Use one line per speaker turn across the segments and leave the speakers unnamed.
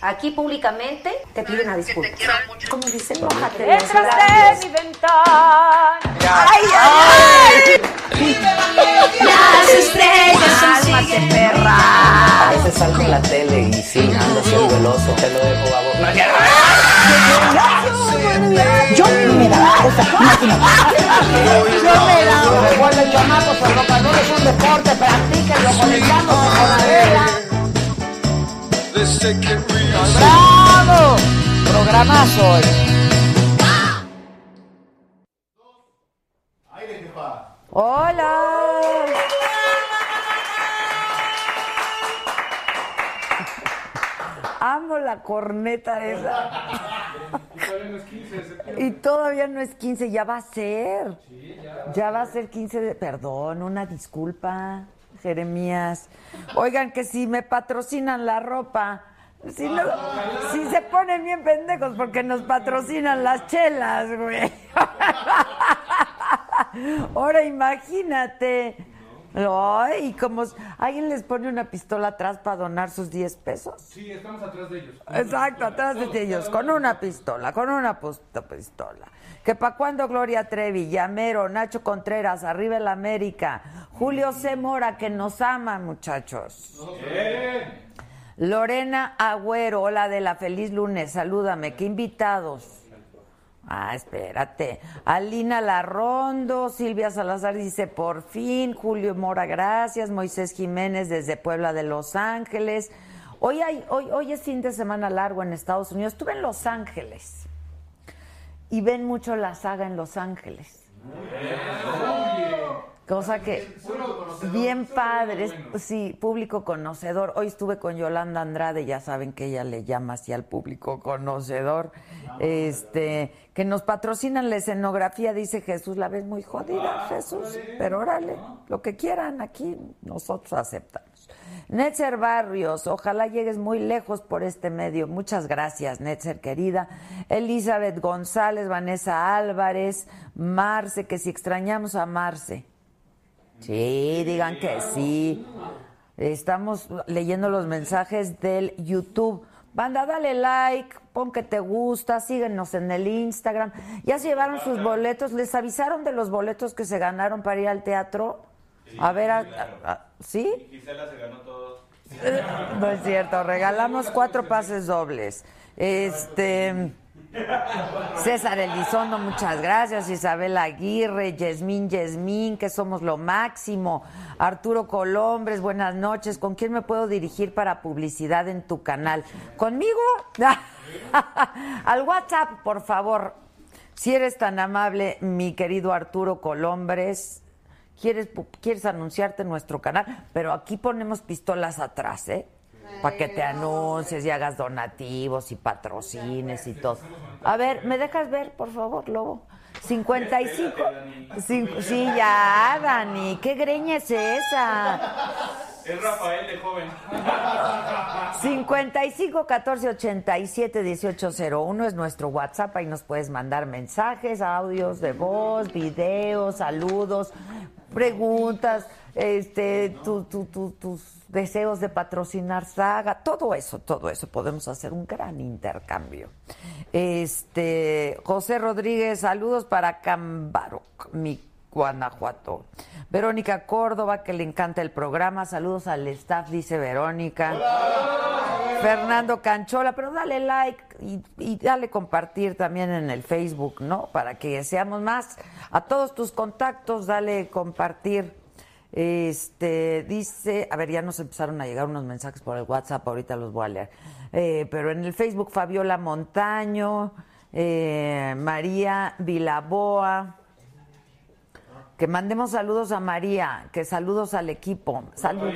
Aquí públicamente te pido una disculpa. Como dicen, mójate los
Entras de mi ventana.
¡Ay, ay, ay! Las estrellas ¡Cálmate,
A
perra!
veces salgo en la tele y sí, ando así veloso. Te lo dejo a vos.
Yo me da cosa. Yo me da
Recuerden, chamacos, el rock and roll es un deporte. Practíquenlo, conectamos con la vela. ¡Bravo! Programazo hoy.
Hola. Amo la corneta esa. Y todavía no es 15, ya va a ser. ya. va a ser 15 de... Perdón, una disculpa, Jeremías. Oigan, que si me patrocinan la ropa, si, no, si se ponen bien pendejos porque nos patrocinan las chelas, güey. Ahora imagínate. Ay, como s- alguien les pone una pistola atrás para donar sus 10 pesos.
Sí, estamos atrás de ellos.
Exacto, atrás de ellos, con una pistola, con una puta pistola. Que pa' cuando Gloria Trevi, Llamero, Nacho Contreras, arriba el América, Julio C. Mora, que nos ama, muchachos. Lorena Agüero, hola de la feliz lunes, salúdame, qué invitados. Ah, espérate. Alina Larrondo, Silvia Salazar dice por fin, Julio Mora, gracias, Moisés Jiménez desde Puebla de Los Ángeles. Hoy, hay, hoy, hoy es fin de semana largo en Estados Unidos. Estuve en Los Ángeles y ven mucho la saga en Los Ángeles. Cosa que bien padres, sí, público conocedor. Hoy estuve con Yolanda Andrade, ya saben que ella le llama así al público conocedor. Este, que nos patrocinan la escenografía, dice Jesús, la ves muy jodida, Jesús, pero órale, lo que quieran aquí, nosotros aceptamos. Netzer Barrios, ojalá llegues muy lejos por este medio. Muchas gracias, Netzer querida. Elizabeth González, Vanessa Álvarez, Marce, que si extrañamos a Marce. Sí, digan que sí. Estamos leyendo los mensajes del YouTube. Banda, dale like, pon que te gusta, síguenos en el Instagram. ¿Ya se llevaron sus boletos? ¿Les avisaron de los boletos que se ganaron para ir al teatro? A ver, a- a- a- ¿sí? No es cierto, regalamos cuatro pases dobles. Este César Elizondo, muchas gracias. Isabel Aguirre, Yasmín, Yasmín, que somos lo máximo. Arturo Colombres, buenas noches. ¿Con quién me puedo dirigir para publicidad en tu canal? ¿Conmigo? Al WhatsApp, por favor. Si eres tan amable, mi querido Arturo Colombres, quieres, pu- quieres anunciarte en nuestro canal, pero aquí ponemos pistolas atrás, ¿eh? Para que te anuncies y hagas donativos y patrocines y todo. A ver, ¿me dejas ver, por favor, Lobo? 55. Cin- sí, ya, Dani. ¿Qué greña es esa?
Es Rafael de joven.
55 14 87 1801 es nuestro WhatsApp. Ahí nos puedes mandar mensajes, audios de voz, videos, saludos, preguntas, este, tu- tu- tu- tus deseos de patrocinar saga, todo eso, todo eso. Podemos hacer un gran intercambio. Este, José Rodríguez, saludos para Cambaroc, mi Guanajuato. Verónica Córdoba, que le encanta el programa. Saludos al staff, dice Verónica. Fernando Canchola, pero dale like y, y dale compartir también en el Facebook, ¿no? Para que seamos más. A todos tus contactos, dale compartir. Este dice, a ver, ya nos empezaron a llegar unos mensajes por el WhatsApp, ahorita los voy a leer. Eh, pero en el Facebook, Fabiola Montaño, eh, María Vilaboa. Que mandemos saludos a María, que saludos al equipo. Saludos.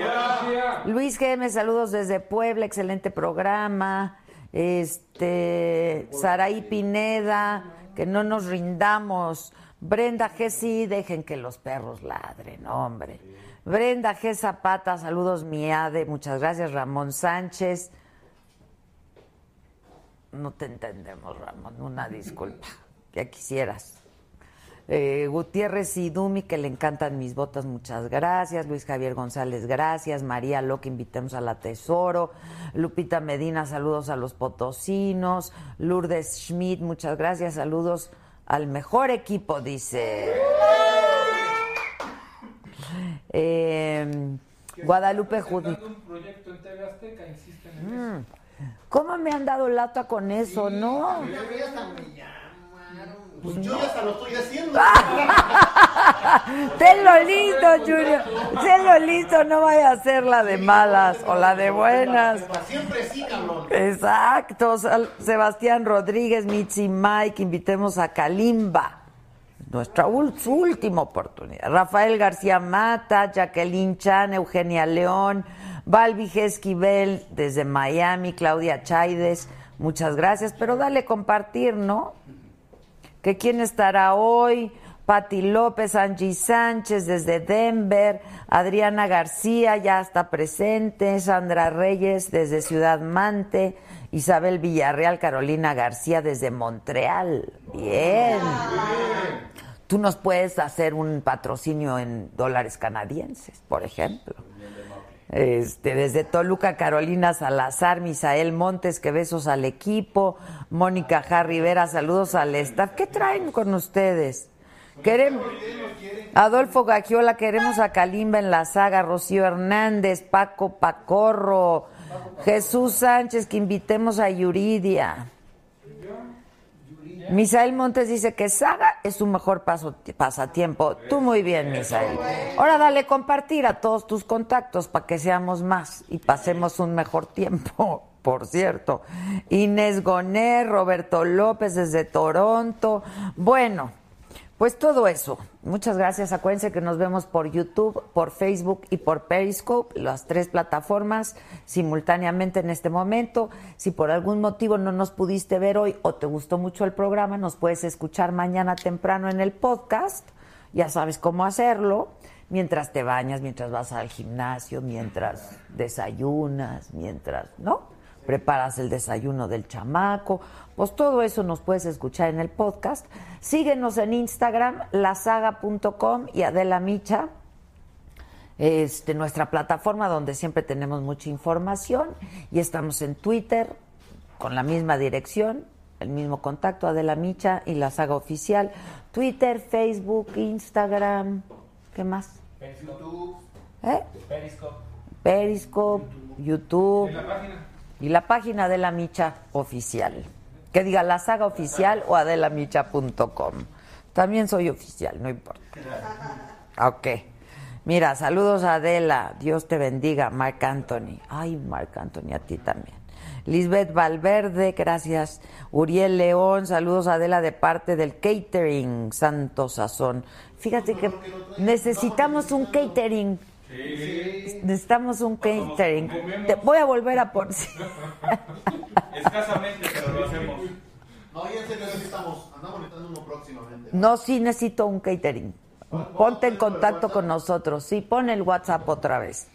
Luis GM, saludos desde Puebla, excelente programa. Este, Saraí Pineda, que no nos rindamos. Brenda G. Sí, dejen que los perros ladren, hombre. Brenda G. Zapata, saludos Miade, muchas gracias. Ramón Sánchez. No te entendemos, Ramón, una disculpa. Ya quisieras. Eh, Gutiérrez y Dumi, que le encantan mis botas, muchas gracias. Luis Javier González, gracias. María Lo, que invitemos a la Tesoro. Lupita Medina, saludos a los potosinos. Lourdes Schmidt, muchas gracias. Saludos al mejor equipo, dice. Eh, Guadalupe Judí.
Presentando un proyecto en TV Azteca, insisten en eso.
¿Cómo me han dado lata con eso, no?
Pues yo ya hasta lo estoy haciendo.
Tenlo listo, Junior. Tenlo listo, no vaya a ser la de malas o la de buenas.
Siempre sí, cabrón.
Exacto. Sal- Sebastián Rodríguez, Mitzi Mike, invitemos a Kalimba. Nuestra ul- su última oportunidad. Rafael García Mata, Jacqueline Chan, Eugenia León, Balbi G. Esquivel desde Miami, Claudia Chaides, muchas gracias. Pero dale compartir, ¿no? que quién estará hoy, Patti López, Angie Sánchez desde Denver, Adriana García ya está presente, Sandra Reyes desde Ciudad Mante, Isabel Villarreal, Carolina García desde Montreal. Bien. Tú nos puedes hacer un patrocinio en dólares canadienses, por ejemplo. Este, desde Toluca, Carolina Salazar, Misael Montes, que besos al equipo, Mónica Jar Rivera, saludos al staff. ¿Qué traen con ustedes? Queremos, Adolfo Gagiola, queremos a Kalimba en la saga, Rocío Hernández, Paco Pacorro, Jesús Sánchez, que invitemos a Yuridia. Misael Montes dice que Saga es su mejor paso- pasatiempo. Tú muy bien, Misael. Ahora dale compartir a todos tus contactos para que seamos más y pasemos un mejor tiempo, por cierto. Inés Goner, Roberto López desde Toronto. Bueno, pues todo eso. Muchas gracias. Acuérdense que nos vemos por YouTube, por Facebook y por Periscope, las tres plataformas simultáneamente en este momento. Si por algún motivo no nos pudiste ver hoy o te gustó mucho el programa, nos puedes escuchar mañana temprano en el podcast. Ya sabes cómo hacerlo. Mientras te bañas, mientras vas al gimnasio, mientras desayunas, mientras, ¿no? preparas el desayuno del chamaco, pues todo eso nos puedes escuchar en el podcast. Síguenos en Instagram, lasaga.com y Adela Micha, este, nuestra plataforma donde siempre tenemos mucha información y estamos en Twitter con la misma dirección, el mismo contacto, Adela Micha y la saga oficial, Twitter, Facebook, Instagram, ¿qué más? ¿Eh? Periscope, YouTube. Y la página de la Micha oficial. Que diga la saga oficial o adelamicha.com. También soy oficial, no importa. Ok. Mira, saludos a Adela. Dios te bendiga, Marc Anthony. Ay, Marc Anthony, a ti también. Lisbeth Valverde, gracias. Uriel León, saludos a Adela de parte del catering Santo Sazón. Fíjate que necesitamos un catering. Necesitamos un catering. Te voy a volver a por
Escasamente, pero lo hacemos.
No, ya en serio, sí estamos. Andamos metiendo uno próximamente.
No, sí necesito un catering. Ponte en contacto con nosotros. Sí, pon el WhatsApp otra vez.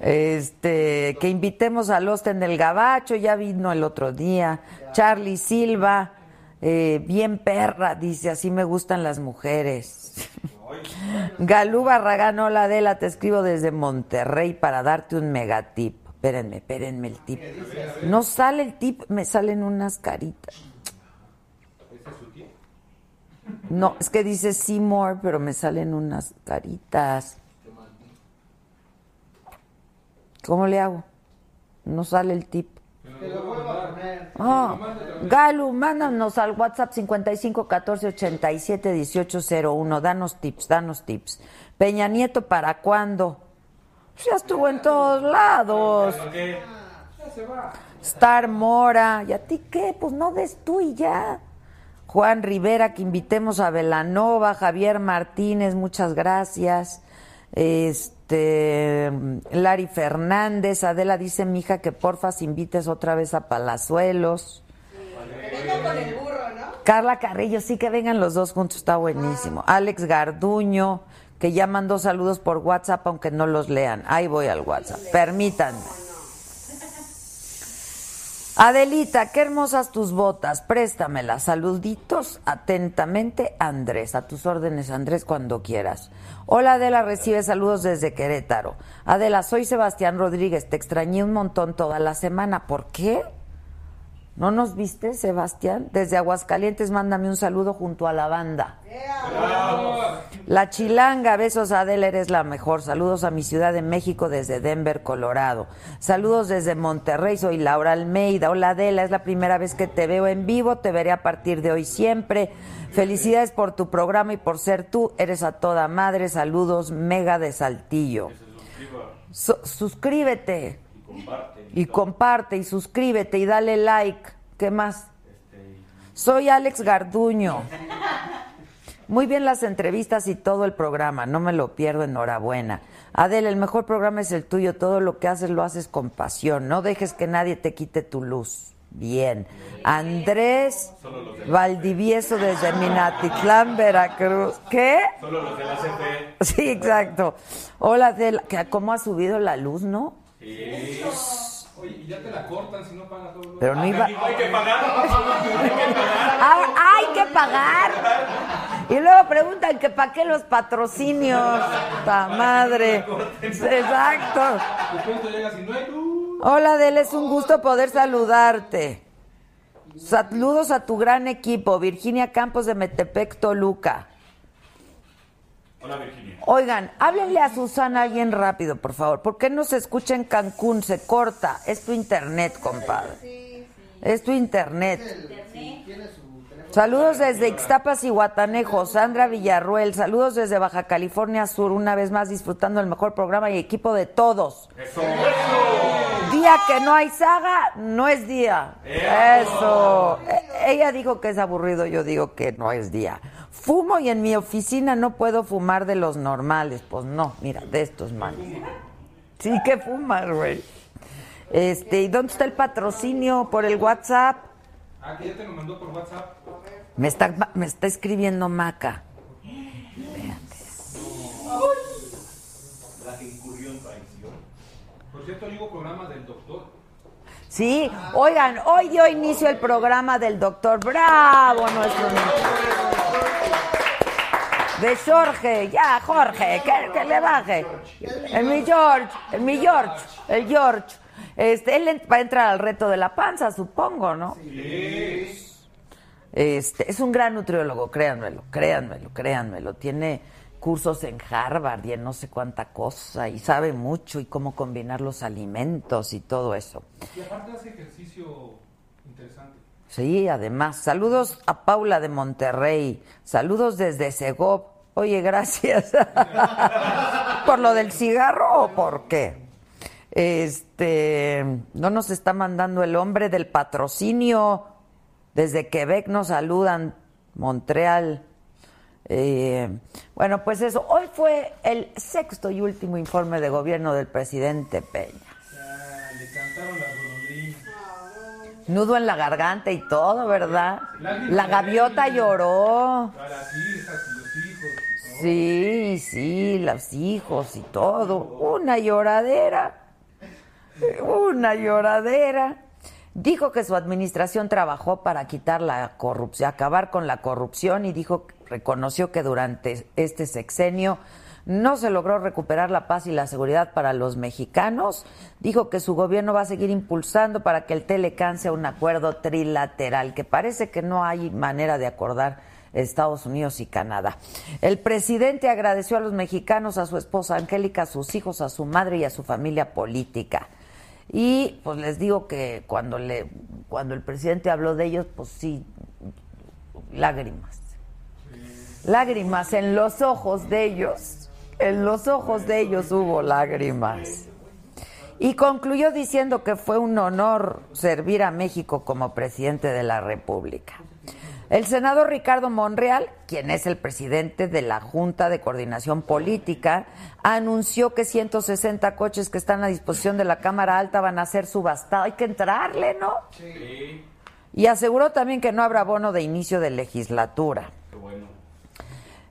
Este, que invitemos al Osten del Gabacho, ya vino el otro día. Charlie Silva, eh, bien perra, dice, así me gustan las mujeres. Galú Barragán, hola Adela, te escribo desde Monterrey para darte un megatip. Espérenme, espérenme el tip. No sale el tip, me salen unas caritas. No, es que dice Seymour, pero me salen unas caritas. ¿Cómo le hago? No sale el tip. Ah, Galo, mándanos al WhatsApp 55 14 87 18 01. Danos tips, danos tips. Peña Nieto, ¿para cuándo? Pues Ya estuvo en todos lados. Star Mora, ¿y a ti qué? Pues no des tú y ya. Juan Rivera, que invitemos a Velanova, Javier Martínez, muchas gracias. Este, Lari Fernández, Adela dice, mija, que porfas invites otra vez a Palazuelos. Carla Carrillo, sí que vengan los dos juntos, está buenísimo. Alex Garduño, que ya mandó saludos por WhatsApp, aunque no los lean. Ahí voy al WhatsApp, permítanme. Adelita, qué hermosas tus botas, préstamelas. Saluditos atentamente, Andrés. A tus órdenes, Andrés, cuando quieras. Hola, Adela, recibe saludos desde Querétaro. Adela, soy Sebastián Rodríguez. Te extrañé un montón toda la semana. ¿Por qué? ¿No nos viste, Sebastián? Desde Aguascalientes, mándame un saludo junto a la banda. La Chilanga, besos Adela, eres la mejor. Saludos a mi Ciudad de México desde Denver, Colorado. Saludos desde Monterrey, soy Laura Almeida. Hola Adela, es la primera vez que te veo en vivo, te veré a partir de hoy siempre. Felicidades por tu programa y por ser tú, eres a toda madre. Saludos, Mega de Saltillo. Su- suscríbete. Y comparte y suscríbete y dale like. ¿Qué más? Soy Alex Garduño. Muy bien las entrevistas y todo el programa, no me lo pierdo, enhorabuena. Adel, el mejor programa es el tuyo, todo lo que haces lo haces con pasión, no dejes que nadie te quite tu luz. Bien. Andrés Valdivieso desde Minatitlán, Veracruz. ¿Qué?
Solo los de la CP.
Sí, exacto. Hola, Adel, que- ¿cómo ha subido la luz, no?
Oye, y ya te la cortan si no pagas todo.
Pero no iba...
Hay que pagar.
Ah, hay que pagar. Y luego preguntan que para qué los patrocinios. Ta madre. Exacto.
De pronto llegas y no hay luz.
Hola, Del, es un gusto poder saludarte. Saludos a tu gran equipo, Virginia Campos de Metepec, Toluca.
Hola, Virginia.
Oigan, háblenle a Susana alguien rápido, por favor. ¿Por qué no se escucha en Cancún? Se corta. Es tu internet, compadre. Es tu internet. Saludos desde Ixtapas y Guatanejo, Sandra Villarruel, saludos desde Baja California Sur, una vez más disfrutando el mejor programa y equipo de todos. Día que no hay saga, no es día. Eso. E- Ella dijo que es aburrido, yo digo que no es día. Fumo y en mi oficina no puedo fumar de los normales. Pues no, mira, de estos manos. Sí que fumas, güey. Este, ¿y dónde está el patrocinio por el WhatsApp?
Ah, que ya te lo mandó por WhatsApp.
Me está, me está escribiendo Maca.
Por cierto, hoy hubo programa del doctor.
Sí, oigan, hoy dio inicio el programa del doctor Bravo, nuestro. De Jorge, ya, Jorge, que, que le baje. El mi George, el mi George, el George. Este, él ent- va a entrar al reto de la panza, supongo, ¿no? Este, es un gran nutriólogo, créanmelo, créanmelo, créanmelo. Tiene cursos en Harvard y en no sé cuánta cosa y sabe mucho y cómo combinar los alimentos y todo eso.
Y aparte hace ejercicio interesante.
Sí, además. Saludos a Paula de Monterrey. Saludos desde Segov. Oye, gracias. ¿Por lo del cigarro o por qué? Este, no nos está mandando el hombre del patrocinio. Desde Quebec nos saludan, Montreal. Eh, bueno, pues eso. Hoy fue el sexto y último informe de gobierno del presidente Peña.
Ya, le cantaron las golondrinas.
Nudo en la garganta y todo, ¿verdad? La gaviota lloró.
A las hijas y los hijos.
Sí, sí, los hijos y todo. Una lloradera. Una lloradera. Dijo que su administración trabajó para quitar la corrupción, acabar con la corrupción y dijo, reconoció que durante este sexenio no se logró recuperar la paz y la seguridad para los mexicanos. Dijo que su gobierno va a seguir impulsando para que el Telecán sea un acuerdo trilateral, que parece que no hay manera de acordar Estados Unidos y Canadá. El presidente agradeció a los mexicanos, a su esposa Angélica, a sus hijos, a su madre y a su familia política. Y pues les digo que cuando le cuando el presidente habló de ellos, pues sí lágrimas. Lágrimas en los ojos de ellos. En los ojos de ellos hubo lágrimas. Y concluyó diciendo que fue un honor servir a México como presidente de la República. El senador Ricardo Monreal, quien es el presidente de la Junta de Coordinación Política, anunció que 160 coches que están a disposición de la Cámara Alta van a ser subastados. Hay que entrarle, ¿no?
Sí.
Y aseguró también que no habrá bono de inicio de legislatura.
Qué bueno.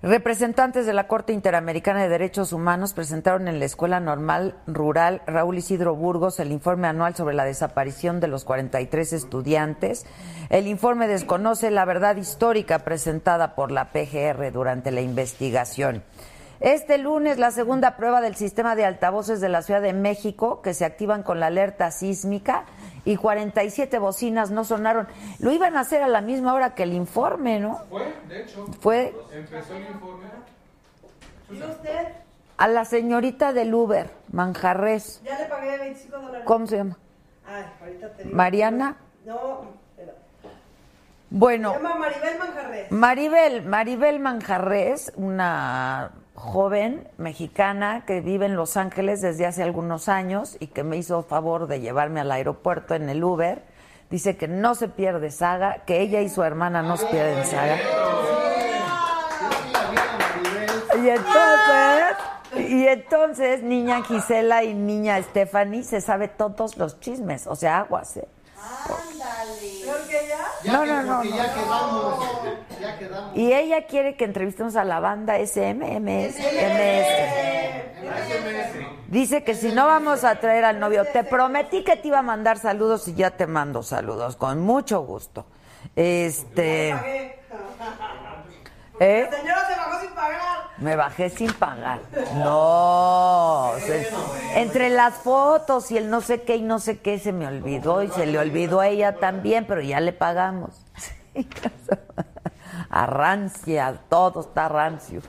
Representantes de la Corte Interamericana de Derechos Humanos presentaron en la Escuela Normal Rural Raúl Isidro Burgos el informe anual sobre la desaparición de los 43 estudiantes. El informe desconoce la verdad histórica presentada por la PGR durante la investigación. Este lunes, la segunda prueba del sistema de altavoces de la Ciudad de México, que se activan con la alerta sísmica, y 47 bocinas no sonaron. Lo iban a hacer a la misma hora que el informe, ¿no?
Fue, de hecho,
Fue
empezó el informe.
a la señorita del Uber, Manjarres.
Ya le pagué 25 dólares.
¿Cómo se llama?
Ay, ahorita te digo.
Mariana.
No, espera.
Bueno,
Se llama Maribel Manjarres.
Maribel, Maribel Manjarres, una joven mexicana que vive en Los Ángeles desde hace algunos años y que me hizo favor de llevarme al aeropuerto en el Uber. Dice que no se pierde saga, que ella y su hermana no se pierden saga. Y entonces, y entonces, niña Gisela y niña Stephanie se sabe todos los chismes, o sea, aguas. ¿eh?
Peor que ella.
Ya
No,
que-
no, no,
porque
no.
Ya quedamos. Ya quedamos.
Y ella quiere que entrevistemos a la banda SMMS. Dice que si no vamos a traer al novio, te prometí que te iba a mandar saludos y ya te mando saludos, con mucho gusto. Este,
Pagué.
¿eh?
La señora se bajó sin pagar.
Me bajé sin pagar. No. se- entre las fotos y el no sé qué y no sé qué se me olvidó y se le olvidó a ella también, pero ya le pagamos. A rancia, todo está rancio.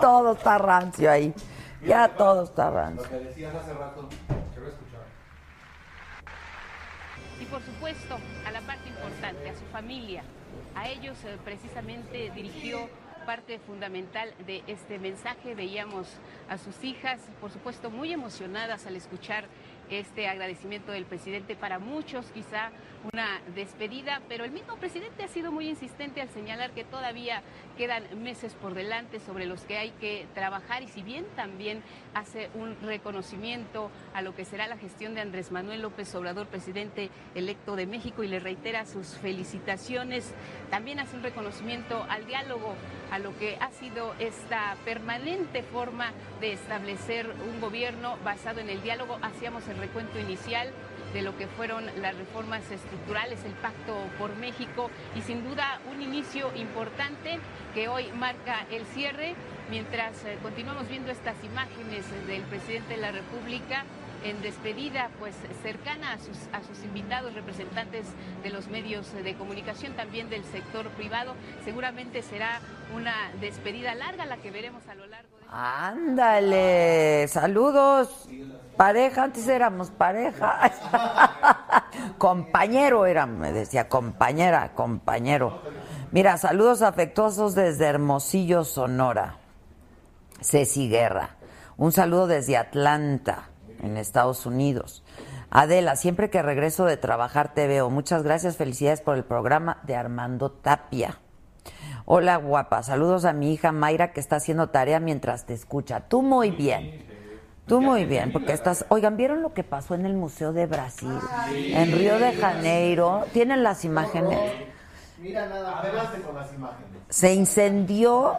Todo está rancio ahí. Ya todo está rancio.
Lo que decías hace rato.
y por supuesto a la parte importante, a su familia. A ellos eh, precisamente dirigió parte fundamental de este mensaje. Veíamos a sus hijas, por supuesto, muy emocionadas al escuchar este agradecimiento del presidente. Para muchos quizá una despedida, pero el mismo presidente ha sido muy insistente al señalar que todavía quedan meses por delante sobre los que hay que trabajar y si bien también hace un reconocimiento a lo que será la gestión de Andrés Manuel López Obrador, presidente electo de México, y le reitera sus felicitaciones, también hace un reconocimiento al diálogo, a lo que ha sido esta permanente forma de establecer un gobierno basado en el diálogo. Hacíamos el recuento inicial de lo que fueron las reformas estructurales, el Pacto por México y sin duda un inicio importante que hoy marca el cierre mientras eh, continuamos viendo estas imágenes del presidente de la República en despedida pues cercana a sus, a sus invitados representantes de los medios de comunicación también del sector privado seguramente será una despedida larga la que veremos a lo largo de
Ándale, saludos. Pareja, antes éramos pareja. Compañero era, me decía, compañera, compañero. Mira, saludos afectuosos desde Hermosillo, Sonora. Ceci Guerra. Un saludo desde Atlanta, en Estados Unidos. Adela, siempre que regreso de trabajar te veo. Muchas gracias, felicidades por el programa de Armando Tapia. Hola guapa, saludos a mi hija Mayra que está haciendo tarea mientras te escucha. Tú muy bien. Tú muy bien, porque estás... Oigan, ¿vieron lo que pasó en el Museo de Brasil? En Río de Janeiro. ¿Tienen las imágenes?
Mira nada. Adelante con las imágenes.
Se incendió,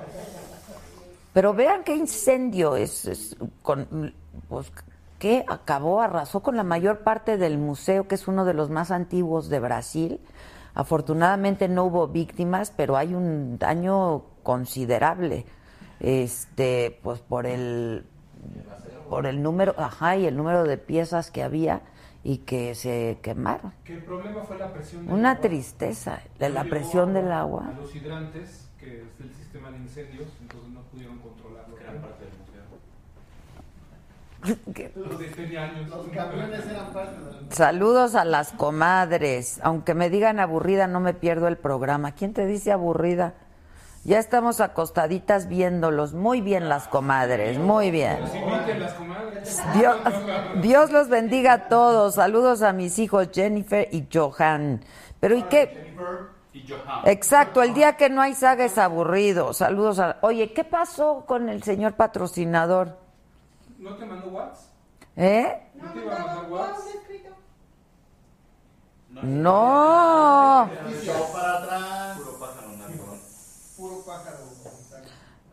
pero vean qué incendio es. es con, pues, ¿Qué acabó? Arrasó con la mayor parte del museo, que es uno de los más antiguos de Brasil. Afortunadamente no hubo víctimas, pero hay un daño considerable. Este, pues por el por el número, ajá, y el número de piezas que había y que se quemaron.
Que el problema fue la presión del
Una
agua.
tristeza, de la
Llegó
presión
a-
del agua.
A los hidrantes, que es del sistema de incendios, entonces no pudieron controlarlo. Que eran parte del museo.
Que-
Entonces tenía años.
Los camiones eran parte del...
Saludos a las comadres. Aunque me digan aburrida, no me pierdo el programa. ¿Quién te dice aburrida? Ya estamos acostaditas viéndolos. Muy bien las comadres, muy bien.
Los inviten Pues las comadres.
Dios, Dios los bendiga a todos. Saludos a mis hijos Jennifer y Johan. Pero ¿y qué?
Y Johan.
Exacto, el día que no hay saga es aburrido. Saludos a... Oye, ¿qué pasó con el señor patrocinador?
¿No te mandó WhatsApp?
¿Eh?
¿No te iba a mandar WhatsApp?
No.
para atrás.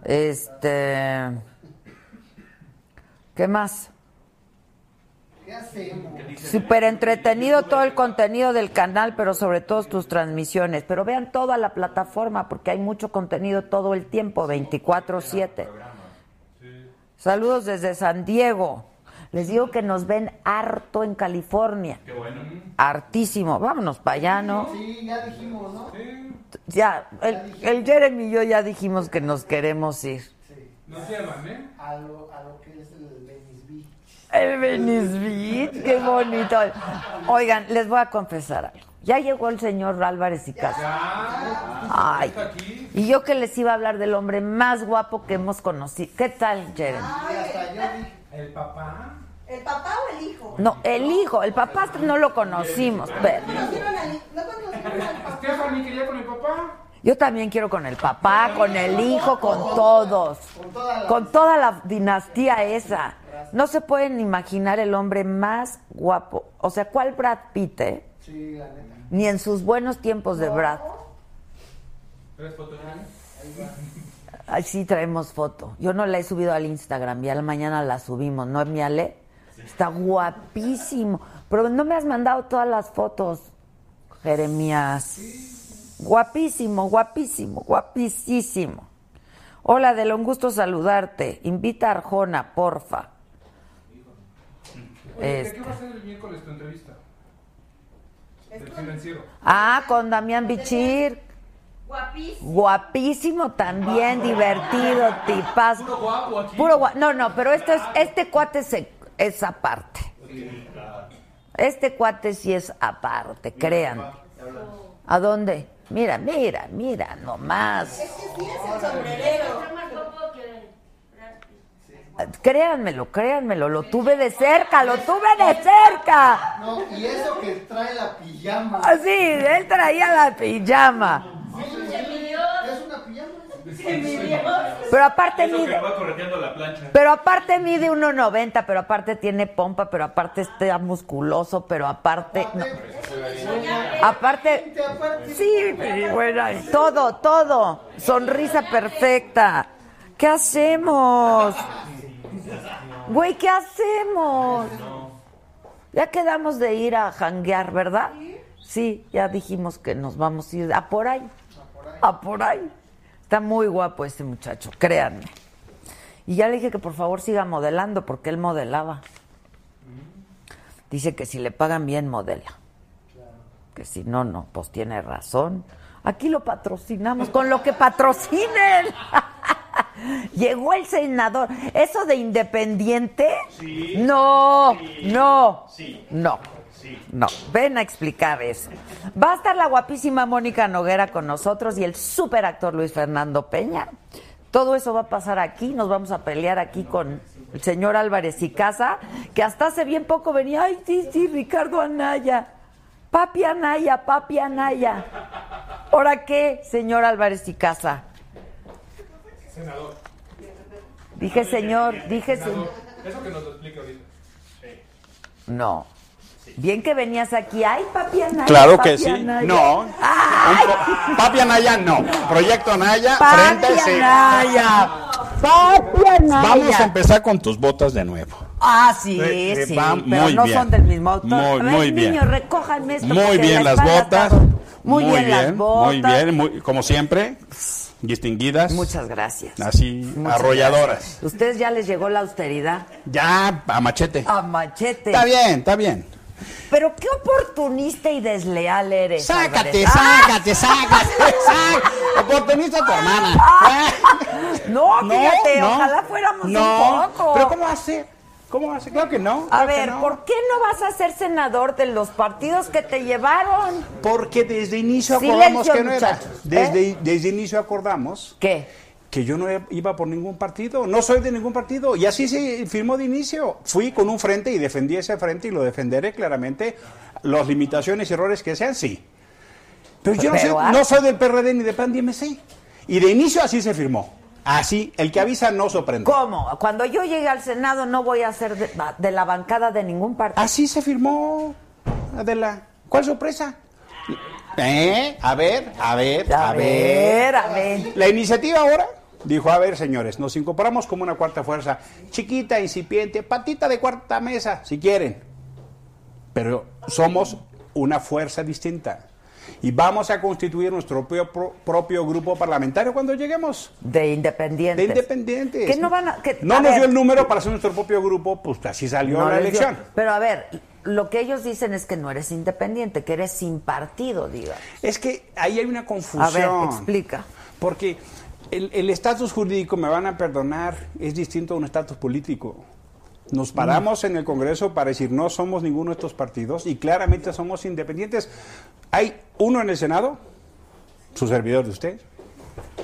Este... ¿Qué más?
¿Qué hacemos?
Súper entretenido todo el contenido del canal, pero sobre todo tus transmisiones. Pero vean toda la plataforma porque hay mucho contenido todo el tiempo, 24/7. Saludos desde San Diego. Les digo que nos ven harto en California. Hartísimo. Vámonos para allá, ¿no?
Sí, ya dijimos, ¿no?
Ya, el, el Jeremy y yo ya dijimos que nos queremos ir.
Nos llaman, ¿eh?
A lo, a lo que es el Venice Beach.
El Venice Beach, qué bonito. Oigan, les voy a confesar algo. Ya llegó el señor Álvarez y Casa.
Ah,
Ay.
está aquí.
Y yo que les iba a hablar del hombre más guapo que hemos conocido. ¿Qué tal, Jeremy?
Y hasta yo dije,
El papá.
¿El papá o el hijo?
No, el hijo, el papá no lo conocimos, pero
¿Conocieron al, ¿No conocieron al papá?
Stephanie quería con el papá.
yo también quiero con el papá, con el hijo, con todos. Con toda la dinastía esa. No se pueden imaginar el hombre más guapo. O sea, ¿cuál Brad Pitt, eh?
sí, la neta.
Ni en sus buenos tiempos de Brad.
¿Tres fotos ya?
Ay, sí traemos foto. Yo no la he subido al Instagram, ya la mañana la subimos, ¿no, mi Ale? Está guapísimo. Pero no me has mandado todas las fotos, Jeremías. Guapísimo, guapísimo, guapísimo. Hola, Del, un gusto saludarte. Invita a Arjona, porfa.
Oye, ¿de
Este.
qué va a ser el miércoles tu entrevista? Del financiero.
Ah, con Damián Bichir.
Guapísimo.
Guapísimo también, divertido, tipaz.
Puro guapo aquí.
Puro gua- No, no, pero esto es, este cuate se- es aparte. Este cuate sí es aparte, crean. ¿A dónde? Mira, mira, mira, nomás.
Es que sí es el sombrerero.
más guapo que
Créanmelo, créanmelo, lo tuve de cerca, lo tuve de cerca.
No, y eso que trae la pijama.
Así, él traía la pijama.
¿Es una pijama?
Pero aparte mide,
va correteando la plancha.
pero aparte mide 1.90, pero aparte tiene pompa, pero aparte está musculoso, pero aparte... pues, no. Aparte, sí, sí, bueno, todo, todo, sonrisa perfecta. ¿Qué hacemos? Güey, ¿qué hacemos? Ya quedamos de ir a janguear, ¿verdad? Sí, ya dijimos que nos vamos a ir a por ahí. A por ahí. Está muy guapo este muchacho, créanme. Y ya le dije que por favor siga modelando porque él modelaba. Dice que si le pagan bien, modela que si no, no, pues tiene razón. Aquí lo patrocinamos, con lo que patrocinen. Llegó el senador. ¿Eso de independiente? No, no, no. No, ven a explicar eso. Va a estar la guapísima Mónica Noguera con nosotros y el super actor Luis Fernando Peña. Todo eso va a pasar aquí, nos vamos a pelear aquí con el señor Álvarez y Casa, que hasta hace bien poco venía, ay, sí, sí, Ricardo Anaya. Papi Anaya, papi Anaya. ¿Ahora qué, señor Álvarez y Casa?
Senador.
Dije, señor, dije, señor.
Senador. Eso que nos lo explica ahorita.
No. Bien que venías aquí. Ay, papi Anaya.
Claro
papi
que sí.
Anaya. Ah,
No.
Ay,
Un po- Papi Anaya no. Proyecto Anaya, frente
papi
sí.
Anaya. Papi Anaya.
Vamos a empezar con tus botas de nuevo.
Ah, sí,
Sí,
sí.
sí, va
pero
muy
no
bien.
son del mismo autor.
Muy,
A ver,
muy bien.
niños, recójanme esto.
Muy
porque
bien
la
las
espalda
botas.
está- Muy, bien, las botas.
Muy bien, muy- como siempre, distinguidas.
Muchas gracias.
Así,
Muchas
arrolladoras.
¿Ustedes ya les llegó la austeridad? Ah,
Ya, a machete.
A machete.
Está bien, está bien.
Pero qué oportunista y desleal eres.
Sácate,
Álvarez. ¡Ah! Ah.
sácate, sácate, sácate. Oportunista a tu hermana. Ah.
No,
No,
Ah, fíjate,
no.
ojalá fuéramos
No,
un poco.
pero ¿cómo hace? ¿Cómo hace? Claro que no.
A
claro que
ver,
no.
¿por qué no vas a ser senador de los partidos que te llevaron?
Porque desde inicio
Silencio,
acordamos que no era.
muchachos, ¿eh?
Desde, desde inicio acordamos
¿Qué?
que yo no iba por ningún partido, no soy de ningún partido. Y así se firmó de inicio. Fui con un frente y defendí ese frente y lo defenderé claramente. Las limitaciones y errores que sean, sí. Pero yo no
Pero,
soy,
ah.
no soy del PRD ni de PAN DMC. Y de inicio así se firmó. Así, el que avisa no sorprende.
¿Cómo? Cuando yo llegue al Senado no voy a ser de, de la bancada de ningún partido.
Así se firmó, Adela. ¿Cuál sorpresa? ¿Eh? A ver, a ver, a, ver.
a ver.
La iniciativa ahora dijo, a ver, señores, nos incorporamos como una cuarta fuerza, chiquita, incipiente, patita de cuarta mesa, si quieren. Pero somos una fuerza distinta. Y vamos a constituir nuestro propio, pro- propio grupo parlamentario cuando lleguemos.
De independientes.
De independientes.
Que no van a- que-
no
a
nos
ver.
dio el número para hacer nuestro propio grupo, pues así salió
No
la
les dio.
elección.
Pero a ver, lo que ellos dicen es que no eres independiente, que eres sin partido, diga.
Es que ahí hay una
A
confusión.
ver, explica.
Porque el el estatus jurídico, me van a perdonar, es distinto a un estatus político. Nos
Mm.
paramos en el Congreso para decir no somos ninguno de estos partidos y claramente somos independientes. Hay uno en el Senado, su servidor de usted.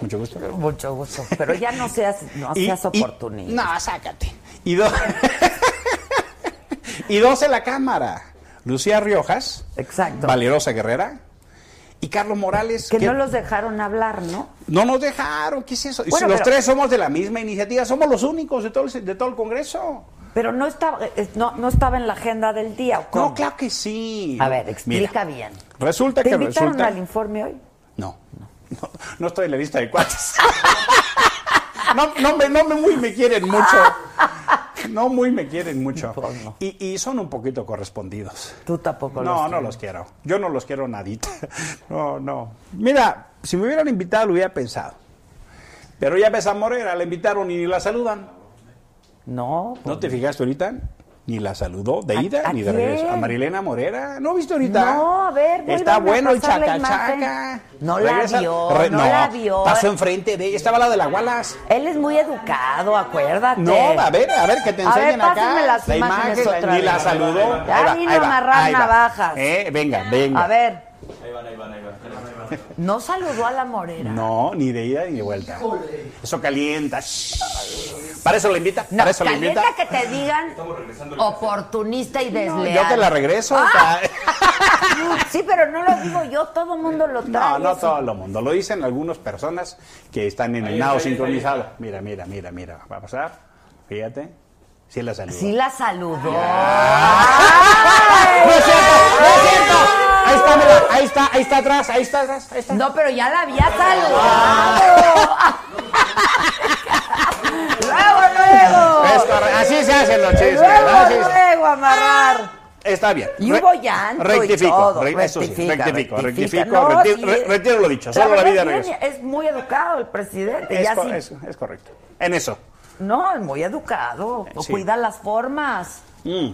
Mucho gusto.
Mucho gusto. Pero ya no seas, no
Y-
seas
y-
oportunista.
no, sácate. Y, do- y dos en la Cámara. Lucía Riojas,
Exacto.
Valerosa Guerrera, y Carlos Morales.
Que
que-
no los dejaron hablar, ¿no?
no nos dejaron, ¿qué es eso? Y
Bueno,
si los
pero-
tres somos de la misma iniciativa, somos los únicos de todo el, de todo el Congreso.
Pero no estaba, eh, no, no estaba en la agenda del día. ¿o cómo?
No, claro que sí.
A ver, explica
Mira,
bien.
Resulta
¿Te
que
invitaron
resulta...
al informe hoy?
No, no, no estoy en la lista de cuates. No, no me, no me muy me quieren mucho. No muy me quieren mucho.
Pues no.
Y, y son un poquito correspondidos.
Tú tampoco
No,
los
no los quiero. Yo no los quiero nadita. No, no. Mira, si me hubieran invitado lo hubiera pensado. Pero ya ves a Morera, la invitaron y ni la saludan.
No, pues,
¿No te fijaste ahorita? Ni la saludó de
¿A-
ida
a
ni de regreso.
quién?
A Marilena Morera. ¿No viste ahorita?
No, a ver, vuelvan
Está
a
bueno el
pasar la
chaca
imagen.
chaca.
No la vio, no la vio.
Pasó enfrente de ella. Estaba la de la Wallace.
Él es muy educado, acuérdate.
No, a ver, a ver, que te
A ver,
enseñen acá.
pásenme las
la
imágenes
imagen, la-
otra
ni la
vez.
saludó.
Ya
Ahí va,
vino
ahí
a
va,
amarrar
ahí va.
navajas.
Eh, venga, venga.
A ver. No saludó a la morena.
No, ni de ida ni de vuelta. Eso calienta. Shh. Para eso la invita. para eso la invita.
calienta que te digan oportunista y
No,
desleal.
yo te la regreso.
Ah,
ca-
Sí, pero no lo digo yo, todo mundo lo trae.
No, no
eso.
todo el mundo. Lo dicen algunas personas que están en el nado sincronizado. Mira, mira, mira, mira. Va a pasar. Fíjate. Sí la saludo.
Sí la saludó.
¡No es cierto! ¡No es cierto! Ahí está, mira. Ahí está, ahí está atrás. Ahí está atrás. Ahí está.
No, pero ya la había saludado. luego,
Es
luego.
correcto. así se hacen los chismes. así
Luego,
se-
luego, amarrar.
Está bien.
Y
Re-
hubo llanto y
Rectifico.
todo.
re- eso sí,
Rectifica,
rectifico,
rectifica.
rectifico.
No,
reti-
sí.
re- retiro lo dicho.
La
Solo la
verdad
vida
es bien-
regresa.
Es muy educado el presidente.
Es,
ya
co-
sí.
es- es correcto. En eso.
No, es muy educado.
sí.
Cuida las formas.
Mm.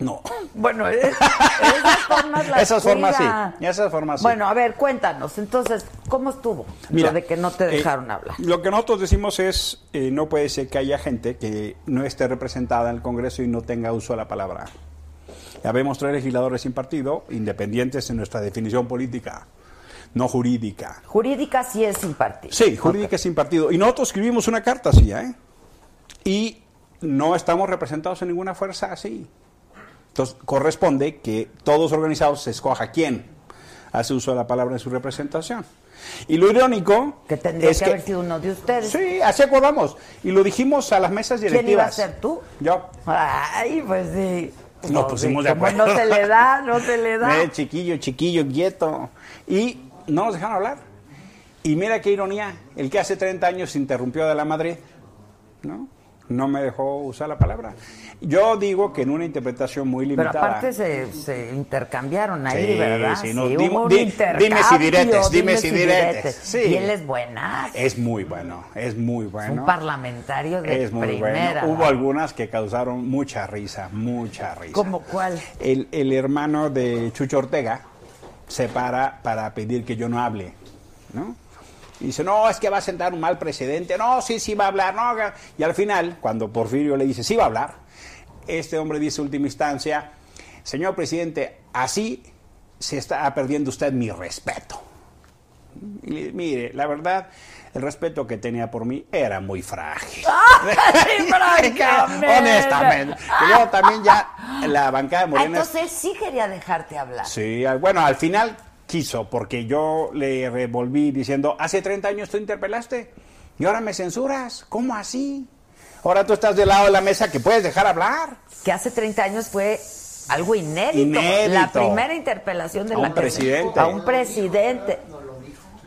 No.
Bueno, es- esas formas las
Esas formas
cuida.
sí, esas formas sí.
Bueno, a ver, cuéntanos. Entonces, ¿cómo estuvo?
Mira,
lo de que no te
eh,
dejaron hablar.
Lo que nosotros decimos es, eh, no puede ser que haya gente que no esté representada en el Congreso y no tenga uso de la palabra. Habemos tres legisladores sin partido, independientes en nuestra definición política, no jurídica.
Jurídica sí es sin partido.
Sí, jurídica sin partido. Y nosotros escribimos una carta así, ¿eh? Y no estamos representados en ninguna fuerza así. Entonces, corresponde que todos organizados se escoja quién hace uso de la palabra en su representación. Y lo irónico
Que tendría
es
que, haber sido uno de ustedes.
Sí, así acordamos. Y lo dijimos a las mesas directivas.
¿Quién iba a ser tú?
Yo.
Ay, pues sí.
Nos
No,
pusimos
sí,
pues de
como
acuerdo.
No se le da, no se le da.
Eh, chiquillo, chiquillo, quieto. Y no nos dejaron hablar. Y mira qué ironía, el que hace 30 años se interrumpió de la Madrid, ¿no? no me dejó usar la palabra. Yo digo que en una interpretación muy
Pero
limitada.
aparte se, se intercambiaron ahí,
Sí,
¿verdad?
sí, no,
Sí,
dim-
hubo un
di- dime
intercambio,
si diretes, dime si diretes, sí.
Y él es buenazo,
Es muy bueno, es muy bueno.
un parlamentario de
es muy
primera.
bueno. Hubo algunas que causaron mucha risa, mucha risa.
¿Cómo cuál?
El, el hermano de Chucho Ortega se para para pedir que yo no hable, ¿no? Y dice, no, es que va a sentar un mal presidente, no, sí, sí va a hablar, no. haga-". Y al final, cuando Porfirio le dice, sí va a hablar, este hombre dice en última instancia, señor presidente, así se está perdiendo usted mi respeto. Y le- mire, la verdad, el respeto que tenía por mí era muy frágil.
francamente!
Honestamente. Y luego también ya la bancada de
Ah,
Morena. es-
entonces sí quería dejarte hablar.
Sí, al- bueno, al final quiso, porque yo le revolví diciendo, hace 30 años tú interpelaste y ahora me censuras. ¿Cómo así? Ahora tú estás del lado de la mesa que puedes dejar hablar.
Que hace 30 años fue algo inédito.
Inédito.
La primera interpelación de
A
la que
un
se-
presidente.
A un presidente.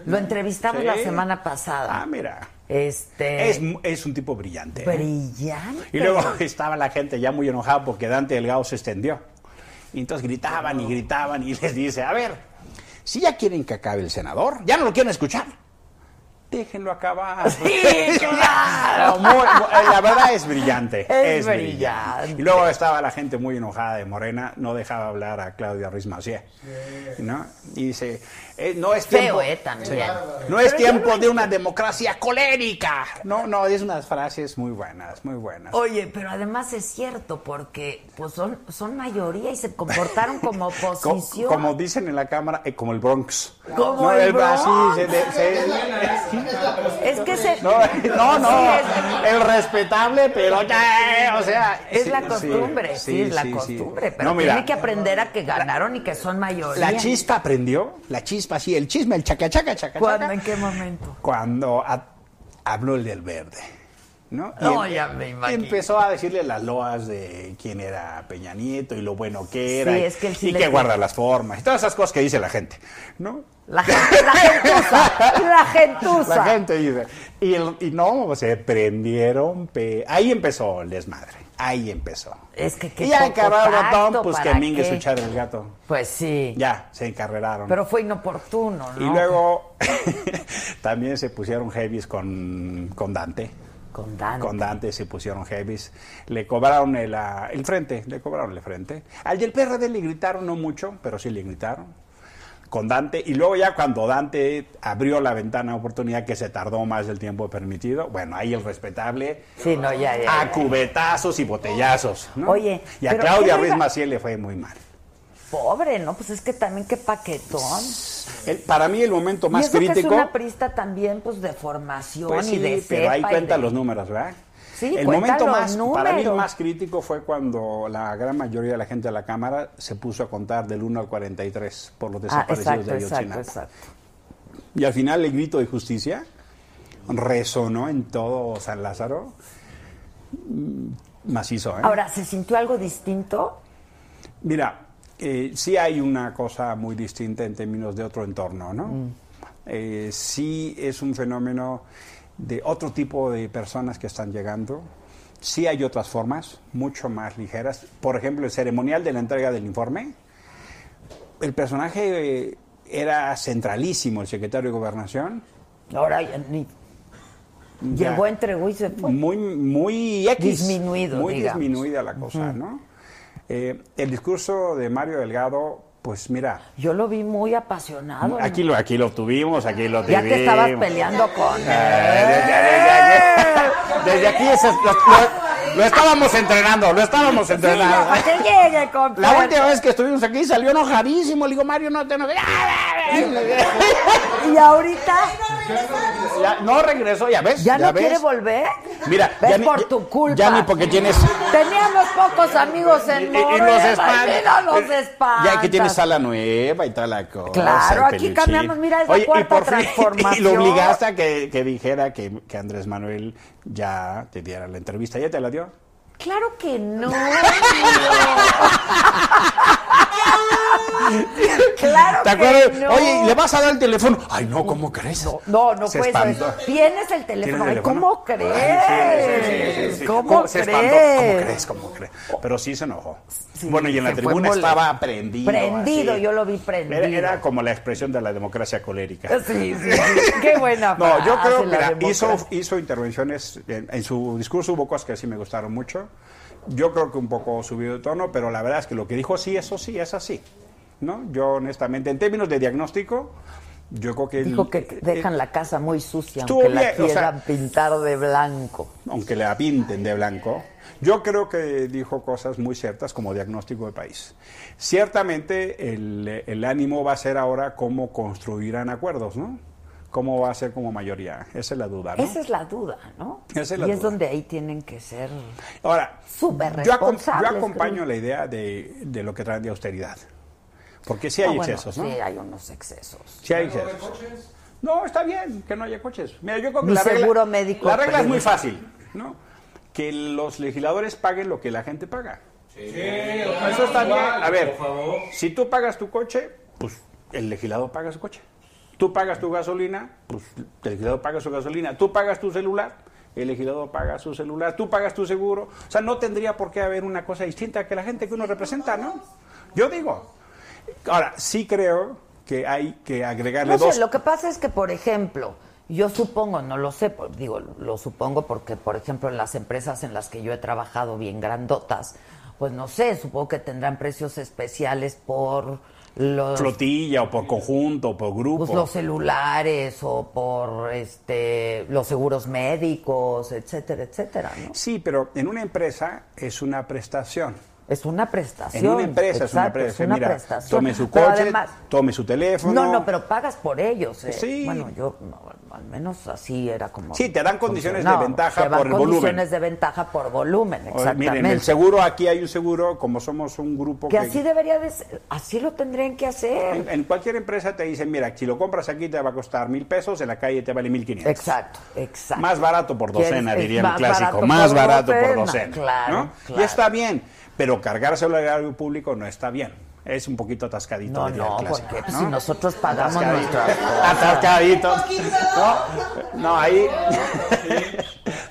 Lo entrevistamos la semana pasada.
Ah, mira.
Este.
Es, mu- es un tipo brillante. ¿eh?
brillante.
Y luego estaba la gente ya muy enojada porque Dante Delgado se extendió. Y entonces gritaban y gritaban y les dice, a ver, si ya quieren que acabe el senador, ya no lo quieren escuchar. Déjenlo acabar.
Sí, claro.
Muy- muy- la verdad es brillante.
Es
Es,
brillante.
brillante. Y luego estaba la gente muy enojada de Morena, no dejaba hablar a Claudia Ruiz Massieu, ¿no? Y dice, eh, no es
Feo,
tiempo...
eh, también.
No es tiempo de una democracia colérica. No, no, es unas frases muy buenas, muy buenas.
Oye, pero además es cierto, porque pues son, son mayoría y se comportaron como
Co-
oposición.
como dicen en la cámara, eh, como el Bronx.
Como
no,
el
Brasil
Bronx.
se de- se-
es que se.
no, eh, no, no,
Sí,
el respetable, pero ya, eh, o sea.
es, es
sí,
la
sí,
costumbre, sí, es la
sí, sí.
costumbre. Pero
No, mira,
tiene que aprender a que ganaron y que son mayoría.
La chispa aprendió, la chispa, sí, el chisme, el chaca, chaca, chaca,
¿Cuándo?
chaca,
¿En qué momento?
Cuando a- habló el del verde. ¿no? Y
No,
em-
ya me imagino.
Empezó a decirle las loas de quién era Peña Nieto y lo bueno que era.
Sí,
y-
es que él sí
y
le-
que guarda las formas. Y todas esas cosas que dice la gente. ¿no?
La gente, la gentuza, la gentuza.
La gente dice. Y, el- y no, se prendieron. pe- Ahí empezó el desmadre. Ahí empezó.
Es que qué
y ya
poco
encargaron
tacto,
pues que
¿para
mingue
qué?
su chadre el gato.
Pues sí.
Ya, se encarreraron.
Pero fue inoportuno, ¿no?
y luego también se pusieron heavies con, con Dante.
Con Dante.
Con Dante se pusieron heavies. Le cobraron el, ah, el frente, le cobraron el frente. Al del PRD le gritaron, no mucho, pero sí le gritaron. Con Dante. Y luego ya cuando Dante abrió la ventana de oportunidad que se tardó más del tiempo permitido, bueno, ahí el respetable.
Sí, no, ya, ya, ya.
A cubetazos y botellazos. ¿no?
Oye,
Y a
pero
Claudia
¿qué
Ruiz
iba-
Maciel le fue muy mal.
Pobre, ¿no? Pues es que también qué paquetón.
El- para mí el momento más
y eso que es
crítico.
una prista también, pues, de formación
Pues
y
sí,
de
pero ahí
cepa y
cuentan
de-
los números, ¿verdad?
Sí,
el
cuentan
momento
los
más, para mí el
números.
más crítico fue cuando la gran mayoría de la gente de la Cámara se puso a contar del 1 al 43 por los
Ah,
desaparecidos
exacto,
de Ayotzinapa.
exacto, exacto.
Y al final el grito de justicia resonó en todo San Lázaro. Mm, Macizo, ¿eh?
Ahora, ¿se sintió algo distinto?
Mira, eh, sí hay una cosa muy distinta en términos de otro entorno, ¿no? Eh, sí es un fenómeno de otro tipo de personas que están llegando. Sí hay otras formas, mucho más ligeras. Por ejemplo, el ceremonial de la entrega del informe. El personaje eh, era centralísimo, el secretario de Gobernación.
Ahora ya ni...
Ya Mm.
Llegó, entregó y se fue.
muy muy X,
Disminuido,
muy
digamos.
disminuida la cosa, ¿no? Eh, el discurso de Mario Delgado, pues mira,
Yo lo vi muy apasionado.
Aquí lo, aquí lo tuvimos, aquí lo
¿no? Ya
tuvimos.
te estabas peleando con
Eh, Desde, desde- desde- desde aquí ese- lo, lo- lo estábamos entrenando, lo estábamos entrenando.
para que llegue, compadre.
La última vez que estuvimos aquí salió enojadísimo. Le digo, Mario, no te enojes.
Y ahorita
Ya, No regresó, ya ves.
ya, no
ves.
quiere volver.
Mira,
Ves
ya ni-
por
ya-
tu culpa.
ya ni porque tienes-
Teníamos pocos amigos en
Y, y
Morena.
los
y mira, los
espaldas. Ya que tienes
espantas.
sala nueva y toda la cosa.
Claro,
el
aquí
peluchín.
cambiamos, mira, es la cuarta transformación.
Y lo obligaste a que, que dijera que, que Andrés Manuel ya te diera la entrevista. ¿Ya te la dio?
Claro que no. claro
¿Te acuerdas?
no.
Oye, ¿y ¿le vas a dar el teléfono? Ay, no, ¿cómo crees?
No, no
Se
puedes.
espantó.
Tienes el teléfono. Ay,
¿Tienes el
¿Cómo
teléfono?
crees?
Ay, sí, sí, sí, sí.
¿Cómo,
Se
crees?
espantó. ¿Cómo crees? ¿Cómo crees? Pero sí se enojó. bueno, y en la
se fue
tribuna
mole-
estaba prendido.
Prendido,
así.
yo lo vi prendido.
Era, era como la expresión de la democracia colérica.
Sí, sí, sí. Qué buena
No, yo
frase,
creo
la
que
democracia.
hizo, hizo intervenciones, en, en su discurso hubo cosas que sí me gustaron mucho. Yo creo que un poco subido de tono, pero la verdad es que lo que dijo sí, eso sí, es así. ¿no? Yo honestamente, en términos de diagnóstico, yo creo que... él-
Dijo que dejan la casa muy sucia,
estuvo
aunque la
bien, o sea,
quieran pintar de blanco.
aunque la pinten de blanco, yo creo que dijo cosas muy ciertas como diagnóstico de país. Ciertamente el, el ánimo va a ser ahora cómo construirán acuerdos, ¿no? ¿Cómo va a ser como mayoría? Esa es la duda, ¿no?
Esa es la duda, ¿no?
Esa es la
y es
duda.
donde ahí tienen que ser.
Ahora,
Súper
yo, acom-
responsables,
yo acompaño
creo.
la idea de, de lo que traen de austeridad. Porque sí hay
Ah, bueno,
excesos, ¿no?
Sí, hay unos excesos.
Sí hay excesos. No, está bien que no haya coches. Mira, yo creo que
Mi
la regla,
seguro médico
la regla es muy
prima.
fácil, ¿no? Que los legisladores paguen lo que la gente paga. Eso
Eso
está bien. A ver, si tú pagas tu coche, pues el legislador paga su coche. Tú pagas tu gasolina, pues el legislador paga su gasolina. Tú pagas tu celular, el legislador paga su celular. Tú pagas tu seguro. O sea, no tendría por qué haber una cosa distinta que la gente que uno representa, ¿no? Yo digo. Ahora, sí creo que hay que agregarle
No
dos.
sé, lo que pasa es que, por ejemplo, yo supongo, no lo sé, por- digo, lo supongo porque, por ejemplo, en las empresas en las que yo he trabajado bien grandotas, pues no sé, supongo que tendrán precios especiales por los,
Flotilla o por conjunto o por grupo.
pues, los celulares o por este los seguros médicos, etcétera, etcétera, ¿no?
Sí, pero en una empresa es una prestación.
Es una prestación.
En una empresa es una
exacto,
prestación.
una
Mira,
prestación.
tome su
Pero
coche,
además-
tome su teléfono.
No, no, pero pagas por ellos. ¿eh?
Sí.
Bueno, yo no, al menos así era como.
Sí, te dan condiciones de
funcionaba.
ventaja
Te dan
por el volumen.
condiciones de ventaja por volumen,
Oye,
exactamente.
Miren, el seguro, aquí hay un seguro, como somos un grupo
que así debería de ser, así lo tendrían que hacer.
en, en cualquier empresa te dicen, mira, si lo compras aquí te va a costar mil pesos, en la calle te vale mil quinientos.
Exacto, exacto.
Más barato por
¿Quieres?
docena,
Es
diría el
más
clásico.
barato
más
por
barato por
docena,
docena.
claro,
¿no?
claro.
Y está bien, pero cargárselo al erario público no está bien. Es un poquito atascadito.
No,
diría
no,
el clásico,
porque
¿no?
si nosotros pagamos
Atascadito.
nuestras cosas.
Atascadito. No, no, ahí.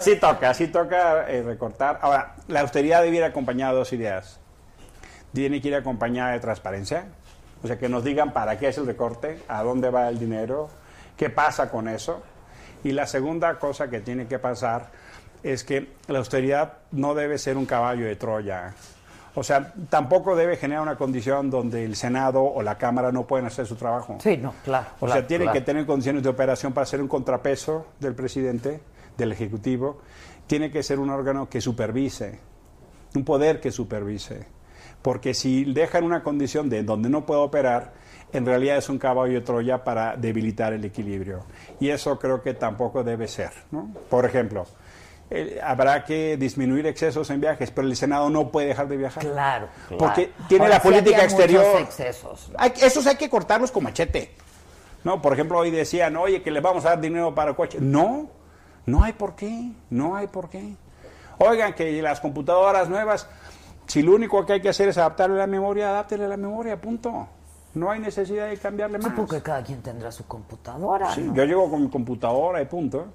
Sí toca, sí toca eh, recortar. Ahora, la austeridad debe ir acompañada de dos ideas. Tiene que ir acompañada de transparencia. O sea, que nos digan para qué es el recorte, a dónde va el dinero, qué pasa con eso. Y la segunda cosa que tiene que pasar es que la austeridad no debe ser un caballo de Troya. O sea, tampoco debe generar una condición donde el Senado o la Cámara no pueden hacer su trabajo.
Sí, no, claro.
O sea, tienen que tener condiciones de operación para ser un contrapeso del presidente, del Ejecutivo. Tiene que ser un órgano que supervise, un poder que supervise. Porque si dejan una condición de donde no puede operar, en realidad es un caballo de Troya para debilitar el equilibrio. Y eso creo que tampoco debe ser. ¿no? Por ejemplo, eh, habrá que disminuir excesos en viajes, pero el Senado no puede dejar de viajar.
Claro, claro.
Porque tiene
Ahora,
la
sí
política
había
exterior.
muchos excesos.
Hay- esos hay que cortarlos con machete. No, por ejemplo, hoy decían, oye, que les vamos a dar dinero para coches. No, no hay por qué, no hay por qué. Oigan, que las computadoras nuevas, si lo único que hay que hacer es adaptarle la memoria, adáptele la memoria, punto. No hay necesidad de cambiarle
Sí,
más.
porque cada quien tendrá su computadora.
Sí,
Ah, ¿no?
Yo llego con mi computadora y punto.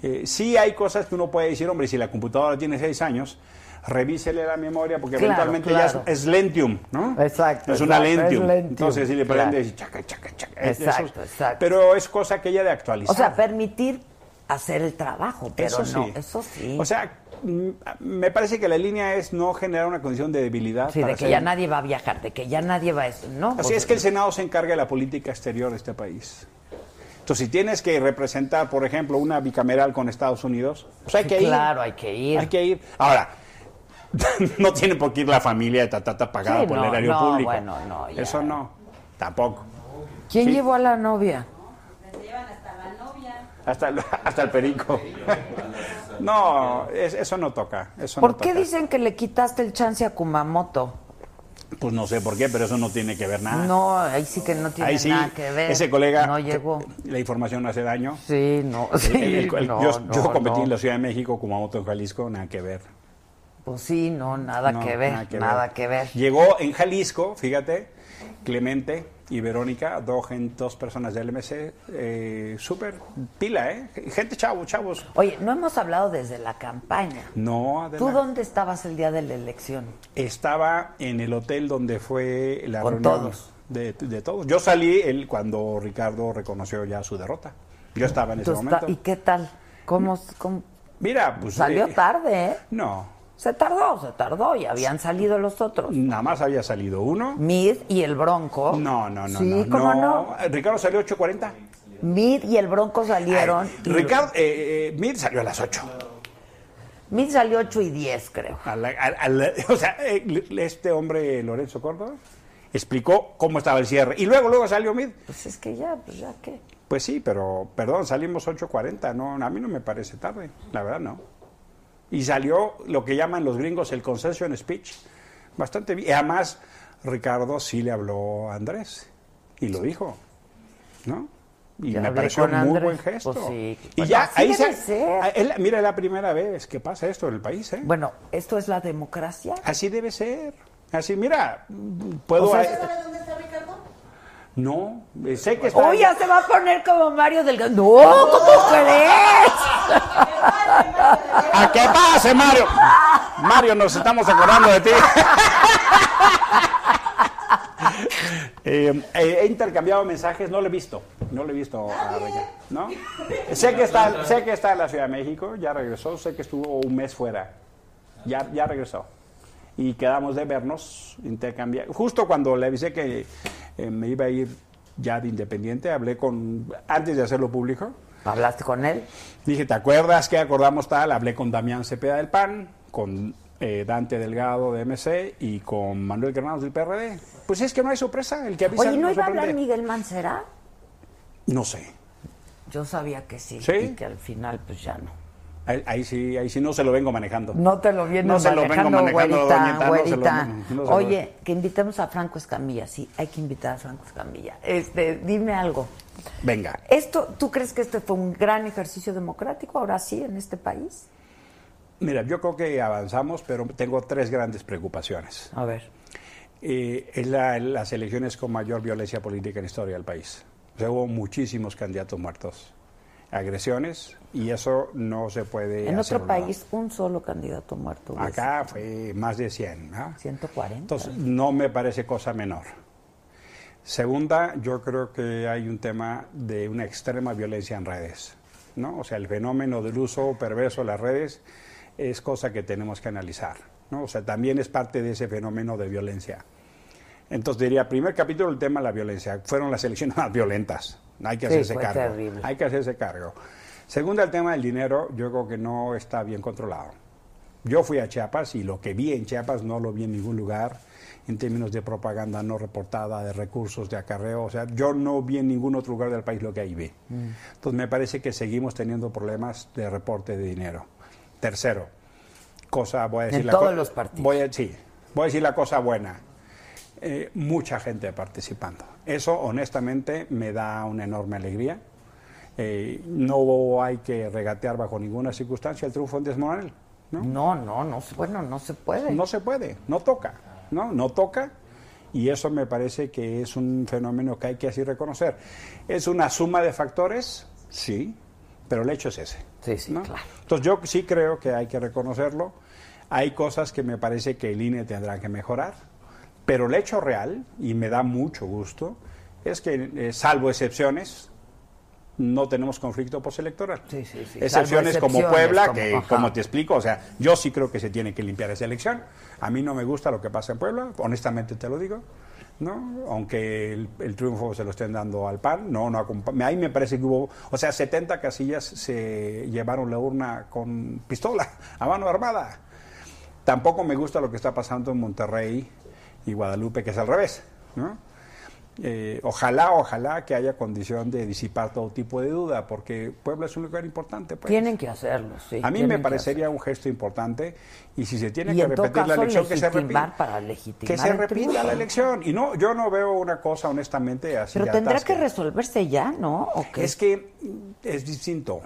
Eh, sí hay cosas que uno puede decir, hombre, si la computadora tiene seis años, revísele la memoria porque
Claro,
eventualmente
claro.
ya es, es lentium, ¿no?
Exacto,
Es una
exacto, es
lentium.
lentium,
Entonces si le
claro.
prende y chaca, chaca, chaca. es-
Exacto, exacto.
Pero es cosa que ella de actualizar.
O sea, permitir hacer el trabajo, pero
eso
no,
sí.
eso sí.
O sea, mm, me parece que la línea es no generar una condición de debilidad.
Sí,
para
de que
ser-
ya nadie va a viajar, de que ya nadie va a eso, ¿no?
Así
Pues,
es que el Senado se encarga de la política exterior de este país. Entonces, si tienes que representar, por ejemplo, una bicameral con Estados Unidos, pues hay
sí,
que ir.
Claro, hay que ir.
Hay que ir. Ahora, no tiene por qué ir la familia de Tatata pagada
Sí,
por
no,
el erario
no,
público.
bueno, no, ya.
Eso no, tampoco.
¿Quién
sí.
llevó a la novia?
Hasta el, hasta el perico. no, es- eso no toca. Eso
¿Por
no
qué
toca.
dicen que le quitaste el chance a Kumamoto?
Pues no sé por qué, pero eso no tiene que ver nada.
No, ahí sí que no tiene
Ah. Ahí sí,
nada que ver.
ese colega,
No llegó.
la información hace daño.
Sí, no, sí,
El- el- el-
no,
yo,
no,
yo competí
no.
en la Ciudad de México, Kumamoto en Jalisco, nada que ver.
Pues sí, no, nada
No,
que ver, nada que ver.
Llegó en Jalisco, fíjate, Clemente, y Verónica, dos, gen- dos personas del MC, eh, súper pila, ¿eh? Gente chavo, chavos.
Oye, no hemos hablado desde la campaña.
No,
¿Tú
Adela,
dónde estabas el día de la elección?
estaba en el hotel donde fue la
Con
reunión
todos.
De, de todos. Yo salí el, cuando Ricardo reconoció ya su derrota. Yo estaba en ese
Tú esta-
momento.
¿Y qué tal? ¿Cómo, cómo-
Mira, pues...
Salió
eh,
tarde, ¿eh?
No,
Se tardó, se tardó y habían salido los otros.
nada más había salido uno.
Mid y el Bronco.
No, no, no.
¿Oh? Sí,
no,
¿cómo no?
Ricardo salió 8.40.
Mid y el Bronco salieron.
Ay,
y-
Ricardo, eh, eh, Mir salió a las 8.
Mid salió 8 y 10, creo.
A la- a- a la- o sea, eh, le- este hombre, Lorenzo Córdoba, explicó cómo estaba el cierre. Y luego, luego salió Mid.
Pues es que ya, pues ya qué.
Pues sí, pero, perdón, salimos 8.40. No, a mí no me parece tarde, la verdad no. Y salió lo que llaman los gringos el concession speech. Bastante bien. Y además, Ricardo sí le habló a Andrés. Y lo dijo, ¿no? Y
Ya
me
hablé
pareció
con
un muy
Andrés.
buen gesto.
Pues sí.
Y
Bueno,
ya
así
ahí
debe
se,
ser.
a- es la- Mira, es la primera vez que pasa esto en el país, ¿eh?
Bueno, ¿esto es la democracia?
Así debe ser. Así, mira, puedo.
O sea,
eh,
¿Sabes dónde está Ricardo?
no, eh, sé que está.
¡Uy, ya se va a poner como Mario Delgado! ¡No! ¿Cómo crees?
¡A qué pase, Mario! Mario, nos estamos acordando de ti. Eh, eh, he intercambiado mensajes, no lo he visto. No lo he visto a Ricardo, ¿no? Sé que, está, sé que está en la Ciudad de México, ya regresó, sé que estuvo un mes fuera. Ya, ya regresó. Y quedamos de vernos, intercambiar. Justo cuando le avisé que eh, me iba a ir ya de independiente, hablé con. Antes de hacerlo público,
¿Hablaste con él?
Dije, ¿te acuerdas que acordamos tal? Hablé con Damián Cepeda del PAN, con eh, Dante Delgado de MC y con Manuel Granados del PRD. Pues es que no hay sorpresa, el que avisa
Oye, ¿no iba a
sorprende.
hablar Miguel Mancera?
No sé.
Yo sabía que sí,
¿Sí?
y que al final pues ya no.
Ahí, ahí sí, ahí sí no se lo vengo manejando.
No te lo vienes
No se lo vengo
manejando,
manejando,
güerita,
doñita, no se lo-
güerita.
no se lo-
Oye, que invitemos a Franco Escamilla, sí, hay que invitar a Franco Escamilla. Este, dime algo.
Venga.
Esto, ¿tú crees que este fue un gran ejercicio democrático ahora sí en este país?
Mira, yo creo que avanzamos, pero tengo tres grandes preocupaciones.
A ver.
Eh, es la- las elecciones con mayor violencia política en la historia del país. O sea, hubo muchísimos candidatos muertos, agresiones, y eso no se puede
en
hacer
otro
nada.
país pues. un solo candidato muerto. hubiese.
Acá fue más de 100. ¿no?
140.
Entonces, no me parece cosa menor. Segunda, yo creo que hay un tema de una extrema violencia en redes. ¿no? O sea, el fenómeno del uso perverso de las redes es cosa que tenemos que analizar. ¿no? O sea, también es parte de ese fenómeno de violencia. Entonces diría, primer capítulo, el tema de la violencia. Fueron las elecciones más violentas. Hay que
Sí,
hacerse
fue
cargo.
terrible.
Hay que hacerse cargo. Segundo, el tema del dinero, yo creo que no está bien controlado. Yo fui a Chiapas y lo que vi en Chiapas no lo vi en ningún lugar en términos de propaganda no reportada, de recursos, de acarreo. O sea, yo no vi en ningún otro lugar del país lo que ahí vi.
Mm.
Entonces me parece que seguimos teniendo problemas de reporte de dinero. Tercero, cosa, voy a
En
decir la
todos
co-
los partidos.
Voy a, sí, voy a decir la cosa buena. Eh, mucha gente participando. Eso honestamente me da una enorme alegría. Eh, no hay que regatear bajo ninguna circunstancia el triunfo de Desmoral. ¿no?
No, no, no, bueno, no se puede.
No se puede, no toca, ¿no? No toca. Y eso me parece que es un fenómeno que hay que así reconocer. Es una suma de factores, sí, pero el hecho es ese.
Sí, sí,
¿no?
claro.
Entonces yo sí creo que hay que reconocerlo. Hay cosas que me parece que el INE tendrá que mejorar, pero el hecho real, y me da mucho gusto, es que, eh, salvo excepciones, no tenemos conflicto postelectoral.
Sí, sí, sí.
Excepciones
Salvo
como
excepciones,
Puebla,
como-
que
ajá.
como te explico, o sea, yo sí creo que se tiene que limpiar esa elección. A mí no me gusta lo que pasa en Puebla, honestamente te lo digo, ¿no? Aunque el, el triunfo se lo estén dando al PAN, no, no acompa- Ahí me parece que hubo, o sea, 70 casillas se llevaron la urna con pistola, a mano armada. Tampoco me gusta lo que está pasando en Monterrey y Guadalupe, que es al revés, ¿no? Eh, ojalá, ojalá que haya condición de disipar todo tipo de duda, porque Puebla es un lugar importante. pues.
Tienen que hacerlo, sí.
A mí
tienen
me
que
parecería un gesto importante y si se tiene
Y
que
en todo
repetir la
caso,
elección que se
legitimar
repita
para legitimar
que se
el
repita
triunfo.
la elección y no yo no veo una cosa honestamente así
Pero
de
tendrá
atasque.
que resolverse ya, ¿no? ¿O qué?
es que mm, es distinto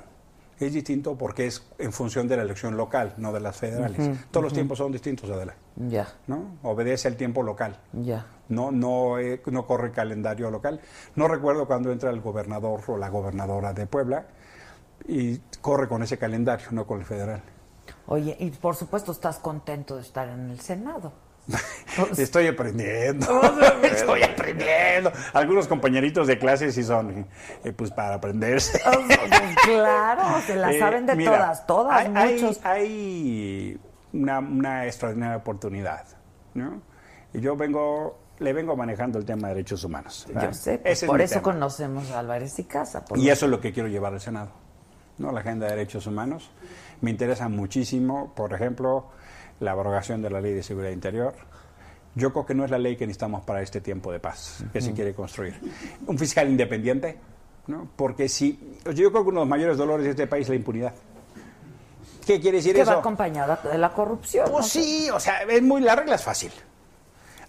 es distinto porque es en función de la elección local no de las federales todos los tiempos son distintos Adela
Ya.
¿no? Obedece al tiempo local.
Ya.
No, no, eh, no corre calendario local. No recuerdo cuando entra el gobernador o la gobernadora de Puebla y corre con ese calendario, no con el federal.
Oye, y por supuesto estás contento de estar en el Senado. Pues,
Estoy aprendiendo. Estoy aprendiendo. Algunos compañeritos de clase sí son, eh, pues para aprenderse.
oh, pues, claro, se la
Eh,
saben de
mira,
todas, todas,
hay, hay-
muchos.
hay una, una extraordinaria oportunidad, ¿no? Y yo vengo, le vengo manejando el tema de derechos humanos.
Yo
¿verdad?
sé, pues,
Ese es
por
mi
eso
tema.
conocemos a Álvarez y Casa. por
Y
lo-
eso es lo que quiero llevar al Senado, ¿no? La agenda de derechos humanos. Me interesa muchísimo, por ejemplo, la abrogación de la ley de seguridad interior. Yo creo que no es la ley que necesitamos para este tiempo de paz que se quiere construir. Un fiscal independiente, ¿no? Porque si. Yo creo que uno de los mayores dolores de este país es la impunidad. ¿Qué quiere decir
que
eso?
va acompañada de la corrupción.
Pues
¿no?
sí, o sea, es muy, la regla es fácil.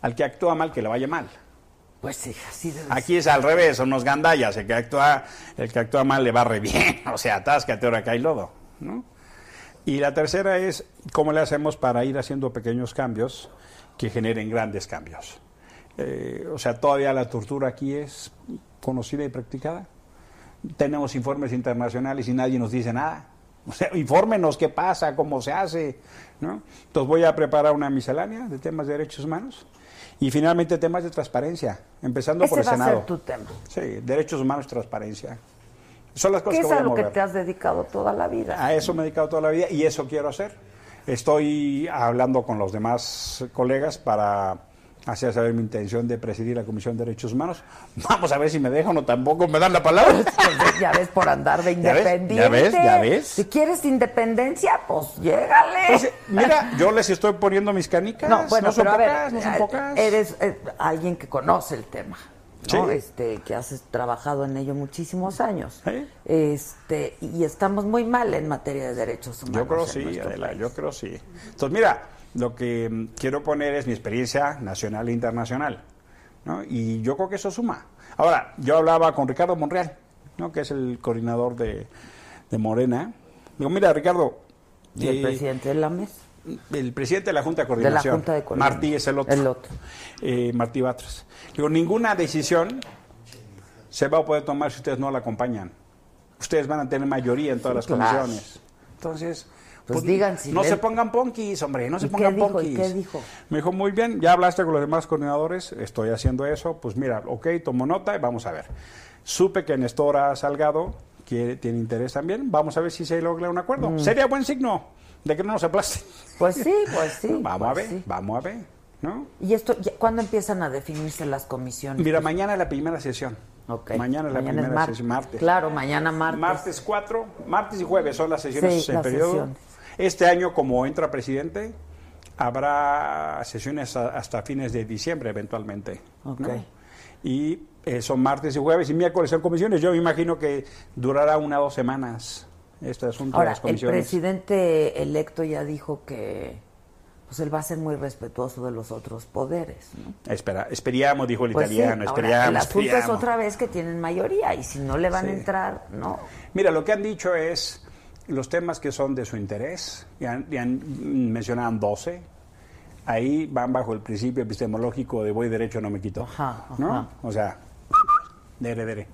Al que actúa mal, que le vaya mal.
Pues sí, así debe ser.
Aquí es al revés, son unos gandallas. El que actúa, el que actúa mal le va re bien. O sea, atáscate ahora que hay lodo. ¿no? Y la tercera es cómo le hacemos para ir haciendo pequeños cambios que generen grandes cambios. Eh, o sea, todavía la tortura aquí es conocida y practicada. Tenemos informes internacionales y nadie nos dice nada. O sea, infórmenos qué pasa, cómo se hace. ¿no? Entonces voy a preparar una miscelánea de temas de derechos humanos y finalmente temas de transparencia, empezando por
Ese
el
va a
Senado.
ser tu tema.
Sí, derechos humanos, transparencia. Son las
Que
cosas que
es
voy
a
a
lo que
mover.
te has dedicado toda la vida.
A eso me he dedicado toda la vida y eso quiero hacer. Estoy hablando con los demás colegas para hacer saber mi intención de presidir la Comisión de Derechos Humanos. Vamos a ver si me dejan o tampoco me dan la palabra.
Pues, Ya ves, por andar de
¿Ya ves? ¿Ya
independiente.
ves? ¿Ya ves?
Si quieres independencia, pues llégale.
Pues, mira, yo les estoy poniendo mis canicas. No,
no, bueno,
son
pero
pocas,
a ver, eh,
no son pocas.
eres eh, alguien que conoce el tema, ¿no?
Sí.
Este, que has trabajado en ello muchísimos años.
Sí.
Este, y estamos muy mal en materia de derechos humanos.
Yo creo
en
sí,
nuestro
Adela,
país.
yo creo sí. Entonces, mira, lo que mm, quiero poner es mi experiencia nacional e internacional. ¿no? Y yo creo que eso suma. Ahora, yo hablaba con Ricardo Monreal, ¿no? que es el coordinador de, de Morena. Digo, mira, Ricardo.
Y el
eh,
presidente de la mesa,
el presidente de la Junta de
de
Coordinación.
la Junta de Coordinación.
Martí es el otro.
El otro.
Eh, Martí Batres. Digo, ninguna decisión se va a poder tomar si ustedes no la acompañan. Ustedes van a tener mayoría en todas las
claro.
comisiones. Entonces,
Pues digan si
no
ven-
se pongan ponquis, hombre, no se
¿Y qué
pongan
dijo? ¿Y
ponquis.
qué dijo?
Me dijo, muy bien, ya hablaste con los demás coordinadores, estoy haciendo eso, pues mira, ok, tomo nota y vamos a ver. Supe que Nestora Salgado quiere, tiene interés también, vamos a ver si se logra un acuerdo.
Mm.
Sería buen signo de que no nos aplasten.
Pues sí, pues sí.
Vamos
pues
a ver,
sí.
vamos a ver, ¿no?
¿Y esto, ya- cuándo empiezan a definirse las comisiones?
Mira, mañana es la primera sesión.
Ok.
Mañana es la
Mañana es
primera
mar-
sesión, martes.
Claro, mañana martes.
Martes 4, martes y jueves son las sesiones
Sí,
en
las
periodo.
sesiones.
Este año, como entra presidente, habrá sesiones a- hasta fines de diciembre eventualmente.
Ok.
¿no? Y eh, son martes y jueves y miércoles son comisiones. Yo me imagino que durará una o dos semanas este asunto de
Ahora,
las
el
comisiones.
presidente electo ya dijo que pues él va a ser muy respetuoso de los otros poderes. ¿no?
Espera, esperiamo, dijo el
Pues sí,
italiano, este,
ahora,
esperiamo,
el asunto es
esperiamo.
otra vez que tienen mayoría y si no le van a
Sí.
entrar, ¿no?
Mira, lo que han dicho es los temas que son de su interés, y han, y han- mencionaban 12, ahí van bajo el principio epistemológico de voy derecho, no me quito.
Ajá, ajá.
¿no? O sea, dere, dere.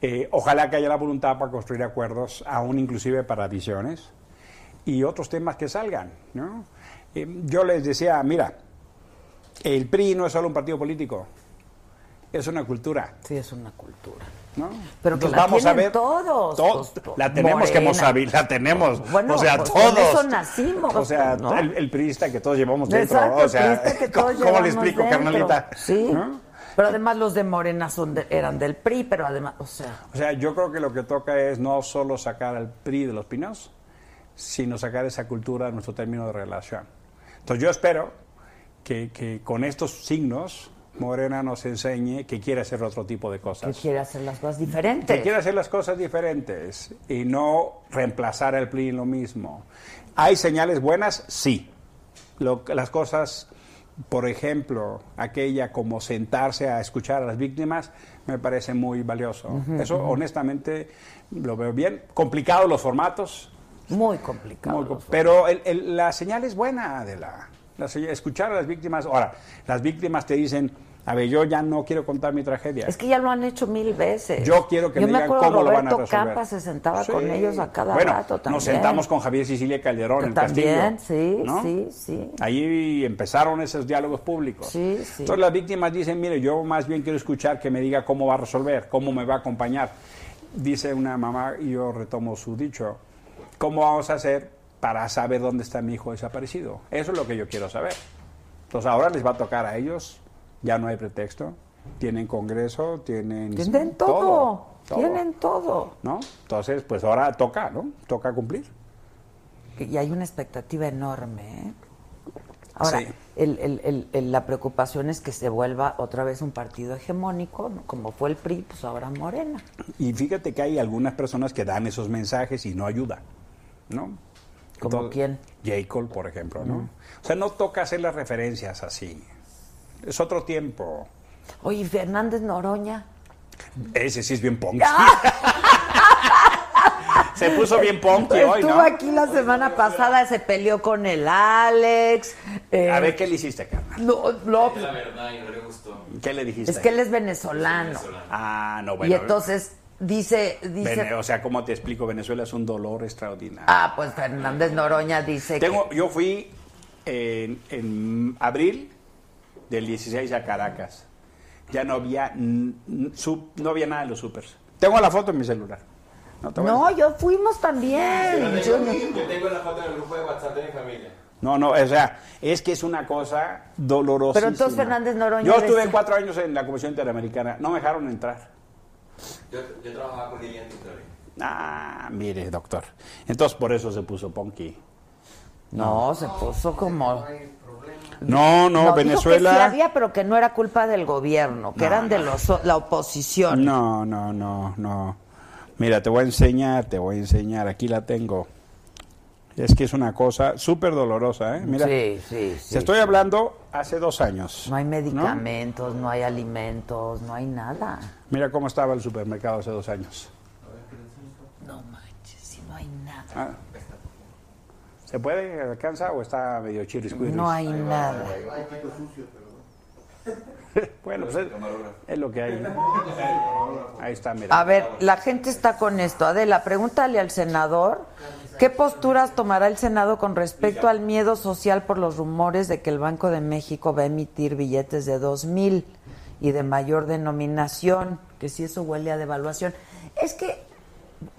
Eh, ojalá que haya la voluntad para construir acuerdos, aún inclusive para adiciones, y otros temas que salgan. ¿no? Eh, yo les decía, mira, el PRI no es solo un partido político, es una cultura.
Sí, es una cultura.
¿no?
Pero que
Entonces,
la tienen todos,
to-
pues, to-
la tenemos que
Morena.
Mosavi, la tenemos.
Bueno,
o sea,
pues, con
todos.
eso nacimos,
O sea,
¿no?
el, el priista que todos llevamos dentro.
Exacto,
o sea,
triste que
¿cómo,
todos
cómo
llevamos
le explico,
dentro.
carnalita?
Sí.
¿No?
Pero además los de Morena son de- eran del PRI, pero además, o sea,
O sea, yo creo que lo que toca es no solo sacar al PRI de los pinos, sino sacar esa cultura de nuestro término de relación. Entonces yo espero que, que con estos signos Morena nos enseñe que quiere hacer otro tipo de
que
cosas.
quiere hacer las cosas diferentes.
que quiere hacer las cosas diferentes y no reemplazar al PRI en lo mismo. ¿Hay señales buenas? Sí. Lo- las cosas, por ejemplo, aquella como sentarse a escuchar a las víctimas, me parece muy valioso. Eso, honestamente, lo veo bien. Complicados los formatos,
Muy complicado.
muy co- pero el- el- la señal es buena, Adela. las- escuchar a las víctimas. Ahora, las víctimas te dicen, a ver, yo ya no quiero contar mi tragedia.
Es que ya lo han hecho mil veces.
Yo quiero que
Yo
me
me
digan
acuerdo,
cómo lo van a
Roberto
resolver.
Capa se sentaba con ellos a cada
bueno,
rato también.
Nos sentamos con Javier Sicilia Calderón en
También,
Castillo.
sí,
¿no?
sí, sí.
Ahí empezaron esos diálogos públicos. Entonces las víctimas dicen, mire, yo más bien quiero escuchar que me diga cómo va a resolver, cómo me va a acompañar. Dice una mamá, y yo retomo su dicho, ¿cómo vamos a hacer para saber dónde está mi hijo desaparecido? Eso es lo que yo quiero saber. Entonces ahora les va a tocar a ellos, ya no hay pretexto, tienen congreso, tienen...
Tienen todo,
todo,
tienen todo.
¿No? Entonces, pues ahora toca, ¿no? Toca cumplir.
Y hay una expectativa enorme. ¿eh? Ahora,
Sí.
el- el- el- el- la preocupación es que se vuelva otra vez un partido hegemónico, ¿no? como fue el PRI, pues ahora Morena.
Y fíjate que hay algunas personas que dan esos mensajes y no ayuda, ¿no?
¿Como quién?
J. Cole, por ejemplo, ¿no?
Mm.
O sea, no toca hacer las referencias así. Es otro tiempo.
Oye, ¿y Fernández Noroña.
Ese sí es bien punk. Se puso bien punky
Estuvo
hoy, ¿no?
aquí la semana pasada, se peleó con el Alex. eh,
A ver, ¿qué le hiciste, Carmen?
no, no,
La verdad, y no le gustó.
¿Qué le dijiste?
es que él es venezolano.
Ah, no, bueno.
y entonces dice, dice
Vene- o sea, ¿cómo te explico? Venezuela es un dolor extraordinario.
Ah, pues Fernández Noroña dice
Tengo, Yo fui en, en abril del 16 a Caracas. Ya no había, n- n- su- no había nada de los supers. Tengo la foto en mi celular. No, te
que...
voy a-
No, yo fuimos también.
Yo tengo, yo tengo la foto en el grupo de WhatsApp de mi familia.
no, no, o sea, es que es una cosa dolorosa.
Pero entonces Fernández Noroña
Yo estuve
decía-
cuatro años en la Comisión Interamericana, no me dejaron entrar.
Yo, yo trabajaba con Lilian Tintori.
Ah, mire, doctor. Entonces por eso se puso punky.
No, se puso como...
No, no,
dijo
Venezuela.
Que sí había, pero que no era culpa del gobierno, que
No,
eran de
no.
los, la oposición.
No, no, no, no. Mira, te voy a enseñar, te voy a enseñar. Aquí la tengo. Es que es una cosa súper dolorosa, ¿eh? Mira.
Sí, sí, sí.
Te estoy hablando hace dos años.
No hay medicamentos, no hay alimentos, no hay nada.
Mira cómo estaba el supermercado hace dos años.
No manches, si no hay nada.
Ah. ¿Se puede? ¿Alcanza o está medio chiriscuiris?
No hay nada.
Bueno, pues es, es lo que hay. Ahí está, mira.
A ver, la gente está con esto. Adela, pregúntale al senador qué posturas tomará el Senado con respecto al miedo social por los rumores de que el Banco de México va a emitir billetes de 2000 y de mayor denominación, que si eso huele a devaluación. Es que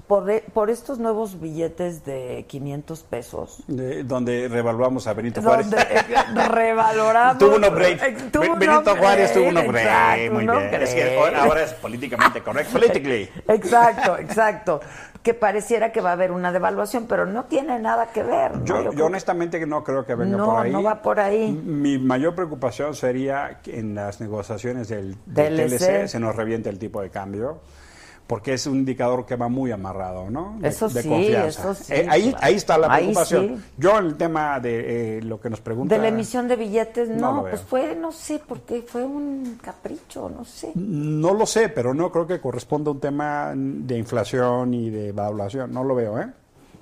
por, e- por estos nuevos billetes de 500 pesos,
De- donde revaluamos a Benito Juárez.
donde eh, revaloramos.
Tuvo un upgrade.
Eh, tuvo
Ben-
un
Benito Juárez tuvo un
upgrade,
upgrade.
exacto,
Muy
un
bien. Es que
upgrade.
ahora- ahora es políticamente correcto. Politically.
Exacto, exacto. Que pareciera que va a haber una devaluación, pero no tiene nada que ver. ¿no?
Yo,
Yo
yo
creo-
honestamente que no creo que venga
No,
por ahí.
no va por ahí.
Mi mayor preocupación sería que en las negociaciones del, del
TLC.
TLC se nos reviente el tipo de cambio, porque es un indicador que va muy amarrado, ¿no? De,
Eso
de
sí,
confianza.
eso sí,
Eh, ahí,
claro.
ahí está la
Ahí
preocupación.
sí.
Yo en el tema de eh, lo que nos pregunta...
de la emisión de billetes,
No
no,
lo veo.
pues fue, no sé, porque fue un capricho, no sé.
No lo sé, pero no creo que corresponda a un tema de inflación y de evaluación. No lo veo, ¿eh?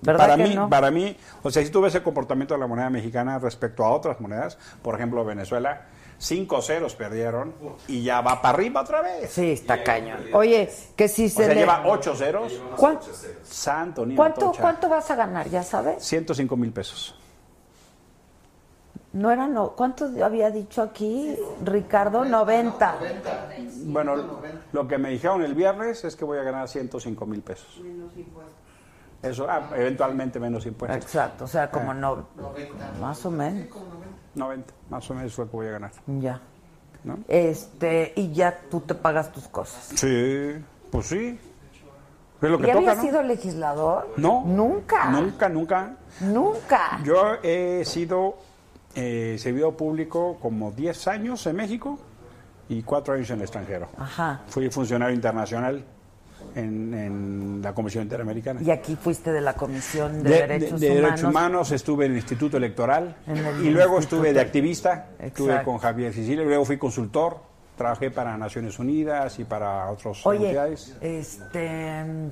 ¿Verdad
para
que
mí,
no?
para mí, o sea, si tú ves el comportamiento de la moneda mexicana respecto a otras monedas, por ejemplo, Venezuela, cinco ceros perdieron y ya va para arriba otra vez.
Sí, está cañón. Oye, que si
O
se
sea,
le-
lleva ocho ceros.
¿Cuán-
Santo niño
¿Cuánto,
Atocha.
¿Cuánto vas a ganar, ya sabes?
105 mil pesos.
No eran, no, ¿cuánto había dicho aquí Ricardo? 90.
Bueno, lo que me dijeron el viernes es que voy a ganar 105 mil pesos. Eso, ah, eventualmente menos impuestos.
Exacto, o sea, como
Eh.
no, más o menos,
90, más o menos es lo que voy a ganar.
ya.
¿No?
Este, y ya tú te pagas tus cosas.
Sí, pues sí. Es lo que
¿Ya
toca,
había
¿no?
sido legislador?
No.
Nunca.
Nunca, nunca.
Nunca.
Yo he sido eh, servidor público como 10 años en México y 4 años en el extranjero.
Ajá.
Fui funcionario internacional en, en la Comisión Interamericana.
Y aquí fuiste de la Comisión de,
De- de-
Derechos,
de
Humanos.
Derechos Humanos, estuve en el Instituto Electoral
En el
y luego
Instituto.
estuve de activista, estuve
Exacto.
con Javier Sicilia, luego fui consultor, trabajé para Naciones Unidas y para otras
Oye,
entidades.
este,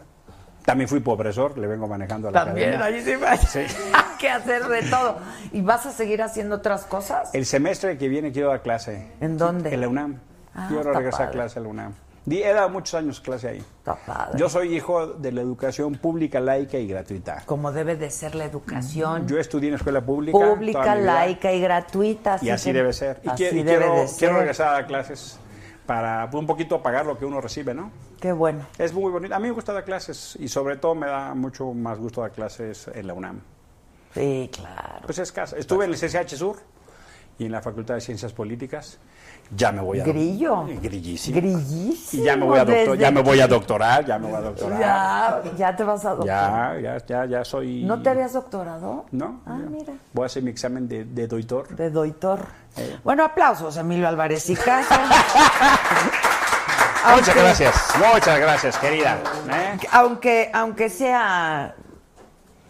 También fui pobresor, le vengo manejando a la
También,
cadena.
ahí sí va- hay que hacer de todo. ¿Y vas a seguir haciendo otras cosas?
El semestre que viene quiero dar clase.
¿En dónde?
En la UNAM.
Ah,
quiero
está
regresar a
padre.
clase a la UNAM. Di- He dado muchos años clase ahí. Yo soy hijo de la educación pública, laica y gratuita.
Como debe de ser la educación.
Mm, Yo estudié en escuela pública. toda
Pública,
mi vida,
laica y gratuita.
Y así
que-
debe ser. Y,
así
qui- y
debe
quiero,
de ser.
quiero regresar a clases para un poquito pagar lo que uno recibe, ¿no?
Qué bueno.
Es muy bonito. A mí me gusta dar clases y sobre todo me da mucho más gusto dar clases en la UNAM.
Sí, claro.
Pues es casa. Estuve en el CCH Sur y en la Facultad de Ciencias Políticas. Ya me voy a... Eh,
Grillo.
Grillísimo.
Grillísimo.
Y ya me voy a, doctor-
desde-
ya me voy a doctorar, ya me voy a doctorar.
Ya, ya te vas a doctorar.
Ya, ya, ya, ya soy...
¿No te habías doctorado?
No,
Ah, mira.
voy a hacer mi examen de, de doitor.
De doitor.
Eh.
Bueno, aplausos, Emilio Álvarez y Casa. Ah,
Muchas gracias, muchas gracias, querida. ¿Eh?
Aunque, aunque sea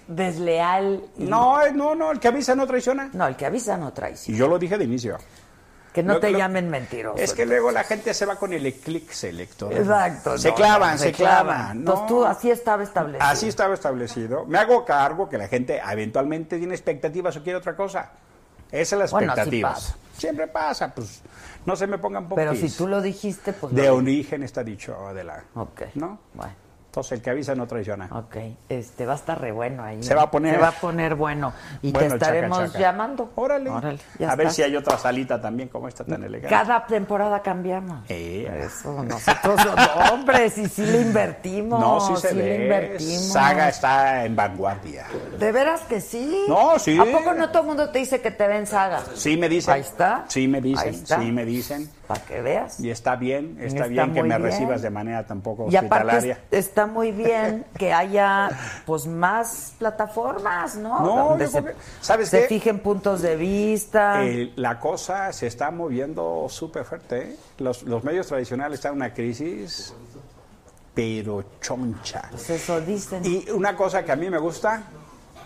desleal.
No, eh, no, no, el que avisa no traiciona.
No, el que avisa no traiciona.
Y yo lo dije de inicio.
Que no pues
Lo-
te
lo-
llamen mentiroso.
Es que luego la gente se va con el eclipse electoral.
Exacto.
Se
no,
clavan,
no,
se, clavan.
Entonces
No.
tú así estaba establecido.
Así estaba establecido. Me hago cargo que la gente eventualmente tiene expectativas o quiere otra cosa. Esa es la
Bueno, así
expectativa.
pasa.
Siempre pasa, pues no se me pongan poquis.
Pero si tú lo dijiste, pues.
De
lo-
origen está dicho, Adela.
Ok.
¿No?
Bueno.
Entonces el que avisa no traiciona.
Ok, este va a estar re bueno ahí.
Se va a poner-
Se va a poner bueno. Y
Bueno,
te
chaca,
estaremos
chaca.
llamando.
Órale.
Órale,
A
ya
ver
está.
si hay otra salita también como esta tan elegante.
Cada temporada cambiamos.
Eh,
Eso, nosotros, no, hombre, sí, sí le invertimos.
No, sí se
sí le
ve.
invertimos.
Saga está en vanguardia.
¿De veras que sí?
No, sí.
¿A poco no todo el mundo te dice que te ven saga?
Sí me dicen.
Ahí está.
Sí me
Ahí
dicen,
está.
sí me dicen.
Para que veas.
Y está bien, está,
Está
bien que
muy
me
bien.
recibas de manera tampoco
Y aparte
hospitalaria.
es- está muy bien que haya pues más plataformas, ¿no?
No,
Donde
yo
se,
creo que- ¿sabes
se
qué?
fijen puntos de vista.
Eh, la cosa se está moviendo súper fuerte. ¿eh? Los, los medios tradicionales están en una crisis, pero choncha.
Pues eso dicen.
Y una cosa que a mí me gusta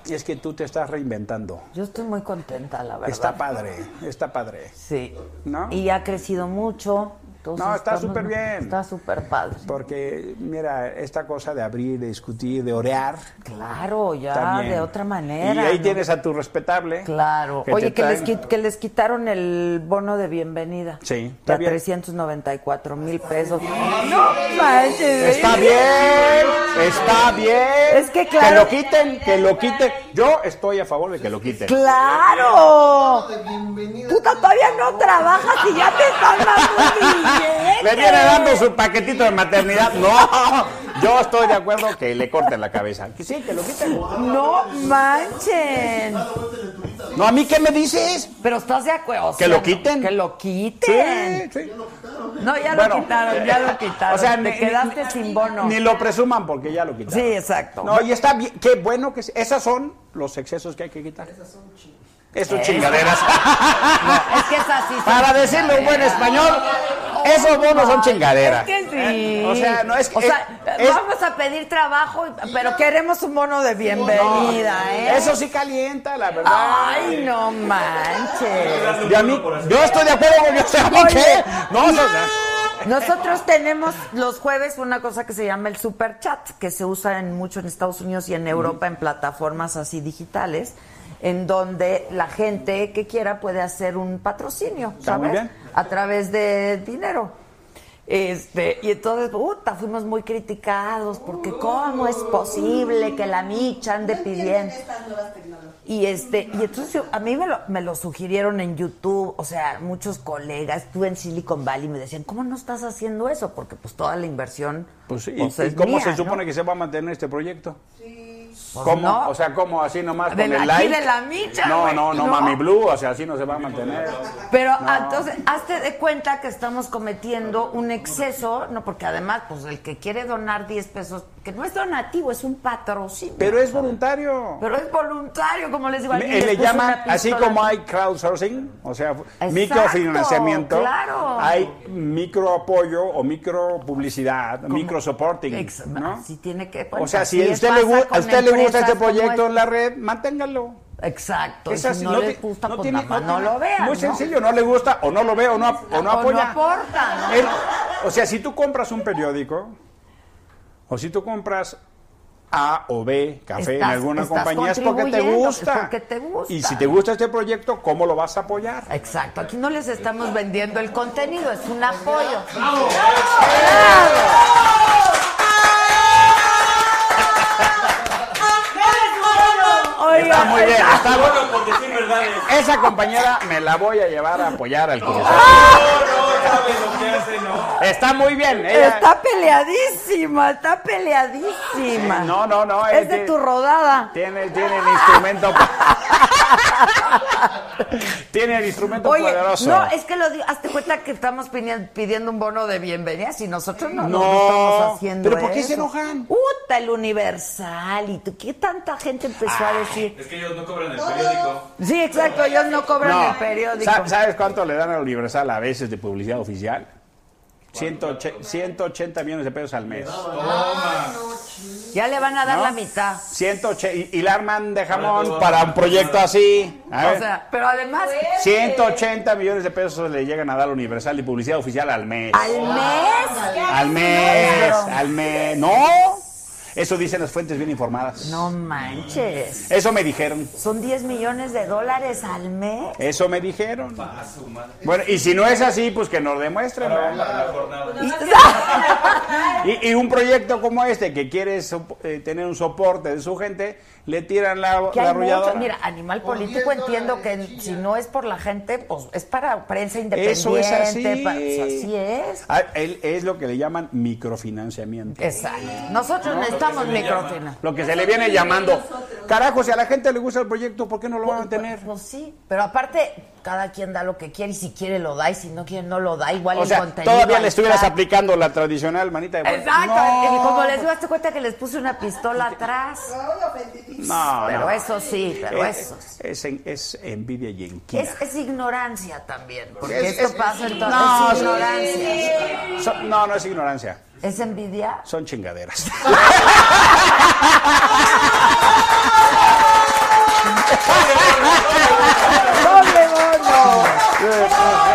es que tú te estás reinventando.
Yo estoy muy contenta, la verdad.
Está padre, está padre.
Sí.
¿No?
Y ha crecido mucho. entonces
No, está
estamos-
súper bien.
Está súper padre.
Porque, mira, esta cosa de abrir, de discutir, de orear.
Claro, ya
también.
de otra manera.
Y ahí
¿no?
tienes a tu respetable.
Claro.
te
Oye, que les,
traen-
qui- que les quitaron el bono de bienvenida.
Sí,
De
está
a
bien.
394 mil pesos. ¡No manches!
Está bien, está bien.
Es que claro-
Que lo quiten, que lo quiten. Yo estoy a favor de que lo quiten.
¡Claro! Tú ta- todavía no trabajas y ya te están dando
Le viene dando su paquetito de maternidad. No, yo estoy de acuerdo que le corten la cabeza. Que Sí, que lo quiten.
¡No manchen!
No, a mí, ¿qué me dices?
Pero estás de acuerdo. O
Que
sea,
lo quiten.
Que lo quiten.
Sí, sí.
No, ya
Bueno, eh,
lo quitaron, ya lo quitaron.
o sea,
te
ni-
quedaste sin bono.
Ni lo presuman porque ya lo quitaron.
Sí, exacto.
No, y está bien. Qué bueno que... sí. Esos son los excesos que hay que quitar. Esas son chingaderas.
Eh. No, es que es así.
Para decirlo en buen español, esos bonos son chingaderas. Eh,
Es que sí.
O sea, no es que.
O sea, eh,
es-
vamos a pedir trabajo, pero queremos un bono de bienvenida, ¿eh?
Eso sí calienta, la verdad.
Ay, no manches.
Y a mí, yo estoy de acuerdo con yo, o sea, ¿a mí
Oye.
qué? No, o sea,
Nosotros tenemos los jueves una cosa que se llama el super chat, que se usa en mucho en Estados Unidos y en Europa en plataformas así digitales, en donde la gente que quiera puede hacer un patrocinio,
Está muy
¿sabes?
bien.
A través de dinero. Este, y entonces, puta, fuimos muy criticados porque cómo es posible que la micha ande pidiendo.
Estas nuevas tecnologías.
Y este, y entonces yo- a mí me lo, me lo sugirieron en YouTube, o sea, muchos colegas, estuve en Silicon Valley y me decían, ¿cómo no estás haciendo eso? Porque pues toda la inversión.
Pues sí,
pues,
¿y
es
cómo
mía,
se
¿no?
supone que se va a mantener este proyecto?
Pues,
¿Cómo?
no.
O sea, ¿cómo así nomás
De
con
la-
el
aquí
like?
de la micha,
no,
güey,
no, no,
no.
mami blue, o sea, así no se va a mantener.
Pero ah, entonces, hazte de cuenta que estamos cometiendo un exceso, no, porque además, pues el que quiere donar 10 pesos, que no es donativo, es un patrocinio.
Pero es
¿sabes?
voluntario.
Pero es voluntario, como les digo.
Me- eh,
alguien
le
les puso
llaman,
una
así
pistola.
como hay crowdsourcing, o sea,
Exacto,
microfinanciamiento,
claro.
hay microapoyo o micropublicidad, microsoporting.
Ex-
¿no?
así tiene que.
O sea,
así
si a
es,
usted, le,
pasa
gu- a
con
usted le gusta
empresas
este
como
proyecto
esta.
en la red, manténgalo.
Exacto. y
Es
si
así,
no,
ti-
les gusta, pues
tiene-
nada más no,
tiene-
lo vean.
Muy
¿no?
sencillo, no le gusta, o no lo ve, o no, ap- o no
O no
apoya.
aporta, ¿no?
Él- o sea, si tú compras un periódico, o si tú compras A o B café en
Estás-
alguna
estás
compañía es porque te
contribuyendo,
gusta.
es porque te gusta.
Y si te gusta este proyecto, ¿cómo lo vas a apoyar?
Exacto, aquí no les estamos vendiendo el contenido, es un apoyo. ¡Bravo!
Está muy bien, está bueno
por decir verdades.
Esa compañera me la voy a llevar a apoyar al cruz. Está muy bien, ella-
Está peleadísima, está peleadísima.
Sí, no, no, no,
Es
es
de
que-
tu rodada.
Tiene, tiene el instrumento. pa- tiene el instrumento
Oye,
poderoso.
no, es que lo digo, hazte cuenta que estamos pidi- pidiendo un bono de bienvenida si nosotros no, no,
No,
estamos haciendo
pero ¿por qué se
enojan? Puta, el universal y tú, ¿qué tanta gente empezó a decir?
Es que ellos no cobran el periódico.
Sí, exacto, ellos no cobran
No.
el periódico.
Sa- ¿Sabes cuánto le dan al Universal a veces de publicidad oficial? 180, 180 millones de pesos al mes.
Ya le van a dar
¿No?
la mitad.
180, y, y la arman de jamón para un proyecto así. A
O
ver,
sea, pero además
180 millones de pesos le llegan a dar al Universal de publicidad oficial al mes.
al mes.
Al mes, al mes. No, eso dicen las fuentes bien informadas.
No manches.
Eso me dijeron.
Son 10 millones de dólares al mes.
Eso me dijeron. Bueno, y si no es así, pues que nos demuestren. ¿verdad? Y, y un proyecto como este, que quiere so- eh, tener un soporte de su gente, le tiran la,
Que hay mucho,
la arrolladora.
mira, animal político entiendo que si no es por la gente, pues es para prensa independiente.
Eso es así.
pa- pues, así es.
Ah, él- es lo que le llaman microfinanciamiento.
Exacto. Nosotros necesitamos microfina.
Lo que se le viene llamando. Carajo, si a la gente le gusta el proyecto, ¿por qué no lo van a tener?
Pues sí, pero aparte, cada quien da lo que quiere y si quiere lo da y si no quiere no lo da. Igual
O
el
sea,
contenido.
todavía
ahí
le estuvieras
está.
aplicando la tradicional manita de...
Exacto.
No.
eh, Como les digo, hazte cuenta que les puse una pistola atrás.
No,
pero
no.
eso sí, pero
Eh,
eso.
Es, en- es envidia y enquina.
Es, es ignorancia también, porque
Es-
esto
es-
pasa en todo.
no,
es
sí.
ignorancia.
So- no, no es ignorancia.
¿Es envidia?
Son chingaderas.
¡Doble bono!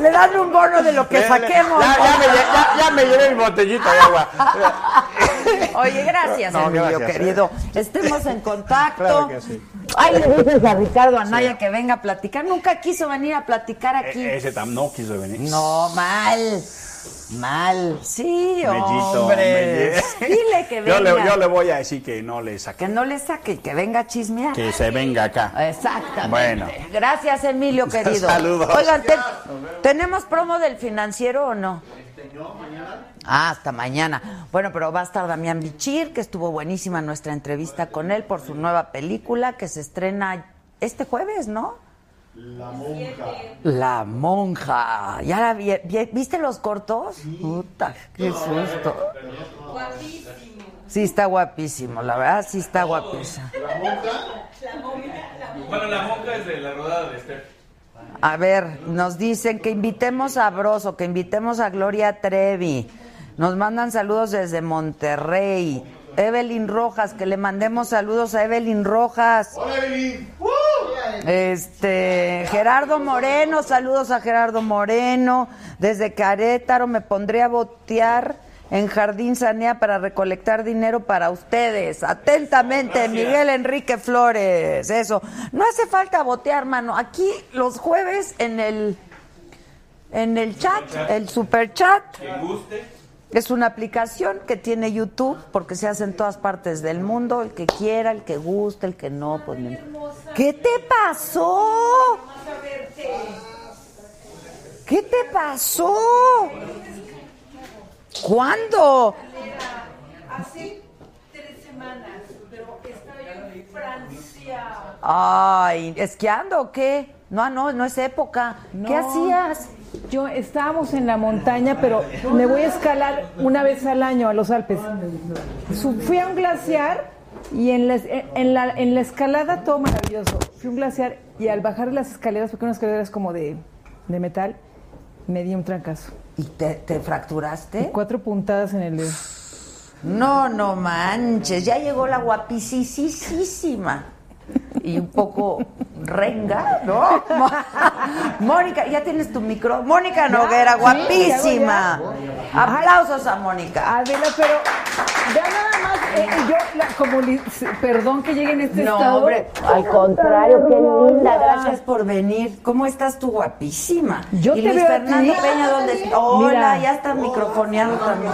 Le dan un bono de lo que saquemos.
Ya, ya me, lle- ya- ya me llevé mi botellita de agua.
Oye, gracias,
No,
Emilio,
gracias, eh.
querido. Estemos en contacto.
Claro que sí.
Ay, le dices a Ricardo Anaya que venga a platicar. Nunca quiso venir a platicar aquí.
E- ese tam no quiso venir.
No, mal. Mal. Sí,
Bellito,
hombre.
belle-
Dile que venga.
Yo le, yo le voy a decir que no le
Que
saque.
no le saque, que venga a chismear.
Que se venga acá.
Exactamente.
Bueno.
Gracias, Emilio, querido.
Saludos.
Oigan, te- ¿tenemos promo del financiero o no? Ah, hasta mañana. Bueno, pero va a estar Damián Bichir, que estuvo buenísima nuestra entrevista con él por su nueva película que se estrena este jueves, ¿no? La monja. ¿Ya la vi- vi- viste los cortos? Puta, qué susto. Sí, está guapísimo, la verdad, sí está guapísimo.
Bueno, la monja es de la rodada de Esther.
A ver, nos dicen que invitemos a Broso, que invitemos a Gloria Trevi. Nos mandan saludos desde Monterrey. Evelyn Rojas, que le mandemos saludos a Evelyn Rojas.
Hola, Evelyn.
Este, Gerardo Moreno, saludos a Gerardo Moreno. Desde Carétaro me pondré a botear en Jardín Sanea para recolectar dinero para ustedes. Atentamente, Miguel Enrique Flores. Eso. No hace falta botear, mano. Aquí los jueves en el en el chat, el super chat. Es una aplicación que tiene YouTube porque se hace en todas partes del mundo, el que quiera, el que guste, el que no. Pues, no. ¿Qué te pasó? ¿Qué te pasó? ¿Cuándo?
Hace tres semanas, pero estoy en Francia.
Ay, ¿esquiando o qué? No, no, no es época. ¿Qué hacías?
Yo estábamos en la montaña, pero me voy a escalar una vez al año a los Alpes. Su- fui a un glaciar y en la, en la, en la escalada todo maravilloso. Fui a un glaciar y al bajar las escaleras, porque unas escaleras como de, de metal, me di un trancazo.
¿Y te, te fracturaste?
Y cuatro puntadas en el dedo.
No, no manches, ya llegó la guapicísima y un poco renga, ¿no? Mo- Mónica, ya tienes tu micro. Mónica Noguera, guapísima. Aplausos a Mónica.
Adela, pero ya nada más, eh, yo, la comuni- perdón que llegue en este
No,
estado.
hombre, al contrario, qué linda, gracias por venir. ¿Cómo estás tú, guapísima?
Yo
y
te
Luis
veo a
Fernando
ti.
Peña, ¿dónde está? Hola, ya está microfoneado también.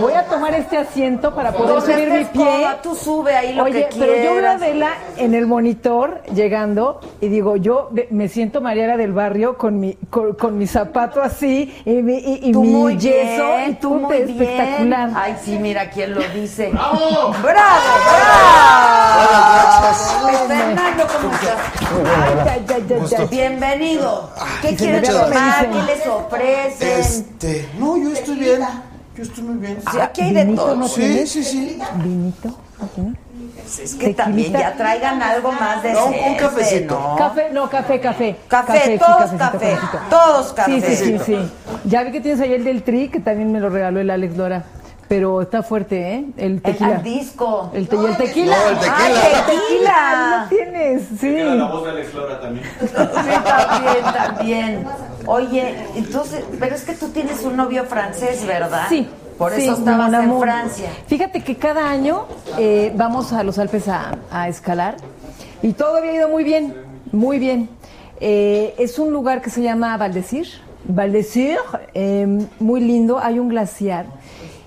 Voy a tomar este asiento para poder
Donde
subir mi
estés
pie.
cómoda, tú sube ahí lo
Oye,
que
pero yo veo a
quieras.
Adela en el monitor llegando y digo, yo de- me siento Mariana del Barrio con mi con, con mi zapato así y mi, y, y
Tú
mi
muy
yeso
bien,
y
tú muy bien.
espectacular.
Ay, sí, mira quién lo dice.
¡Bravo!
¡Bravo! ¡Bravo! Luis Fernando, ¿cómo estás?
Ay, ya, ya, ya, ya.
Bienvenido. ¿Qué
Ay,
quieren
muchas
tomar?
gracias.
¿Qué les ofrecen?
Este, no, yo estoy bien. Yo estoy muy bien.
Sí, aquí hay de
¿Vinito
todo.
no
Sí,
tienes?
sí, sí.
¿Vinito? ¿No tienes?
Es que también
Tequilita.
ya traigan algo más de
No, un
café,
cafecito.
¿no?
Café, no, café, café.
Café,
sí,
todos
cafecito,
café,
cafecito.
todos café.
Sí, sí, sí, sí. Ya vi que tienes ahí el del tri, que también me lo regaló el Alex Lora. Pero está fuerte, ¿eh? El tequila.
al disco.
El, te- y el tequila.
No, el tequila.
Ay, tequila.
Ay, lo tienes, sí.
Era la voz de Alex Lora también.
Sí, también, también. Oye, entonces, pero es que tú tienes un novio francés, ¿verdad?
Sí.
Por
sí,
eso estabas en
mon amour.
Francia.
Fíjate que cada año eh, vamos a los Alpes a, a escalar y todo había ido muy bien, muy bien. Eh, es un lugar que se llama Valdecir, Valdecir, eh, muy lindo, hay un glaciar.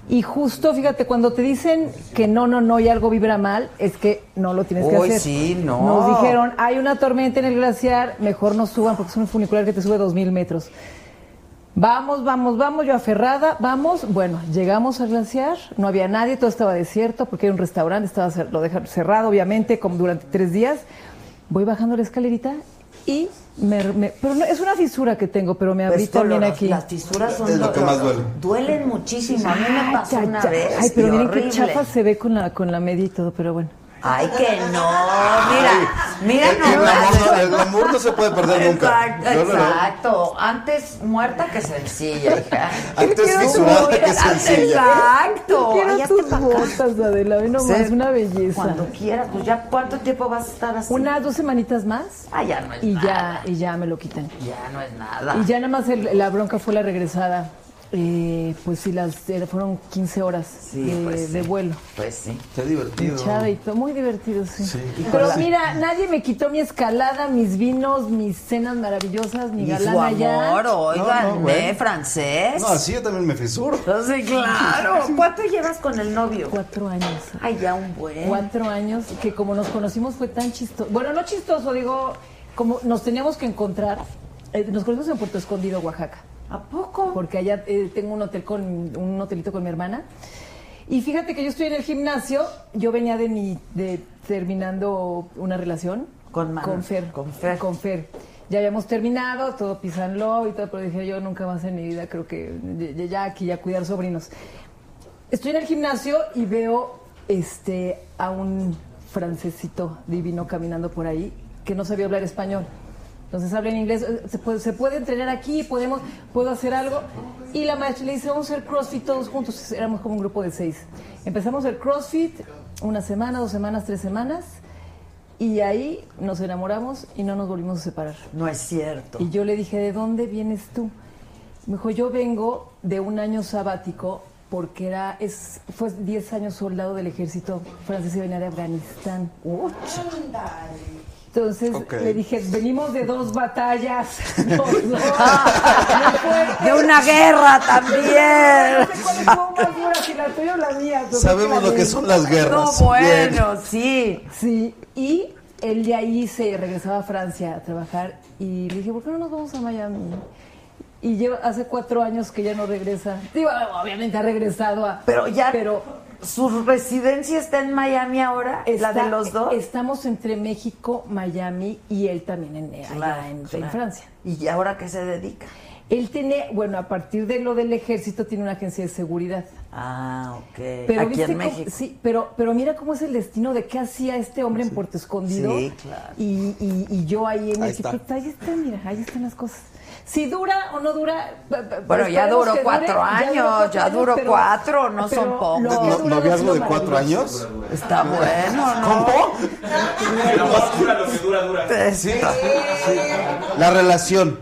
Y justo, fíjate, cuando te dicen que no, no, no y algo vibra mal, es que no lo tienes que
Uy,
hacer.
sí, no.
Nos dijeron, hay una tormenta en el glaciar, mejor no suban porque es un funicular que te sube dos mil metros. Vamos, vamos, vamos, yo aferrada, vamos. Bueno, llegamos al glaciar, no había nadie, todo estaba desierto porque era un restaurante, estaba cer- lo dejaron cerrado, obviamente, como durante tres días. Voy bajando la escalerita y me, me- pero no, es una fisura que tengo, pero me abrí
Pues,
también
doloroso.
aquí.
Las fisuras son
Es lo que más duele.
dolorosas. Duelen muchísimo. A mí me pasó
Ay,
una
cha-
vez.
Ay, pero
y
miren qué
horrible.
chafa se ve con la con la media y todo, pero bueno.
Ay, que no. Mira, mira
El, el
nomás.
glamour no, el glamour no se puede perder nunca.
Exacto,
No, no, no.
exacto. Antes muerta que sencilla, hija.
Antes
Quiero
fisurada
tu-
que sencilla.
Exacto.
Quiero
Ay, ya
tus
te pa' acá.
botas, Adela, ve nomás,
Sí.
una belleza.
Cuando quieras, pues ya cuánto tiempo vas a estar así.
Unas dos semanitas más
Ah, ya no es
y
nada.
ya y ya me lo quitan.
Ya no es nada.
Y ya nada más el- la bronca fue la regresada. Eh, pues sí, las, eh, fueron 15 horas
Sí,
de,
pues
de
sí.
vuelo.
Pues sí.
Está divertido.
Chada y todo, muy divertido, sí.
Sí.
Pero
Híjole.
mira, nadie me quitó mi escalada, mis vinos, mis cenas maravillosas, mi
Y
galán
su amor,
allá.
oigan,
No, no, güey.
¿eh? Francés.
No, así yo también me fisuro.
No sé, claro. ¿Cuánto llevas con el novio?
Cuatro años.
Ay, ya un buen.
Cuatro años que como nos conocimos fue tan chistoso. Bueno, no chistoso, digo, como nos teníamos que encontrar. eh, nos conocimos en Puerto Escondido, Oaxaca.
¿A poco?
porque allá eh, tengo un hotel con un hotelito con mi hermana. Y fíjate que yo estoy en el gimnasio, yo venía de mi de terminando una relación
Con Manu.
Fer,
Con Fer.
con Fer. Ya habíamos terminado, todo pisanlo y todo, pero dije yo nunca más en mi vida, creo que ya, ya aquí ya cuidar sobrinos. Estoy en el gimnasio y veo este a un francesito divino caminando por ahí que no sabía hablar español. Entonces habla en inglés, eh, se puede, se puede entrenar aquí, podemos, puedo hacer algo. Y la maestra le dice, vamos a hacer CrossFit todos juntos, éramos como un grupo de seis. Empezamos el CrossFit, una semana, dos semanas, tres semanas, y ahí nos enamoramos y no nos volvimos a separar.
No es cierto.
Y yo le dije, ¿de dónde vienes tú? Me dijo, yo vengo de un año sabático porque era, es, fue 10 años soldado del ejército francés y venía de Afganistán. Entonces
Ok.
le dije, venimos de dos batallas.
Ah, De una guerra también.
Sabemos lo que son las
No,
guerras. Bien.
bueno, sí.
Sí, y él de ahí se regresaba a Francia a trabajar y le dije, ¿por qué no nos vamos a Miami? Y lleva hace cuatro años que ya no regresa. Digo, obviamente ha regresado a...
Pero ya.
Pero
¿Su residencia está en Miami ahora? ¿La
está-
de los dos?
Estamos entre México, Miami y él también en, allá
Claro,
en- en
claro.
Francia.
¿Y ahora qué se dedica?
Él tiene, bueno, a partir de lo del ejército tiene una agencia de seguridad.
Ah, ok.
Pero
Aquí
¿viste
en
cómo-
México.
sí, pero, pero mira cómo es el destino de qué hacía este hombre en Puerto Escondido.
Sí, claro.
Y, y- y yo ahí en
Ahí
México. Pues
está.
Ahí está, mira, ahí están las cosas. Si dura o no dura. b- b-
Bueno, ya
esperemos
duró
que
cuatro años, ya duró
pero-
cuatro, no son
pero
pocos.
lo que ha
No-
durado
¿Noviazgo
ha
de
sido
cuatro años?
Está bueno, ¿no?
La más dura lo que dura, dura.
Sí. La relación,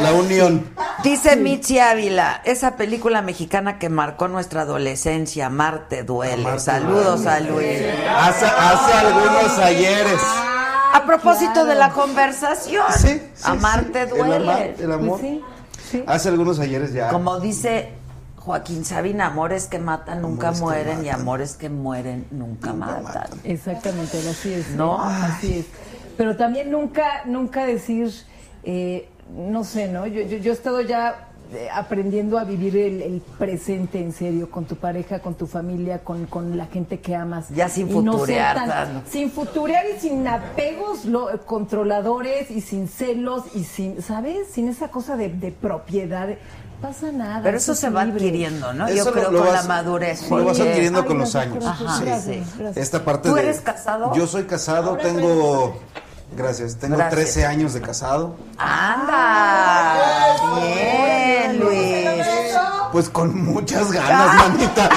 la unión.
Dice Michi Ávila, esa película mexicana que marcó nuestra adolescencia, Marte duele. Saludos a Luis.
Hace, hace algunos ayeres.
A propósito de la conversación, Amarte
sí.
duele.
El amar- el amor. Pues Hace algunos ayeres ya.
Como dice Joaquín Sabina, amores que matan nunca
Amores que
mueren y
matan.
amores que mueren nunca, matan.
Exactamente, así es. ¿eh?
No.
Así es. Pero también nunca, nunca decir, eh, no sé, ¿no? Yo, yo, yo he estado ya eh, aprendiendo a vivir el, el presente en serio, con tu pareja, con tu familia, con, con la gente que amas.
Ya sin
Y no ser
futurear,
tan-
tan-
sin futurear y sin apegos lo- eh, controladores y sin celos y sin, ¿sabes? Sin esa cosa de, de propiedad. Pasa nada.
Pero eso
es
se va
libre.
adquiriendo, ¿no? Yo creo con la madurez.
Lo vas
eh,
porque-
adquiriendo con los años. Este,
Ajá, sí.
Esta parte
¿Tú
de-
eres casado?
Yo soy casado, tengo. Gracias, tengo
Gracias.
13 años de casado. Ah,
¡Anda! ¡Bien, Luis!
Pues con muchas ganas, manita.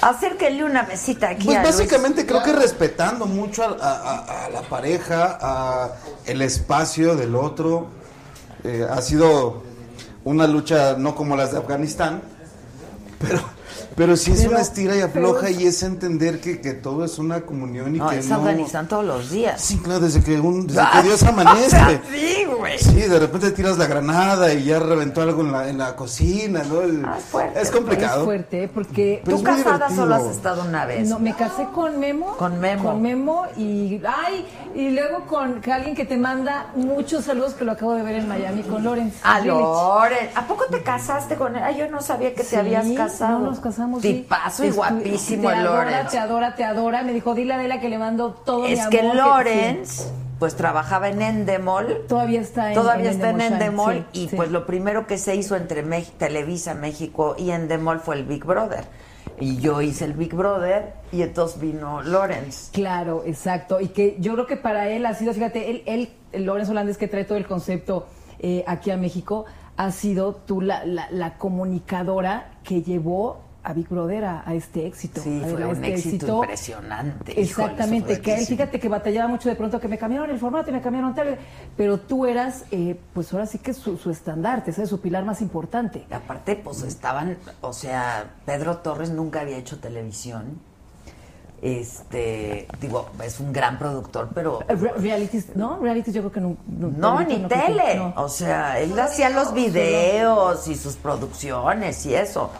Acérquenle una mesita aquí
Pues
a Luis.
básicamente creo que respetando mucho a, a- a- a la pareja, a el espacio del otro. Eh, ha sido una lucha no como las de Afganistán, pero, pero sí es
Pero-
una estira y afloja
pero es-
y es entender que, que todo es una comunión y
No,
que
es
no...
Afganistán todos los días.
Sí, claro, desde que, un, desde
Ah,
que Dios amanece.
o sea, sí, güey.
Sí, de repente tiras la granada y ya reventó algo en la, en la cocina, ¿no? El-
pues,
es complicado.
Es fuerte, ¿eh? porque...
Pero ¿Tú es muy casada divertido. solo has
estado una vez?
No, me casé con Memo.
Con Memo.
Con Memo y... ¡Ay! Y luego con alguien que te manda muchos saludos que lo acabo de ver en Miami, con Lorenz.
A
Village.
Ah, Loren. ¿A poco te casaste con él? Ay, yo no sabía que
Sí,
te habías casado.
No nos casamos. sí.
Tipazo y
Estu-
guapísimo
te
el Loren.
Adora, te adora, te adora. Me dijo, dile a Adela que le mando todo Oh, mi
Es
amor.
que
sí.
Lorenz, pues trabajaba en Endemol.
Todavía está en
Todavía está en
Endemol,
Endemol
sí,
y
sí.
pues lo primero que se hizo entre Mex- Televisa México y Endemol fue el Big Brother. Y yo hice el Big Brother y entonces vino Lorenz.
Claro, exacto. Y que yo creo que para él ha sido, fíjate, él, él el Lorenz Holandés que trae todo el concepto eh, aquí a México, ha sido tú la, la- la comunicadora que llevó a Big Brother a, a este éxito.
Sí,
a
fue
a
un
este
éxito impresionante. Híjole,
Exactamente,
eso fue
que a él,
buenísimo.
fíjate que batallaba mucho de pronto que me cambiaron el formato y me cambiaron tal, pero tú eras, eh, pues ahora sí que su, su estandarte, ¿sabes? su pilar más importante.
Y aparte, pues estaban, o sea, Pedro Torres nunca había hecho televisión. Este, digo, es un gran productor, pero
Eh, re- Realities, no, realities yo creo que no. No,
no,
ahorita
ni
no creo que-
tele.
no.
O sea, él hacía los videos y sus producciones y eso.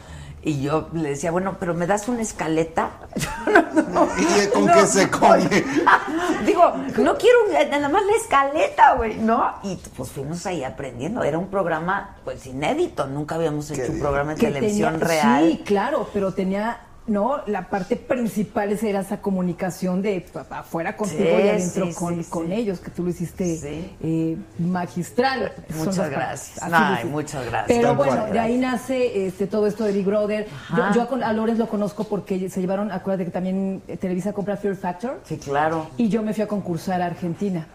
Y yo le decía, bueno, pero ¿me das una escaleta?
¿Y con qué se come?
Digo, no quiero un- eh, nada más la escaleta, güey, ¿no? Y pues fuimos ahí aprendiendo. Era un programa, pues, inédito. Nunca habíamos hecho un programa de
que
televisión
tenía-
real.
Sí, claro, pero tenía, ¿no? La parte principal esa era esa comunicación de pa- pa- afuera contigo
Sí,
y adentro
sí,
con,
sí,
con ellos, que tú lo hiciste
Sí.
eh, magistral. Son
Muchas
las
gracias.
partes. Así lo
Ay,
hiciste.
muchas gracias.
Pero
Tal
bueno,
cual.
de ahí nace este, todo esto de Big Brother. Yo,
Ajá.
yo a con- a Lorenz lo conozco porque se llevaron, acuérdate que también eh, Televisa compra Fear Factor.
Sí, claro.
Y yo me fui a concursar a Argentina.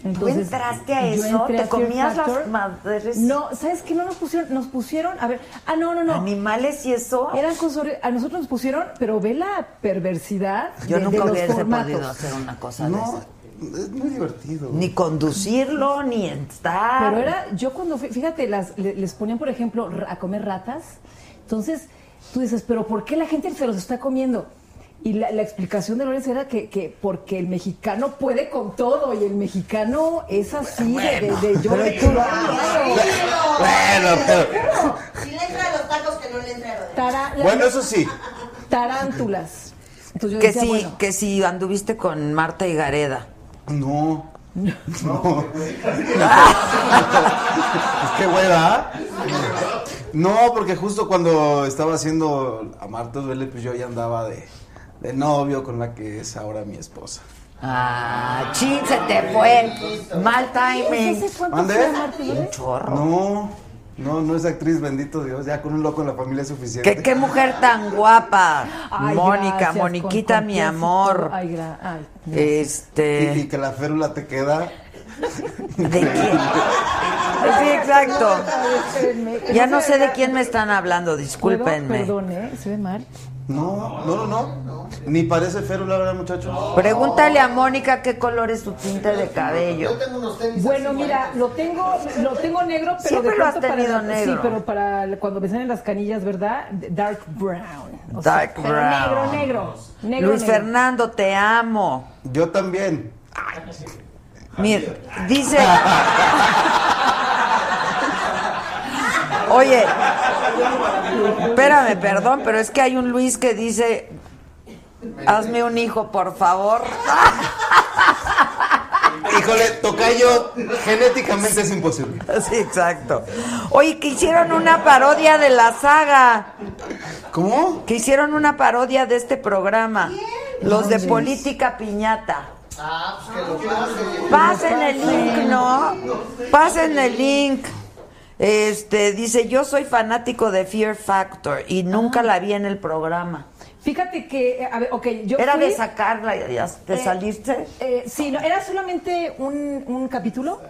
¿Tú
Entonces,
entraste a
yo
eso?
entré a
¿Te
Fear
comías las
Factor.
madres?
No, ¿sabes qué? No nos pusieron, nos pusieron, a ver, ah, no, no, no.
¿Animales y eso?
Eran consorcio- a nosotros nos pusieron, pero ve la perversidad
Yo
de, de
nunca
los
hubiese
formatos.
podido hacer una cosa de
No,
esa.
es muy divertido.
Ni conducirlo, ni estar.
Pero era, yo cuando, fui- fíjate, las, le- les ponían, por ejemplo, ra- a comer ratas. Entonces, tú dices, ¿pero por qué la gente se los está comiendo? Y la, la explicación de Lorenz era que, que porque el mexicano puede con todo y el mexicano es así de- de, de, yo
Pero
de-
tú- Bueno, pero-
Si le entra a los tacos que no le entra a los
Tara- la-
bueno, eso sí.
Tarántulas. Entonces yo
Que
decía,
sí,
bueno,
que sí anduviste con Marta y Gareda.
No. No. Qué hueva. ¿ah? No, porque justo cuando estaba haciendo a Marta Duele, pues yo ya andaba de, de novio con la que es ahora mi esposa.
Ah, chin, se te fue. Mal
Pues
Pues,
timing.
¿Mande? No, no, no es actriz, bendito Dios. Ya con un loco en la familia es suficiente.
¿Qué, qué mujer tan guapa.
Ay,
Mónica,
gracias, con
Moniquita, mi
confianza y
amor.
todo. Ay,
Este.
Y, y que la férula te queda.
Sí, exacto. Ya no sé de quién me están hablando,
¿Puedo?
discúlpenme.
Perdón, ¿eh? Se ve mal.
No, no, no, no. Ni parece férula, ¿verdad, muchachos?
Pregúntale a Mónica qué color es su tinte de cabello.
Bueno, mira, lo tengo, lo tengo negro, pero
Siempre
de
lo has
pronto para-
tenido negro.
Sí, pero para cuando me salen las canillas, ¿verdad? Dark brown. O sea,
Dark
pero
brown.
Negro, negro. Negro,
Luis
negro.
Fernando, te amo.
Yo también.
Mira, dice. Oye, espérame, perdón, pero es que hay un Luis que dice: Hazme un hijo, por favor.
Híjole, tocayo, genéticamente es imposible.
Sí, exacto. Oye, que hicieron una parodia de la saga.
¿Cómo?
Que hicieron una parodia de este programa. Los de
Manches.
Política Piñata.
Ah, pues que lo pasen.
Pasen el link, ¿no? Pasen el link. Este, dice, yo soy fanático de Fear Factor y nunca la vi en el programa.
Fíjate que, eh, a ver, ok, yo
Era
fui-
de sacarla, y ya te
Eh,
saliste.
eh, sí, no, era solamente un, un capítulo,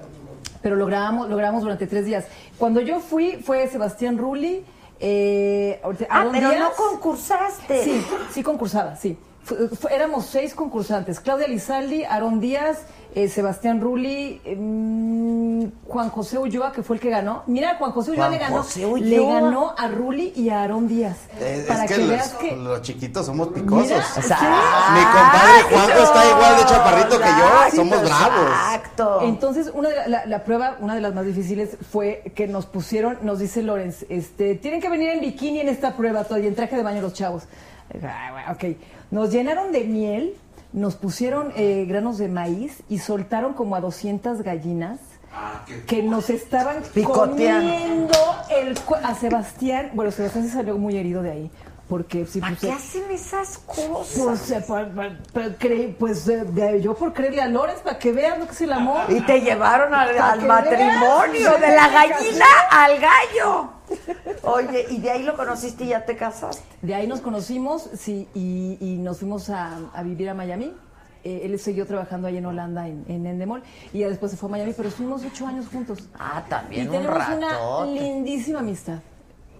pero lo grabamos, lo grabamos durante tres días. Cuando yo fui, fue Sebastián Rulli. Eh, ahorita-
Ah,
Aarón
pero
Díaz.
no concursaste.
Sí, sí concursaba, sí. Fu- fu- éramos seis concursantes. Claudia Lizaldi, Aarón Díaz, eh, Sebastián Rulli, mm, Juan José Ulloa, que fue el que ganó. Mira, Juan José Ulloa
Juan
le ganó.
José
Le
Ulloa. Eh,
ganó a Rulli y a Aarón Díaz.
Es,
para
es que,
que,
los,
veas que...
los chiquitos somos picosos.
¿sí?
Mi compadre Juanjo está igual de chaparrito que yo.
Exacto,
Somos bravos.
Exacto.
Entonces, una de la, la- la prueba, una de las más difíciles fue que nos pusieron, nos dice Lorenz, este, tienen que venir en bikini en esta prueba todavía, en traje de baño los chavos. Ah, bueno, Ok, nos llenaron de miel, nos pusieron eh, granos de maíz y soltaron como a 200 gallinas que nos estaban
Picoteando.
comiendo el cu- a Sebastián. Bueno, Sebastián se salió muy herido de ahí. Porque si
¿Para qué hacen esas
pues,
cosas?
eh, pa- pa- pa- cre- pues, eh, de- yo por creerle a Lores para que vean lo que es el amor.
Y te llevaron al,
Para
al
que
matrimonio,
veas.
de la gallina al gallo. Oye, y de ahí lo conociste y ya te casaste.
De ahí nos conocimos sí, y, y nos fuimos a, a vivir a Miami. Eh, él siguió trabajando ahí en Holanda, en, en Endemol, y ya después se fue a Miami, pero estuvimos ocho años juntos.
Ah, también
y
un
tenemos una
ratote.
lindísima amistad.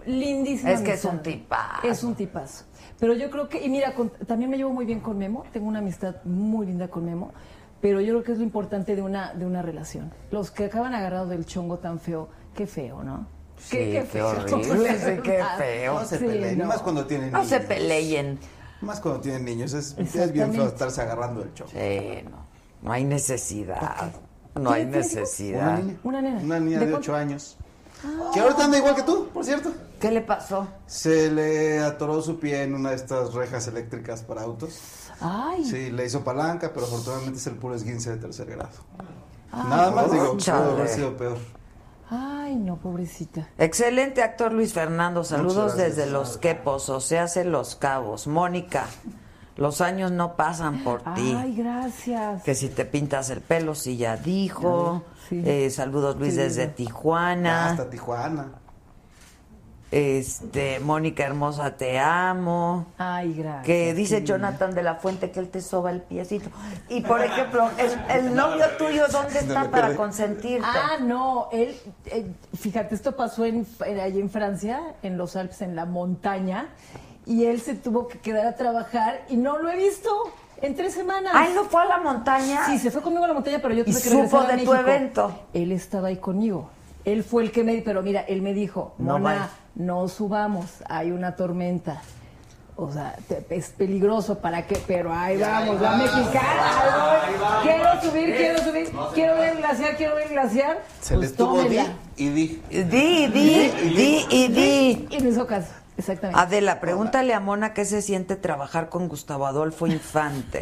Lindísima
Es que es
amistad.
un tipazo.
Es un tipazo. Pero yo creo que, y mira, con- también me llevo muy bien con Memo, tengo una amistad muy linda con Memo, pero yo creo que es lo importante de una, de una relación. Los que acaban agarrados del chongo tan feo, qué feo, ¿no?
Sí, qué, horrible, sí, qué
Ah,
feo.
No se peleen, más cuando tienen
No
niños.
se peleen.
Más cuando tienen niños. Es, es bien
Exactamente.
feo estarse agarrando el choco.
Sí, no. No hay necesidad. No hay necesidad.
Una nena.
Una niña
¿De
de
cuánto?
8 años. Que ahorita anda igual que tú, por cierto.
¿Qué le pasó?
Se le Eh, atoró su pie en una de estas rejas eléctricas para autos.
Ay.
Sí, le hizo palanca, pero afortunadamente es el puro esguince de tercer grado. Nada más digo, pudo haber
Chale.
sido peor.
Ay, no, pobrecita.
Excelente actor Luis Fernando. Saludos
Muchas gracias.
desde Los Quepos, o sea, hace Los Cabos. Mónica, los años no pasan por ti.
Ay, gracias.
Que si te pintas el pelo, si ya dijo.
Sí.
Eh, saludos Luis
Sí,
desde
ya.
Tijuana.
Hasta Tijuana.
Este, Mónica hermosa, te amo.
Ay, gracias.
Que dice
qué
Jonathan de la Fuente que él te soba el piecito. Y por ejemplo, el, el novio tuyo, ¿dónde está para consentirte?
Ah, no, él, eh, fíjate, esto pasó en, en- allí en Francia, en los Alpes, en la montaña, y él se tuvo que quedar a trabajar y no lo he visto en tres semanas.
Ah, él no fue a la montaña.
Sí, se fue conmigo a la montaña, pero yo
Y
tuve que
supo
regresar a
de tu
México.
evento.
Él estaba ahí conmigo. Él fue el que me, pero mira, él me dijo,
No
Mona,
vayas".
no subamos, hay una tormenta. O sea, te- es peligroso para qué, pero ahí vamos, la mexicana. ahí Eh, voy. Quiero subir, quiero subir, quiero ver el glaciar, quiero ver el glaciar.
Se le
Pues
estuvo di
tómela.
y di.
Di, di, di y di.
Y me hizo caso. Exactamente.
Adela, pregúntale a Mona qué se siente trabajar con Gustavo Adolfo Infante.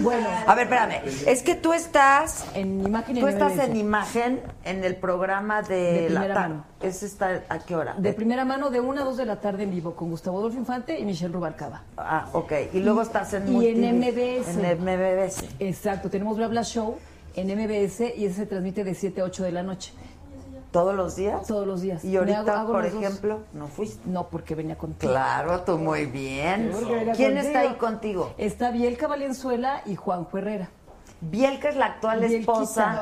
bueno,
a ver, espérame. Es que tú estás
en imagen.
Tú estás en imagen en el programa de,
De
la
primera
tarde.
mano.
¿Ese está a qué hora?
De primera mano, de 1 a 2 de la tarde en vivo, con Gustavo Adolfo Infante y Michelle Rubalcaba.
Ah, ok. Y luego estás en
Y en
multivi-
MBS.
En MBS.
Exacto, tenemos Bla Bla Show en MBS y ese se transmite de 7 a 8 de la noche.
¿Todos los días?
Todos los días.
Y
Me
ahorita,
hago- hago
por
los dos.
ejemplo, no fuiste.
No, porque venía contigo.
Claro, tú muy bien.
Sí, porque venía
¿Quién
contigo.
está ahí contigo?
Está Bielka Valenzuela y Juanjo Herrera.
Bielka es la actual
Bielquita.
esposa.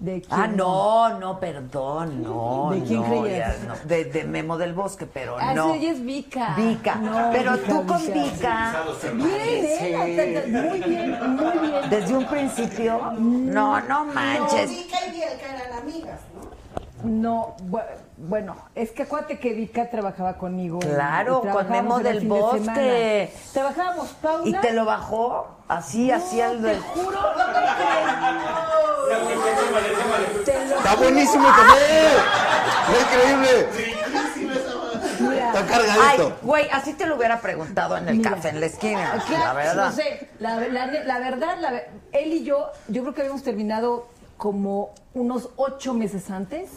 ¿De quién?
Ah, no, no, perdón, no.
¿De quién
no,
creías?
ya no. De, de Memo del Bosque, pero
Ah,
no.
sí, ella es Vika.
Vika.
No,
pero
Vika,
tú con
Vika.
Vika.
Bien, ¿eh? Hasta- hasta- Muy bien, muy bien.
Desde un principio. No, no manches.
Chica y Bielka eran amigas, ¿no?
No, bu- bueno, es que acuérdate que Vika trabajaba conmigo. y-
Claro,
y
con
trabajábamos
Memo
en el
del
fin de
Bosque.
semana. Trabajábamos, Paula.
Y te lo bajó así, así al
Te
del.
juro, no me crees. Te lo
Está
juro.
buenísimo también. Está increíble.
Mira,
Está cargadito.
Ay, güey, así te lo hubiera preguntado en el
Mira.
café en la esquina.
Ah, claro,
La verdad.
No sé, la, la- la verdad, la ve- él y yo, yo creo que habíamos terminado como unos ocho meses antes,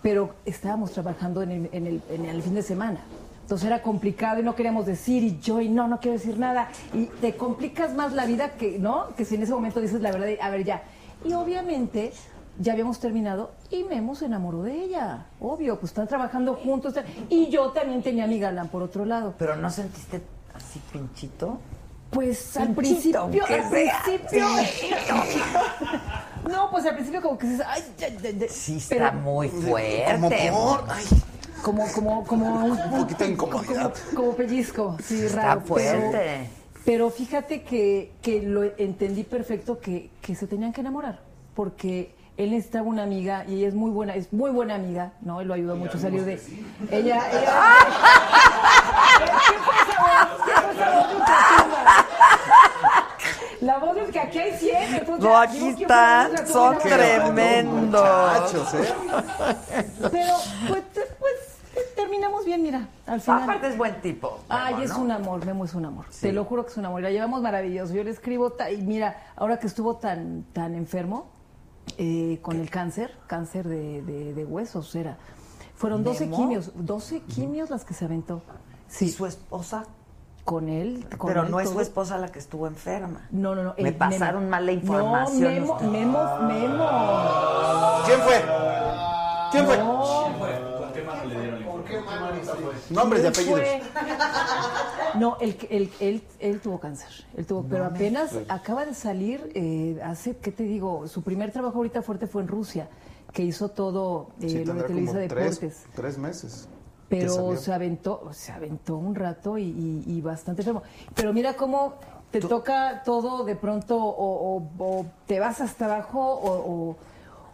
pero estábamos trabajando en el, en el- en el fin de semana. Entonces era complicado y no queríamos decir, y yo, y no, no quiero decir nada. Y te complicas más la vida que, ¿no? Que si en ese momento dices la verdad, y, a ver, ya. Y obviamente ya habíamos terminado y Memo se enamoró de ella. Obvio, pues están trabajando juntos. Y yo también tenía a mi galán por otro lado.
Pero no sentiste así pinchito.
Pues al
Pinchito,
principio,
aunque
al
sea.
principio. No, pues al principio como que dices, ay, ya, ya, ya.
Sí, está
Pero
muy
Como
fuerte.
por. Ay,
como, como, como un
un poquito de incomodidad.
como pellizco, sí,
Está
raro. Pero,
fuerte.
pero fíjate que, que lo entendí perfecto que, que se tenían que enamorar, porque él necesitaba una amiga y ella es muy buena, es muy buena amiga, ¿no? Él lo ayudó mucho a salir de. Ella, ella- ¿Qué pasa, güey? ¿Qué pasa, güey? La voz es que aquí hay 100. entonces,
No, aquí
digo, ¿qué
están,
pasa?
son
Pero-
tremendos.
Muchachos, ¿eh?
Pero, pues, te- pues, terminamos bien, mira, al final.
Aparte es buen tipo.
Ay,
Memo,
es
¿no?
un amor, Memo es un amor.
Sí.
Te lo juro que es un amor. La llevamos maravilloso. Yo le escribo, ta- y mira, ahora que estuvo tan, tan enfermo eh, con el cáncer, cáncer de, de- de huesos, era. Fueron 12
¿Memo?
quimios, 12 quimios las que se aventó.
¿Y
Sí,
su esposa?
con él. con
Pero
él
no es su
todo.
esposa la que estuvo enferma.
No, no, no.
Me
el
pasaron mala información
No, Memo,
ustedes.
Memo, Memo.
¿Quién fue? ¿Quién fue? Nombres y
Él
apellidos.
fue- No, él, él, él, él tuvo cáncer. Él tuvo, pero apenas acaba de salir, eh, hace, ¿qué te digo? Su primer trabajo ahorita fuerte fue en Rusia, que hizo todo eh,
Sí,
lo de
tendrá como
Televisa
tres,
Deportes.
tres meses. que
Pero
salió.
se aventó, se aventó un rato y, y- y bastante enfermo. Pero mira cómo te toca todo de pronto, o, o- o te vas hasta abajo, o, o-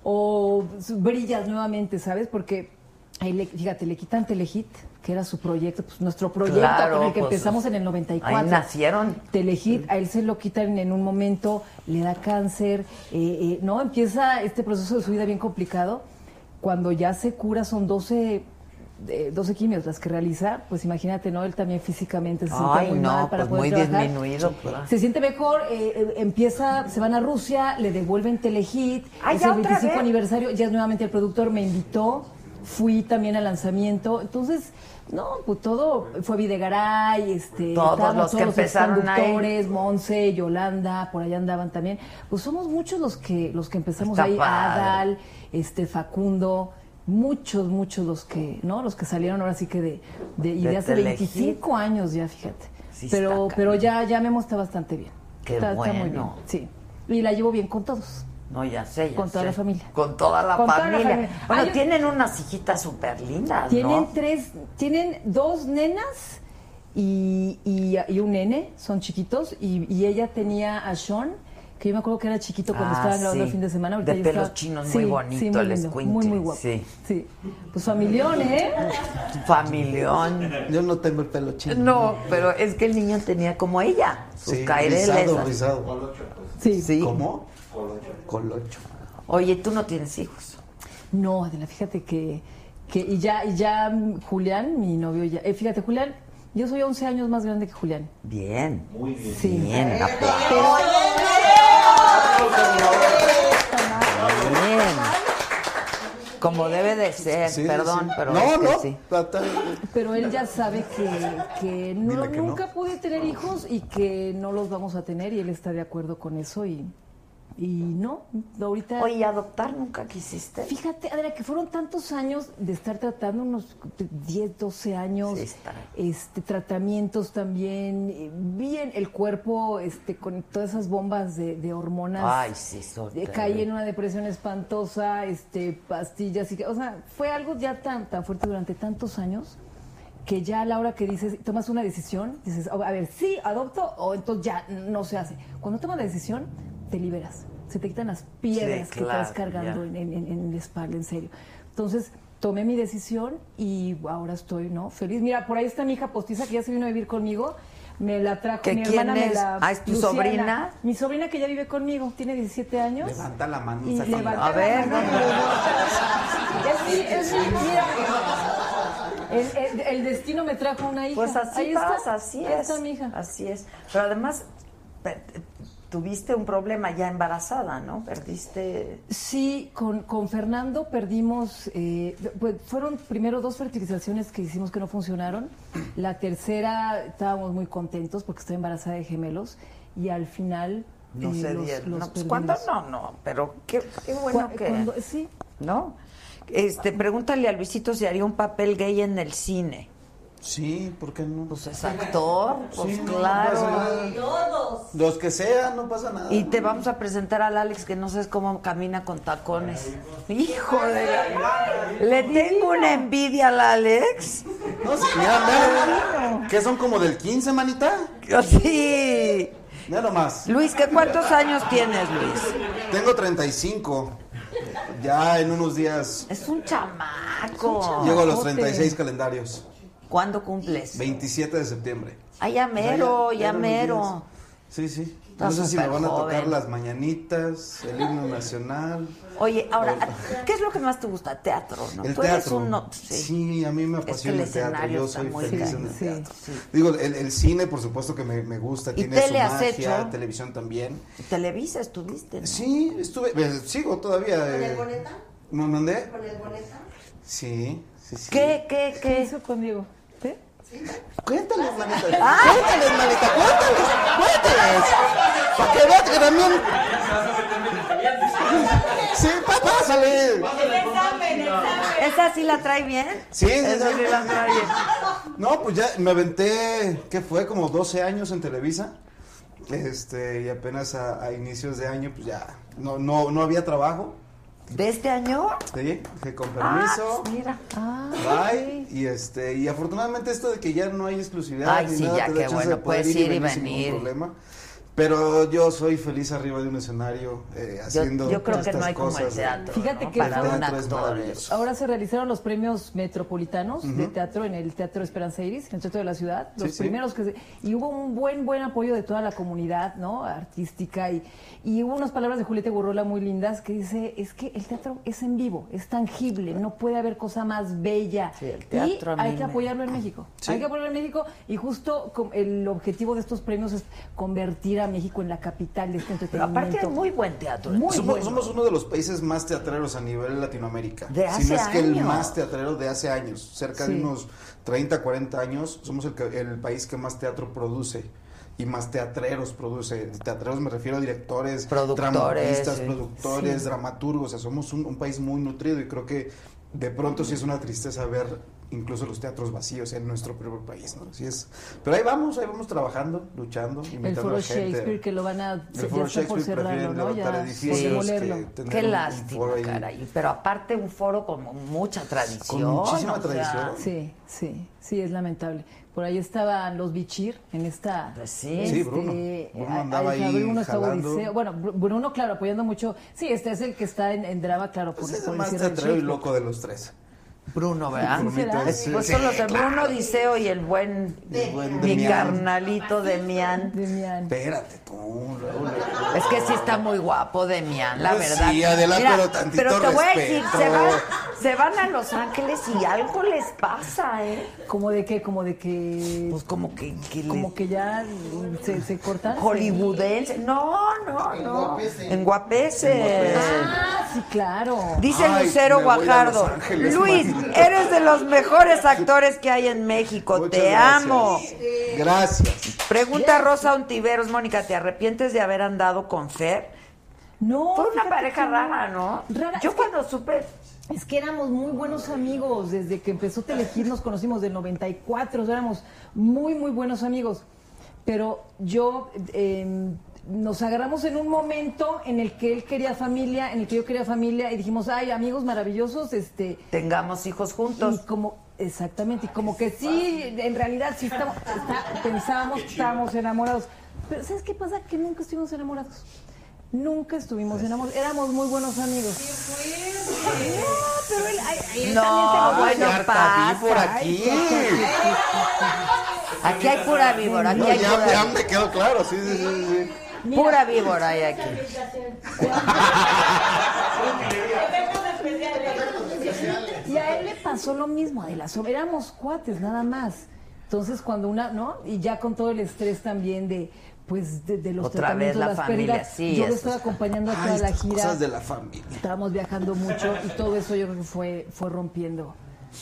o brillas nuevamente, ¿sabes? Porque, ahí le- fíjate, le quitan Telehit, que era su proyecto, pues, nuestro proyecto
Claro,
con el que
pues,
empezamos en el 94.
Ahí nacieron.
Telehit, a él se lo quitan en un momento, le da cáncer, eh, eh, ¿no? Empieza este proceso de su vida bien complicado. Cuando ya se cura, son 12, eh, 12 quimios las que realiza, pues imagínate, ¿no? Él también físicamente se siente
Ay,
muy
no,
mal para
pues muy
poder trabajar.
disminuido. pues. claro.
Se siente mejor, eh, eh, empieza, se van a Rusia, le devuelven Telehit,
Ay,
es
Ah, ya
el
otra
25
vez.
aniversario, ya nuevamente el productor me invitó, fui también al lanzamiento, entonces, no, pues todo fue Videgaray, este,
Todos
estábamos
los que empezaron ahí.
conductores, Monse, Yolanda, por allá andaban también, pues somos muchos los que, los que empezamos
Está
ahí,
padre.
Adal, este, Facundo, muchos, muchos los que, ¿no? Los que salieron ahora sí que de, de, y
De
de hace
Telehit.
25 años ya, fíjate.
Sí está
pero,
cañón.
pero ya, ya Memo está bastante bien.
Qué
está, está muy bien.
bueno.
Sí. Y la llevo bien con todos.
No, ya sé, ya
Con toda
sé.
la familia.
Con toda la
Con toda la
familia.
familia.
Bueno,
Ay, yo-
tienen unas hijitas súper lindas,
Tienen
¿no?
tres, tienen dos nenas y, y- y un nene, son chiquitos, y, y ella tenía a Sean, que yo me acuerdo que era chiquito cuando
Ah,
estaban grabando
sí.
el fin de semana. ahorita
De
ya
pelos
está-
chinos, muy bonito el
lindo,
escuincle,
Muy, muy guapo.
sí.
sí. Pues familión, ¿eh?
Familión.
Yo no tengo el pelo chino.
No, pero es que el niño tenía como ella, sus
Sí,
caireles.
rizado,
así.
rizado.
Sí.
Sí.
¿Cómo? Colocho. Colocho.
Oye, tú no tienes hijos.
No, Adela, fíjate que que, y ya, y ya mm, Julián, mi novio, ya, eh, fíjate, Julián, yo soy 11 años más grande que Julián.
Bien. Muy bien.
Sí.
Bien, aplausos. Bien. Como debe de ser,
Sí,
perdón,
sí.
pero
No,
es que
no.
sí.
Pero él ya sabe que, que no,
Dile que no.
nunca pude tener hijos y que no los vamos a tener y él está de acuerdo con eso y, y no, ahorita...
Oye, ¿y adoptar nunca quisiste?
Fíjate, Adela, que fueron tantos años de estar tratando, unos 10, 12 años, este tratamientos también, eh, bien el cuerpo este con todas esas bombas de, de hormonas.
Ay, sí, son
Eh, Caí
terribles.
en una depresión espantosa, este pastillas, y, que- o sea, fue algo ya tan, tan fuerte durante tantos años que ya a la hora que dices, tomas una decisión, dices, "Oh, "A- a ver, sí, adopto, o entonces ya no se hace. Cuando tomas la decisión, te liberas. Se te quitan las piedras
Sí,
que estás
claro,
cargando
ya.
en, en, en- en la espalda, en serio. Entonces, tomé mi decisión y ahora estoy, ¿no? Feliz. Mira, por ahí está mi hija postiza que ya se vino a vivir conmigo. Me la trajo
¿Que
mi
quién
hermana. me
es?
la-
Ah, ¿es tu sobrina?
Mi sobrina que ya vive conmigo, tiene 17 años.
Levanta la mano.
Y
Isaac.
levanta A la ver, mano. Es mi, es mi- mira. El, el- el destino me trajo una hija.
Pues así
Ahí
pasa,
está,
así
ahí
es.
está mi hija.
Así es. Pero además, per- tuviste un problema ya embarazada, ¿no? Perdiste.
Sí, con, con Fernando perdimos, eh, pues fueron primero dos fertilizaciones que hicimos que no funcionaron. La tercera estábamos muy contentos porque estoy embarazada de gemelos y al final
No
eh,
sé,
los-
dieron.
los
No, pues,
perdimos.
¿Cuándo? No, no, pero qué, qué bueno
Cu-
que.
cuando- sí.
¿No? Este, pregúntale a Luisito si haría un papel gay en el cine.
Sí, ¿por qué no?
Pues es actor, pues
Sí, no
claro.
pasa nada.
Todos.
Los que sean, no pasa nada.
Y te vamos a presentar al Alex que no sabes cómo camina con tacones. Hijo de la- Le tengo una envidia al Alex.
No, sí, mira, mira. ¿Qué son como del 15, manita?
Oh, Sí.
Mira nomás.
Luis, ¿qué cuántos años tienes, Luis?
Tengo 35. Ya en unos días
Es un chamaco.
llego a los 36 calendarios.
¿Cuándo cumples?
27 de septiembre.
Ay, ya mero,
O sea,
ya
unos días.
mero.
Sí, sí.
Estás
No sé si me van a
superjoven.
tocar las mañanitas, el himno nacional.
Oye, ahora, ¿a- ¿qué es lo que más te gusta? Teatro, ¿no?
El
Tú eres
teatro.
un no-
sí. a mí me
que
apasiona
el
el teatro.
escenario
Yo
está
soy
muy
feliz
cañón.
en el
Sí,
teatro. Digo, el, el cine, por supuesto que me, me gusta. Tiene su
tele has
magia,
hecho?
televisión también.
Televisa estuviste, ¿no?
Sí, estuve, eh, sigo todavía.
¿Con
eh,
el boneta?
¿Me mandé?
¿Con el boneta?
Sí, sí, sí.
¿Qué, qué, qué?
hizo conmigo? ¿Qué?
Cuéntales, manita.
Ah,
Cuéntales, manita. Cuéntales, cuéntales. Para que veas que también. Sí, pa- pásale.
¿Esa sí la trae bien?
Sí, sí,
Esa
sí.
sí la trae bien.
No, pues ya me aventé, ¿qué fue? Como 12 años en Televisa. Este, y apenas a, a inicios de año, pues ya no, no, no había trabajo.
¿De este año?
Sí, dije, con
Ah,
permiso.
mira.
Bye. Y este, y afortunadamente esto de que ya no hay exclusividad
Ay,
ni
sí,
nada,
ya,
te da
qué
chance
bueno,
de poder
puedes ir y
sin ningún
venir.
problema. Pero yo soy feliz arriba de un escenario eh, haciendo
yo creo que
estas
no hay como el
cosas, ¿no?
teatro,
Fíjate ¿no? que
el
para un
teatro es
actor.
maravilloso.
Ahora se realizaron los premios metropolitanos de
Ujú.
teatro en el Teatro Esperanza Iris, en el Teatro de la Ciudad,
Sí,
los
sí.
primeros que se- y hubo un buen buen apoyo de toda la comunidad, ¿no? artística y y hubo unas palabras de Julieta Gurrola muy lindas que dice, es que el teatro es en vivo, es tangible, no puede haber cosa más bella.
teatro a
y hay
mí
que
me-
apoyarlo en México.
Sí.
Hay que apoyarlo en México y justo con- el objetivo de estos premios es convertir a México en la capital de este
Pero
entretenimiento.
aparte hay muy buen teatro.
somos,
bueno.
somos uno de los países más teatreros a nivel Latinoamérica.
De
si
hace
no es que el
años.
más teatrero de hace años, cerca de
Sí.
unos 30, 40 años, somos el, que- el país que más teatro produce y más teatreros produce. Teatreros me refiero a directores, dramatistas,
sí.
productores,
Sí.
dramaturgos. O sea, somos un, un país muy nutrido y creo que de pronto sí es una tristeza ver incluso los teatros vacíos en nuestro propio país, ¿no? Así es. Pero ahí vamos, ahí vamos trabajando, luchando,
El
invitando a
foro
la gente.
Shakespeare que lo van a
El foro
ya está por
Shakespeare
cerrarlo,
prefieren
¿no? Ya
levantar
por
edificios que
demolerlo.
tener
eh, Qué
un- un
lástima,
foro ahí.
caray. Pero aparte un foro con mucha tradición.
muchísima
o sea,
tradición.
Sí, sí, sí, es lamentable. Por ahí estaban los Bichir en esta. este,
sí.
Sí, Bruno. Bruno
a-
andaba
a-
ahí
Bruno está
jalando.
Odiseo. Bueno, Bru- Bruno, claro, apoyando mucho. Sí, este es el que está en, en drama, claro, por,
Pues es
por
el más
cierre del
teatrero y
Shakespeare.
loco de los tres.
Bruno, ¿verdad?
Brunito
¿Será?
es-
Pues
sí,
son los de
claro.
Bruno Diceo y el buen,
El buen
mi
Demián.
carnalito Demián.
Espérate tú. luego, luego.
Es que sí está muy guapo Demián, la
Pues
verdad.
sí, Adela,
Mira,
pero tantito
pero te voy a decir,
respeto.
se va, Se van a Los Ángeles y algo les pasa, ¿eh?
¿Como de qué? Como de que.
Pues como que. que
como
les-
que ya mm, se, se cortan.
Hollywoodense. No, no, no. Enguapece.
Ah, sí, claro.
Dice Lucero Guajardo. Luis, eres de los mejores actores que hay en México. Te
gracias.
amo.
Gracias.
Pregunta Rosa Ontiveros, Mónica, ¿te arrepientes de haber andado con Fer?
No.
Fue una
fíjate
pareja
que
rara, ¿no?
Rara.
Yo cuando supe.
Es que éramos muy buenos amigos. Desde que empezó Telegir nos conocimos del 94. o sea, éramos muy, muy buenos amigos. Pero yo eh, nos agarramos en un momento en el que él quería familia, en el que yo quería familia, y dijimos, ay, amigos maravillosos, este.
Tengamos hijos juntos.
Y como, exactamente, y como que sí, en realidad sí estamos, está- pensábamos que estábamos enamorados. Pero ¿sabes qué pasa? Que nunca estuvimos enamorados. Nunca estuvimos enamorados. Éramos muy buenos amigos. No, pero él, ay, ay, él
No,
también se
bueno,
enojó.
pasa.
aquí.
Aquí hay pura víbora, aquí
No,
hay
ya, ya
pura,
me quedó claro, sí, sí, sí, sí.
pura víbora hay aquí.
Y a él le pasó lo mismo, Adela. so- Éramos cuates, nada más. Entonces, cuando una, ¿no? Y ya con todo el estrés también de, pues, de, de los
Otra
tratamientos,
vez la
las
familia,
pérdidas.
sí,
yo lo
eso
estaba
está-
acompañando a
Ay,
toda la
estas
gira.
cosas de la familia.
Estábamos viajando mucho y todo eso yo creo que fue, fue rompiendo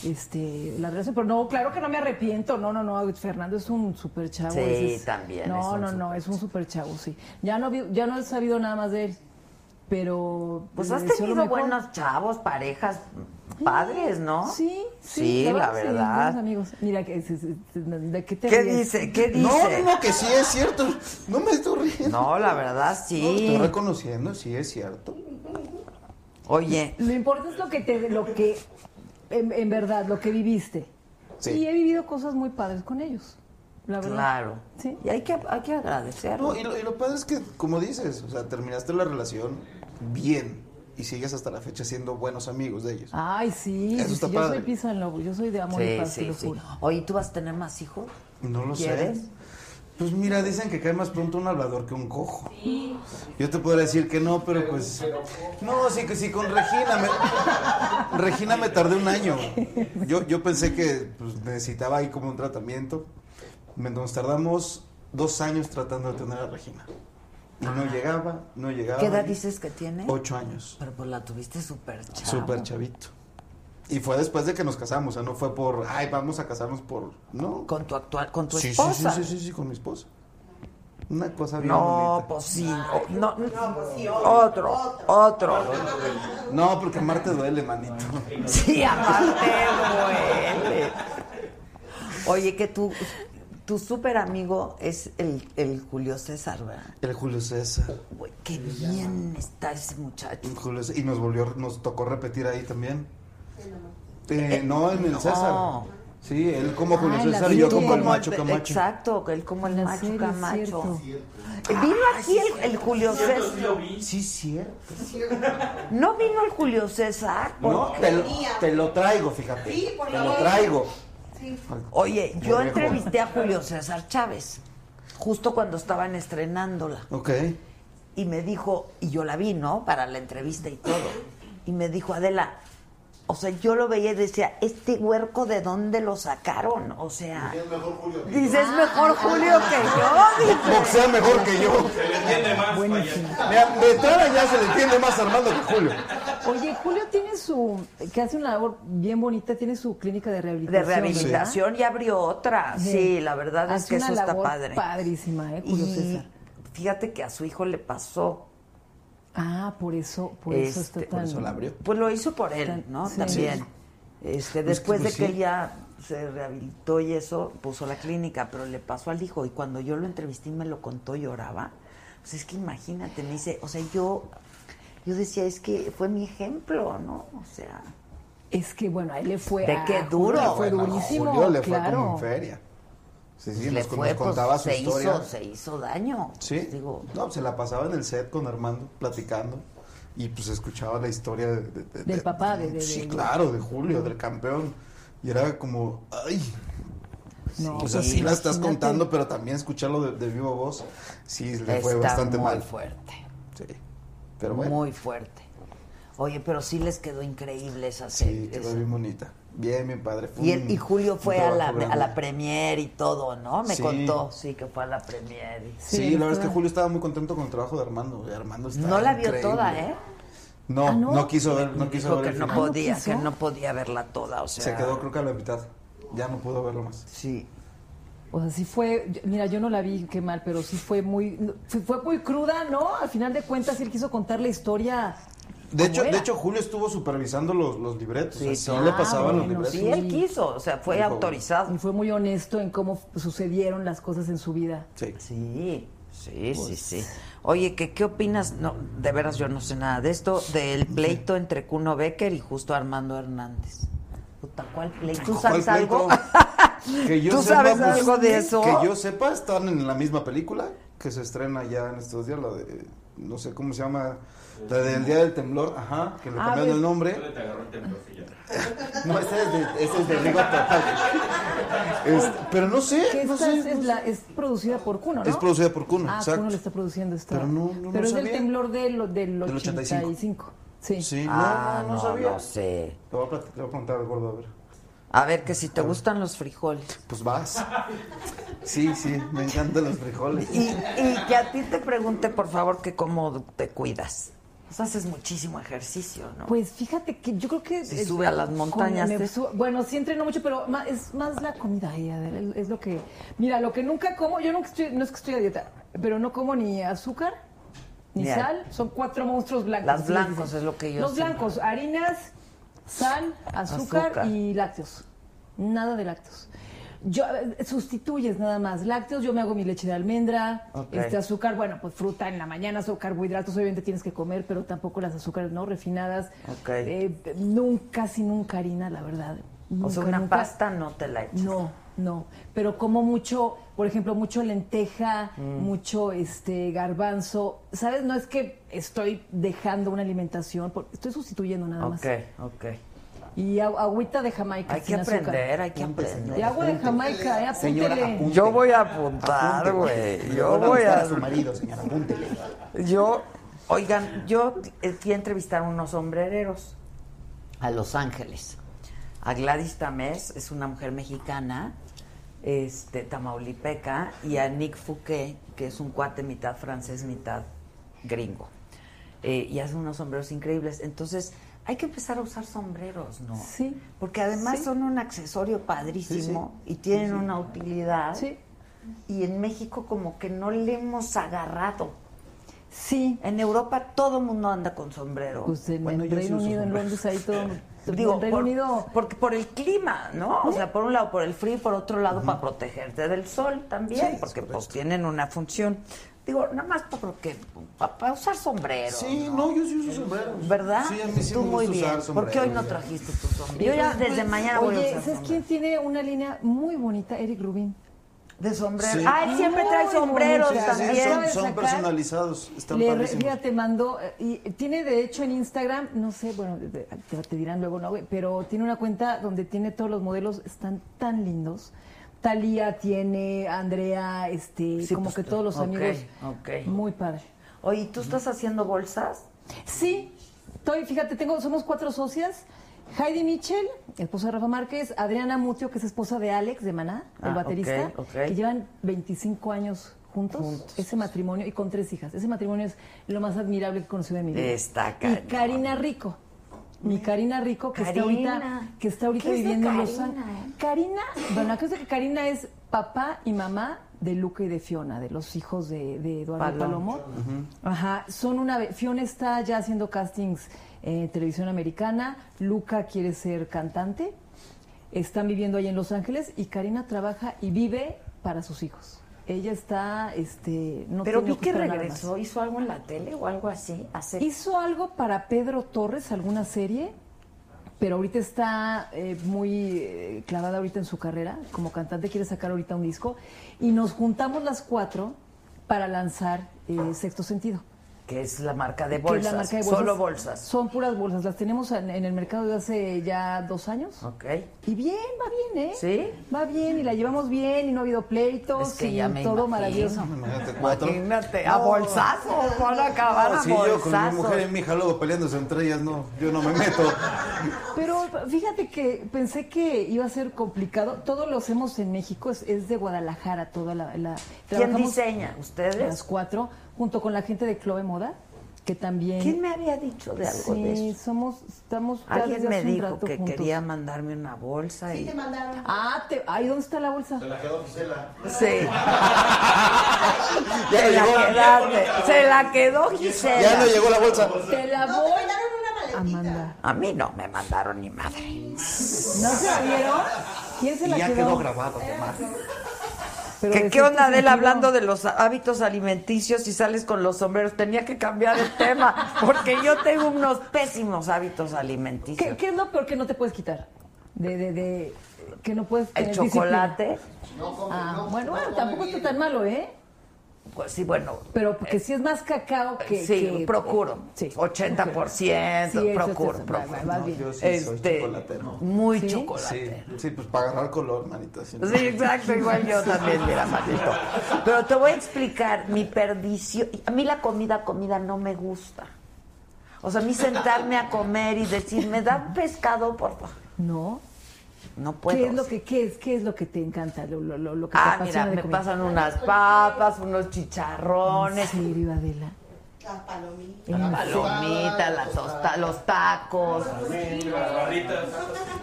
este, la relación. Pero no, claro que no me arrepiento. No, no, no. Fernando es un super chavo.
Sí,
ese es-
también
No,
es un
no, no. Es un super chavo, sí. Ya no, vi- ya no he sabido nada más de él. Pero.
Pues
le
has
deseo lo
tenido
mejor.
buenos chavos, parejas, padres, ¿no?
Sí, sí,
Sí, la
sí,
verdad.
buenos amigos. Mira, que, se- se- se- ¿de qué te
¿Qué
ríes?
dice? ¿Qué dice?
No, no, no, que sí es cierto. No me estoy riendo.
No, la verdad
No,
sí.
estoy reconociendo, sí es cierto.
Oye,
Lo importante es lo que te, lo que, en, en verdad, lo que viviste.
Sí.
Y he vivido cosas muy padres con ellos, la verdad.
claro.
Sí.
Y hay que, hay que agradecerlo.
No, y, lo, y lo padre es que, como dices, o sea, terminaste la relación bien y sigues hasta la fecha siendo buenos amigos de ellos.
Ay, sí,
Eso
sí,
está
sí, yo soy
padre.
Pisa en Lobo, yo soy de amor y
Sí,
paz, te
sí,
lo
sí.
juro.
Oye, ¿tú vas a tener más hijos?
No lo
¿Quieres?
sé. Pues mira, dicen que cae más pronto un hablador que un cojo. Yo te podría decir que no, pero pues... No, sí que sí, con Regina me... Regina me tardé un año. Yo, yo pensé que pues, necesitaba ahí como un tratamiento. Me- Nos tardamos dos años tratando de tener a Regina. Y no llegaba, no llegaba.
¿Qué edad dices que tiene?
Ocho años.
Pero pues la tuviste súper chava.
Súper chavito. Y fue después de que nos casamos, o sea, no fue por, ay, vamos a casarnos por, no.
Con tu actual, con tu
Sí, sí,
esposa.
Sí, sí, sí, sí, con mi
Ah,
esposa. Una cosa bien
No,
bonita.
pues sí. o- No,
pues
otro, otro.
No, porque Marte Este duele, manito.
Sí, aparte duele. Oye, que tu, tu súper amigo es el, el Julio César, ¿verdad?
El Julio César.
Güey, qué bien está ese muchacho.
el Julio César. Y nos volvió, nos tocó repetir ahí también. Eh, no, en el
no.
César. Sí, él como Julio
Ah, en la
César y yo
serie.
como el
Tú
macho camacho.
Exacto, él como el
La
macho
serie,
camacho.
cierto.
Vino
Ah,
aquí el, el Julio César.
Sí, cierto.
No vino el Julio César.
No, te lo, te lo traigo, fíjate.
Sí, por
te
la
lo
ley.
traigo.
Oye, yo
Borrego.
entrevisté a Julio César Chávez justo cuando estaban estrenándola.
Ok.
y me dijo, y yo la vi, ¿no? Para la entrevista y todo. Y me dijo, Adela, o sea, yo lo veía y decía, ¿este huerco de dónde lo sacaron? O sea,
Es mejor Julio.
dices mejor Julio
Ah.
que yo, dice.
Boxea mejor que yo.
Se le entiende más, vaya.
Mira, de entrada ya se le entiende más a Armando que Julio.
Oye, Julio tiene su, que hace una labor bien bonita, tiene su clínica de
De
rehabilitación.
rehabilitación y abrió otra.
¿verdad?
Sí, la verdad es
Hace
que
una
eso está
labor
padre.
padrísima, ¿eh, Julio
Y
César?
fíjate que a su hijo le pasó.
Ah, por eso, por eso está
Este,
tan...
Por eso la abrió.
Pues lo hizo por él,
Tan-
¿no?
sí.
También.
Sí.
Este,
Pues
después
que- pues
de que
sí.
ella se rehabilitó y eso, puso la clínica, pero le pasó al hijo. Y cuando yo lo entrevisté y me lo contó, lloraba. Pues es que imagínate, me dice, o sea, yo, yo decía, es que fue mi ejemplo, ¿no? O sea,
Es que, bueno, a él le fue...
De
a
qué
Julio
duro.
le fue
Bueno,
durísimo,
Julio le fue
claro.
como en feria. Sí, sí,
le
nos,
fue,
nos contaba
pues,
su
se,
historia.
hizo, se hizo daño.
Sí.
Pues digo,
no, pues, se la pasaba en el set con Armando, platicando. Y pues escuchaba la historia de- de- de-
Del
de-
papá, de- de-
Sí,
de-
claro, de Julio, del campeón. Y era como, ay.
No,
o
pues,
sea, sí la estás
imagínate.
contando, pero también escucharlo de, de viva voz, sí le fue
está
bastante
muy
mal.
fuerte,
Sí. Pero bueno.
muy fuerte. Oye, pero sí les quedó increíble esa serie.
Sí, quedó bien bonita. Bien, bien padre. Fue
Y,
un-
el- y Julio
un
fue a la,
trabajo
a
grande.
la premier y todo, ¿no? Me
Sí.
contó, sí, que fue a la premier. y-
Sí, la verdad es que Julio estaba muy contento con el trabajo de Armando. y Armando está
No la vio
increíble.
toda, ¿eh?
No,
Ah, ¿no?
no, quiso ver, no quiso
Dijo
ver
que
el
no
final.
podía, que no podía verla toda, o sea.
Se quedó creo que a la mitad. Ya no pudo verlo más.
Sí.
O sea, sí fue, yo- mira, yo no la vi, qué mal, pero sí fue muy, no, fue, fue muy cruda, ¿no? Al final de cuentas, él quiso contar la historia.
De hecho,
era?
de hecho, Julio estuvo supervisando los, los libretos. o sea, sí
claro,
le pasaban
Ah,
los
bueno,
libretos.
sí, él quiso, o sea, fue autorizado.
Y fue muy honesto en cómo sucedieron las cosas en su vida. Ah,
Sí.
Sí, sí, sí,
Pues
sí. Oye, ¿qué, ¿qué opinas? No, de veras yo no sé nada de esto, del pleito entre Cuno Becker y justo Armando Hernández. Puta, ¿cuál pleito? ¿Tú
¿Cuál
sabes algo?
pleito? Que yo
¿Tú
sepa,
sabes
pues,
algo de eso?
Que yo sepa, están en la misma película que se estrena ya en estos días, la de, no sé cómo se llama, la del Día del Temblor, ajá, que le
Ah,
pues
cambiaron
ves.
el nombre. No, ese es de, ese es de Riva Total. Este, pero no sé,
Que
no
esta
sé.
es, es la- es producida por Cuno, ¿no?
Es producida por Cuno,
Ah,
exacto.
Cuno la está produciendo esta.
Pero no- no- no
Pero es del
sabía.
temblor del, del,
Del
85.
85.
Sí.
Sí, no,
Ah,
no,
no,
sabía.
no sé.
Te voy a plat- te voy a preguntar al gordo, a ver.
A ver, que si te gustan los frijoles.
Pues vas. Sí, sí, me encantan los frijoles.
Y, y que a ti te pregunte, por favor, que cómo te cuidas. O sea, haces muchísimo ejercicio, ¿no?
Pues fíjate que yo creo que.
Si
es-
sube a las montañas, ¿eh?
me
te-
su- bueno, sí entreno mucho, pero ma- es más la comida, ahí, Adela, Es lo que. Mira, lo que nunca como, yo nunca estoy, no es que estoy a dieta, pero no como ni azúcar, ni
Ni a-
sal. Son cuatro monstruos blancos.
Las
así les
blancos
dicen.
es lo que yo
Los
siempre-
blancos, harinas, sal, azúcar,
Azúcar.
y lácteos. Nada de lácteos. Yo, eh, sustituyes nada más lácteos, yo me hago mi leche de almendra,
Ok.
este azúcar, bueno, pues fruta en la mañana, son carbohidratos, obviamente tienes que comer, pero tampoco las azúcares no refinadas,
Ok.
eh, nunca, casi nunca harina, la verdad.
o sea,
Nunca,
una
nunca.
pasta no te la echas.
No, no. Pero como mucho, por ejemplo, mucho lenteja,
Mm.
mucho este garbanzo. ¿Sabes? No es que estoy dejando una alimentación, por- estoy sustituyendo nada
Ok, ok.
más. Y agu- agüita de Jamaica.
Hay que
sin azúcar.
aprender, hay que aprender.
Y agua de Jamaica, eh,
Señora,
apúntele.
apúntele.
Yo voy a apuntar, güey. Yo voy a.
su marido, señora, apúntele.
Yo, oigan, yo eh, fui a entrevistar a unos sombrereros a Los Ángeles. A Gladys Tamés, es una mujer mexicana, este, tamaulipeca, y a Nick Fouquet, que es un cuate mitad francés, mitad gringo. Eh, y hace unos sombreros increíbles. Entonces, hay que empezar a usar sombreros, ¿no?
Sí.
Porque además
Sí.
son un accesorio padrísimo y tienen una utilidad. Y en México como que no le hemos agarrado.
Sí.
En Europa todo mundo anda con sombrero.
Pues en el Reino Unido, en Londres, ahí todo.
Digo,
en Reino
por,
Unido.
porque por el clima, ¿no? O sea, por un lado por el frío y por otro lado para protegerte del sol también, porque pues tienen una función. Digo, nada más porque para, usar sombrero.
Sí, no, yo sí uso sombreros.
¿Verdad?
Sí, a mí sí
Tú
me
muy
gusta
bien.
usar
¿Por qué hoy no
sombreros, ya.
trajiste tu sombrero? Yo ya desde mañana voy a
Oye,
usar
¿sabes
sombrero.
quién tiene una línea muy bonita? Eric Rubin.
De sombrero.
Sí.
Ah, él siempre trae
Muy
sombreros
bonita.
Sí,
también.
son,
¿Sabes
son
sacar?
personalizados, están
Le,
padrísimos.
te mandó, eh, y tiene de hecho en Instagram, no sé, bueno, de- de- te, te dirán luego, no, güey, pero tiene una cuenta donde tiene todos los modelos, están tan lindos. Talía tiene, Andrea, este,
Sí,
como
pues,
que todos los
ok,
amigos.
ok.
Muy padre.
Oye, ¿tú estás haciendo bolsas?
Sí, estoy, fíjate, tengo, somos cuatro socias. Heidi Mitchell, esposa de Rafa Márquez, Adriana Mutio, que es esposa de Alex de Maná,
Ah,
el baterista,
ok, ok.
que llevan 25 años juntos, ese matrimonio, y con tres hijas. Ese matrimonio es lo más admirable que he conocido de mi vida.
Está
Y
cañón.
Karina Rico. Mi Karina Rico, que está ahorita,
Karina.
que está ahorita
¿Qué es de
viviendo en Los
Karina, eh?
Ángeles. Karina, bueno, la cosa es que Karina es papá y mamá de Luca y de Fiona, de los hijos de, de Eduardo
Palomo.
Palomo. Ajá, son una... ve- Fiona está ya haciendo castings eh, en televisión americana, Luca quiere ser cantante, están viviendo ahí en Los Ángeles y Karina trabaja y vive para sus hijos. Ella está, este, no
Pero
tiene
vi que
ocupa nada
regresó,
más.
hizo algo en la tele o algo así. Hace...
Hizo algo para Pedro Torres, alguna serie, pero ahorita está eh, muy eh, clavada ahorita en su carrera, como cantante quiere sacar ahorita un disco, y nos juntamos las cuatro para lanzar eh, Sexto Sentido,
que es la marca de
que
bolsas.
es la marca de bolsas.
Solo bolsas.
Son puras bolsas. Las tenemos en, en el mercado de hace ya dos años.
Ok.
Y bien, va bien, ¿eh?
Ah. ¿Sí?
Va bien y la llevamos bien y no ha habido pleitos
Es que
y
ya me
todo
imagino.
maravilloso.
Imagínate cuatro.
Imagínate, a bolsazo, van a acabar a
si yo con mi
bolsazos.
mujer y mi hija luego peleándose entre ellas, no, yo no me meto.
Pero fíjate que pensé que iba a ser complicado. Todo lo hacemos en México, es, es de Guadalajara toda la... la-
¿Quién
trabajamos
diseña? ¿Ustedes?
Las cuatro, junto con la gente de Chloe Moda, que también...
¿Quién me había dicho de algo
sí,
de eso?
somos, estamos... ya
Alguien
desde
me
hace un
dijo
rato
que
juntos.
quería mandarme una bolsa y...
mandaron.
Ah, te, ay, ¿dónde está la bolsa?
La quedó Gisela.
Sí.
Ya
se, la
llegó.
quedaste. se la quedó Gisela.
Ya no llegó la bolsa.
Te la
No,
voy
te mandaron una maletita.
a mandar.
A mí no me mandaron ni madre.
¿No se la vieron? ¿Quién se
Y
la
ya
quedó?
quedó grabado, además.
Pero
¿Qué,
de
¿Qué onda,
cierto
Adela,
sentido-
hablando de los hábitos alimenticios y sales con los sombreros? Tenía que cambiar el tema, porque yo tengo unos pésimos hábitos alimenticios.
¿Qué, qué es lo peor que no te puedes quitar? De, de, de, que no puedes
El
tener
chocolate,
disciplina. Ah, bueno, bueno, tampoco está tan malo, ¿eh?
pues sí, bueno,
Pero porque si es más cacao que...
Eh, sí,
que-
procuro.
Sí.
80%,
Sí, eso,
procuro,
eso,
procuro.
va, va, va bien.
Yo sí soy
Este,
chocolatero.
Muy
¿Sí?
Sí,
chocolate.
sí, pues para agarrar color, manita. si no-
Sí, exacto, igual yo también, mira, maldito. Pero te voy a explicar mi perdición. A mí la comida, comida no me gusta. O sea, a mí sentarme a comer y decir, me da pescado, por favor.
No.
No puedo.
¿Qué es, lo que, qué, es, ¿Qué es lo que te encanta? Lo, lo, lo, lo que
Ah,
te
mira,
apasiona de
me
comer?
pasan unas papas, unos chicharrones,
¿En serio, Adela?
La palomita.
la palomita, la tosta, los tacos.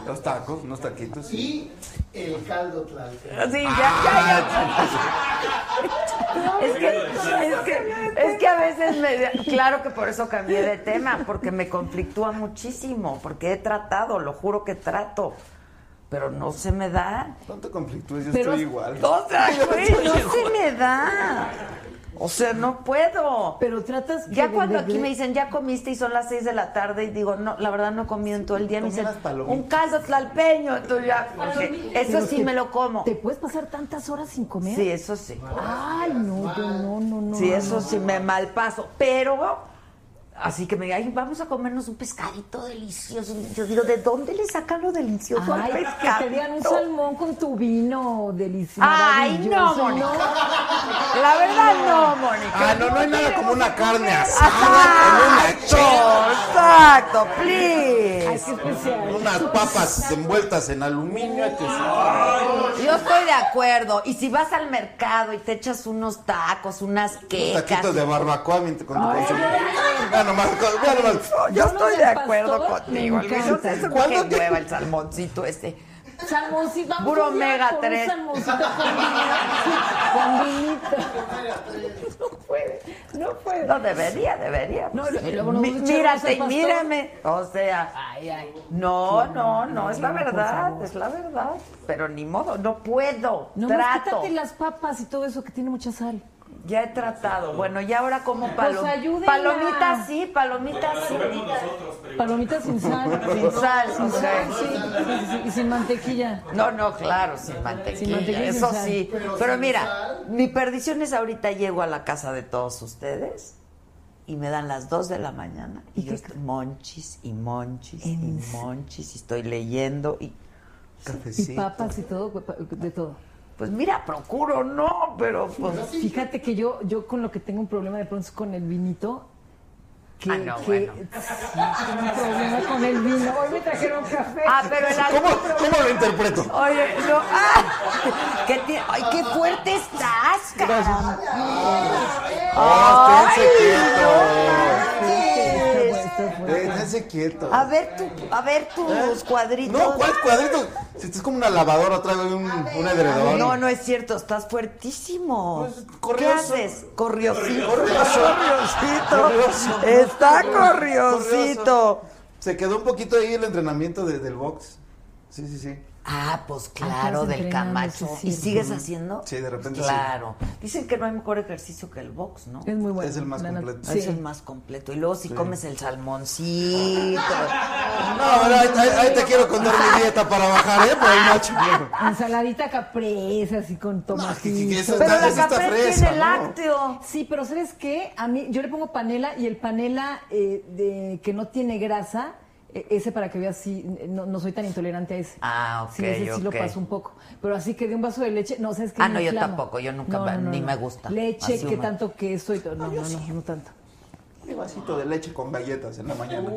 Los tacos, unos taquitos. sí.
Y el caldo tlalpeño.
Sí, ya, ya, ya. Es que, es, que, es que a veces me. Claro que por eso cambié de tema, porque me conflictúa muchísimo, porque he tratado, lo juro que trato, pero no se me da.
Tanto conflicto, Pues yo
Pero-
estoy igual.
O sea, güey, no se me da. O sea, no puedo.
Pero tratas...
Ya
de-
cuando
de-
aquí
de-
me dicen, ya comiste y son las 6 de la tarde y digo, no, la verdad no he comido en todo el día, me
Comí
dicen,
las palomitas.
un caldo tlalpeño, entonces ya, porque eso
Pero
sí
te-
me lo como.
¿Te puedes pasar tantas horas sin comer?
Sí, eso sí.
Ay, no, yo no, no, no.
Sí,
no,
eso
no.
sí me malpaso, pero así que me digan, vamos a comernos un pescadito delicioso. Yo digo, ¿de dónde le sacan lo delicioso al
Ay,
pescado?
que te dieran un salmón con tu vino delicioso.
Ay, no, Mónica. La verdad no, Mónica.
Ah, no, no hay nada como una carne
Ah,
asada en un
Exacto, exacto, please.
Ay, qué especial.
Unas papas envueltas en aluminio. que
Ah. Yo estoy de acuerdo. Y si vas al mercado y te echas unos tacos, unas
sí,
quejas.
taquitos de barbacoa mientras- con tu consomé. Ya nomás, con- ya nomás.
Yo
Yo
estoy
los
de
del
acuerdo
pastor
contigo.
me
Luis. Yo
encantan.
sé eso
¿Cuándo
que
te-
hueva el salmoncito este.
Salmoncito, vamos
Puro
un día
omega
con
tres.
Un salmoncito con vinito. Con vinito. No puede, no puede.
No debería, debería.
No,
Pues,
y luego nos
mi-
echamos
mírate,
al pastor.
mírame. O sea,
Ay, ay.
no, no, no, es la
no, por
verdad,
favor.
es la verdad. Pero ni modo, no puedo.
No, más
Trato.
quítate las papas y todo eso que tiene mucha sal.
Ya he tratado. Bueno, y ahora como palo-
Pues ayúdenla.
palomita sí, palomita sí.
Palomitas sin sal.
Sin sal,
Sin
ok.
sal, sí. sí, sí, sí, Y sin mantequilla.
No, no, claro, sin mantequilla,
Sin mantequilla y sin
eso
sal.
sí. Pero, mira, mi perdición es ahorita llego a la casa de todos ustedes y me dan las 2 de la mañana y, yo estoy monchis y monchis y
En-
monchis y estoy leyendo y
Y papas y todo, de todo.
pues mira, procuro no, pero pues
Fíjate que yo, yo con lo que tengo un problema de pronto es con el vinito. Que,
Ah, no,
que-
bueno.
sí, tengo un problema con el vino. Hoy me trajeron café.
Ah, pero el
¿Cómo,
alcohol-
¿Cómo lo interpreto?
Oye, no. ¡Ah! ¿Qué ti- ¡Ay, qué fuerte estás, caramba!
Ah, esténse
Ay, no manches.
quietos. Esténse quietos.
A ver, tu, a ver tus cuadritos.
¿Eh? No, ¿cuál cuadrito? Si estás como una lavadora, trae un, un edredón.
No, no es cierto, estás fuertísimo.
Pues,
¿Qué
corrioso.
haces? Corriosito.
Corrioso.
Corriosito.
Corrioso.
Está corriosito.
Se quedó un poquito ahí el entrenamiento de- del box. Sí, sí, sí.
Ah, pues claro,
Estás
del
entrenando,
Camacho.
sí,
¿Y
sí.
sigues haciendo?
Sí, de repente sí.
Claro. Dicen que no hay mejor ejercicio que el box, ¿no?
Es muy bueno.
Es el más
la neta.
completo.
Sí.
Es el más completo. Y luego si comes el salmoncito. No,
Ah, bueno, ahí, ahí- ahí te quiero contar mi dieta para bajar, ¿eh? Por el macho.
Ah, Ensaladita capresa, así con tomatito.
que- que esa Pero está- la esa está caprese fresa, tiene ¿no?
lácteo. Sí, pero ¿sabes qué? A mí, yo le pongo panela y el panela eh, de, que no tiene grasa, eh, ese para que veas si no, no soy tan intolerante a ese.
Ah, ok,
Sí, ese sí lo
ok.
paso un poco. Pero así que de un vaso de leche, no, ¿sabes qué?
Ah,
Me
no, yo
inflama.
tampoco, yo nunca va- ni me gusta.
Leche,
Así
que
húmeda.
tanto queso y todo. No, no, no, no tanto.
Mi vasito de leche con galletas en la mañana.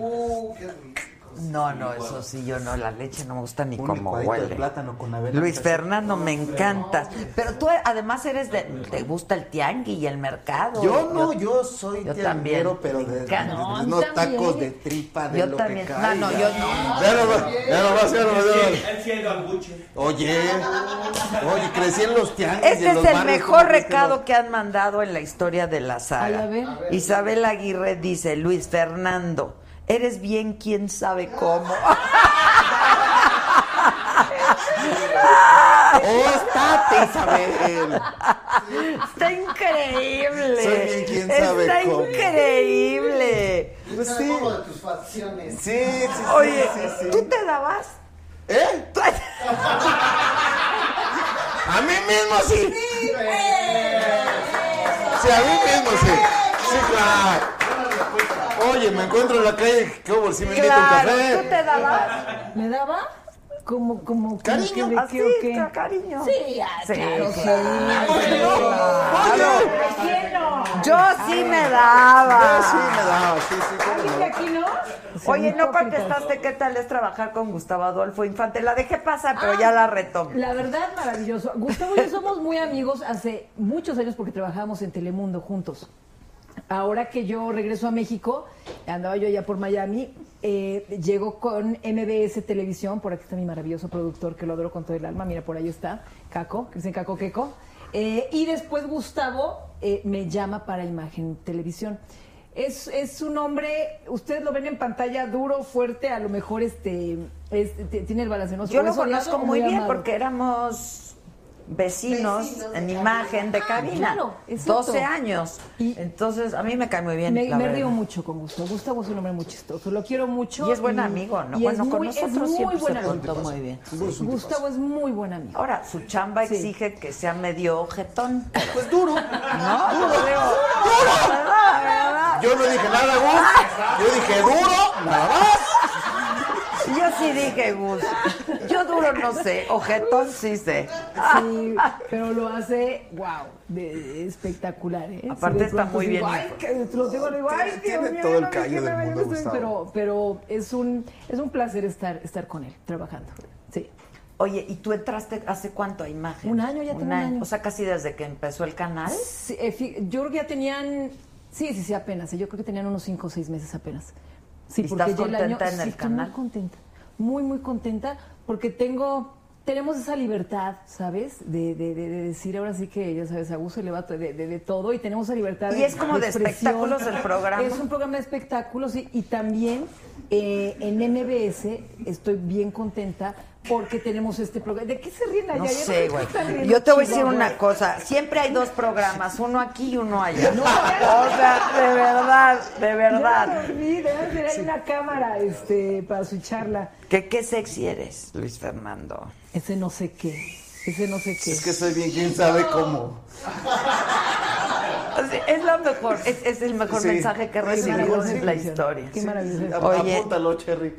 No, no, eso sí, yo no, la leche no me gusta ni como
licuadito de
huele.
plátano con avena.
Luis Fernando, me encanta. Pero tú eh, además eres de, te gusta el tiangui y el mercado.
Yo no, yo soy
yo
tianguero,
también.
pero de,
Me
de-
encanta.
de- de- no tacos de tripa, de
Yo
lo
también.
que
No,
caiga.
no, yo no.
Ya no va, ya no va, ya no va, ya no va.
Él sí es gambuche.
Oye, oye, crecí en los tianguis. y
Este
en
es
los
el
barrios,
mejor
¿cómo crees que no?
recado que han mandado en la historia de la saga.
Ay, a ver. A ver.
Isabel Aguirre dice, Luis Fernando, eres bien quien sabe cómo. Oh,
¡Óstate, Isabel!
Está increíble.
Soy bien quien sabe
Está
cómo.
increíble.
Pues sí. Sí, sí, sí,
Oye,
sí, sí.
¿tú te dabas?
¿Eh? A mí mismo sí. Sí, a mí mismo sí. Sí, claro. Oye, me encuentro en la calle, ¿qué hubo? Si me invita un
Claro,
café.
¿tú te dabas?
¿Me daba? Como, como, como
Cariño,
que de
así,
qué o qué?
ca- cariño.
Sí, ah,
Sí,
claro, sí.
claro.
Claro.
Yo sí me daba.
Yo sí me daba, sí, sí. cómo no.
aquí no?
Oye, no contestaste qué tal es trabajar con Gustavo Adolfo Infante. La dejé pasar,
Ah.
pero ya la retomo.
La verdad, maravilloso. Gustavo y yo somos muy amigos hace muchos años porque trabajábamos en Telemundo juntos. Ahora que yo regreso a México, andaba yo ya por Miami, eh, llego con MBS Televisión, por aquí está mi maravilloso productor que lo adoro con todo el alma, mira, por ahí está, Caco, que dicen Caco Queco. Eh, y después Gustavo eh, me llama para Imagen Televisión. Es, es un hombre, ustedes lo ven en pantalla duro, fuerte, a lo mejor este, es- t- tiene el balance. No sé,
Yo
o
lo
es odiado
conozco
o
muy bien
amado.
porque éramos vecinos,
Vecinos de
en
cabina.
imagen de
Ah,
cabina.
claro, es cierto.
12 años. Entonces, a mí me cae muy bien.
Me,
la
me
verdad.
río mucho con Gustavo. Gustavo es un hombre muy chistoso. Lo quiero mucho.
Y es buen amigo, ¿no?
y
Bueno,
es
con
muy,
nosotros
es muy
siempre se
buen
portó
amigo.
muy bien.
Sí, Gustavo es muy buen amigo.
Ahora, su chamba exige que sea medio jetón.
Pues duro.
No,
Duro.
lo veo. ¿Verdad? ¿Verdad?
Yo no dije nada, Gus. Yo dije duro, nada más.
Yo sí dije, Gus. Yo duro no sé, ojetón sí sé.
Sí, pero lo hace, wow, de, de espectacular, ¿eh?
Aparte
Sí, de
está
pronto
muy
digo,
bien
Ay, que- lo digo, le digo, ay, Dios
Tiene
mío,
todo el
no me
callo
quiero,
del
no me
mundo,
estoy-
Gustavo.
Pero, pero es un es un placer estar estar con él, trabajando. Sí.
Oye, ¿y tú entraste hace cuánto a imagen?
Un año, ya tengo un año.
O sea, casi desde que empezó el canal.
Sí, eh, fi- yo creo que ya tenían, sí, sí, sí, apenas. eh, Yo creo que tenían unos cinco o seis meses apenas. Sí,
¿Y
porque
estás
ya el año-
contenta en
sí,
el
estoy
canal?
Muy contenta, muy, muy contenta, porque tengo, tenemos esa libertad, ¿sabes? De, de- de- de decir ahora sí que, ya sabes, a gusto y le va to- de, de- de todo y tenemos esa libertad.
Y es como de
expresión.
espectáculos el programa.
Es un programa de espectáculos y, y también eh, en MBS estoy bien contenta porque tenemos este programa. ¿De qué se ríen allá?
No
Ya
sé,
me
güey.
están riendo,
Yo te voy a decir
Chihuahua.
una cosa. Siempre hay dos programas, uno aquí y uno allá. O sea, de verdad, de
Ya
verdad.
me dormí, debe haber ahí una cámara este, para su charla.
¿Qué, qué sexy eres, Luis Fernando?
Ese no sé qué. Ese no sé qué.
Es que soy bien, quién sabe cómo.
O sea, es lo mejor, es, es el mejor
Sí.
mensaje que he recibido
maravillosa
en la
elección.
historia.
Qué maravillosa
Sí,
elección.
Oye,
Apúntalo, Cherry.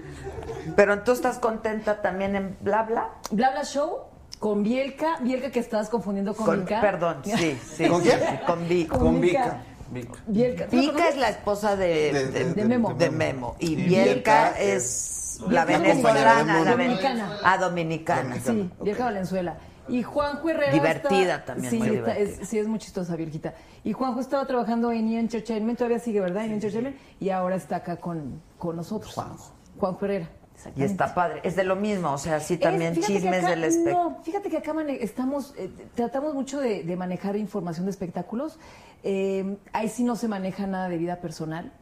pero tú estás contenta también en bla bla.
Bla Bla Show con Bielka. Bielka que estabas confundiendo con,
Con-
Mica.
perdón, sí, sí.
¿Con
sí,
quién?
sí, Con Vic.
Con
Vica.
Vika. Vika.
Bielka. ¿Tú
Vika
conoces?
es la esposa de,
De-
de-
de-
de Memo.
de Memo. Y,
Y
Bielka
Bielka
es la
la
venezolana,
compañera
la
de Memo.
dominicana.
Dominicana.
Ah, dominicana.
Sí, Bielka Valenzuela. Y Juanjo Herrera.
Divertida
está-
también,
Sí,
muy
está-
divertida.
es, sí, es muy chistosa, Bielquita. Y Juanjo estaba trabajando en E! Entertainment, todavía sigue, ¿verdad? En E! Entertainment. Y ahora está acá con, con nosotros. Juanjo. Juanjo Herrera.
Y está padre. Es de lo mismo, o sea, sí
Es-
también
fíjate que
chismes
acá-
del espectáculo.
No, fíjate que acá mane- estamos, eh, tratamos mucho de, de manejar información de espectáculos. Eh, ahí sí no se maneja nada de vida personal.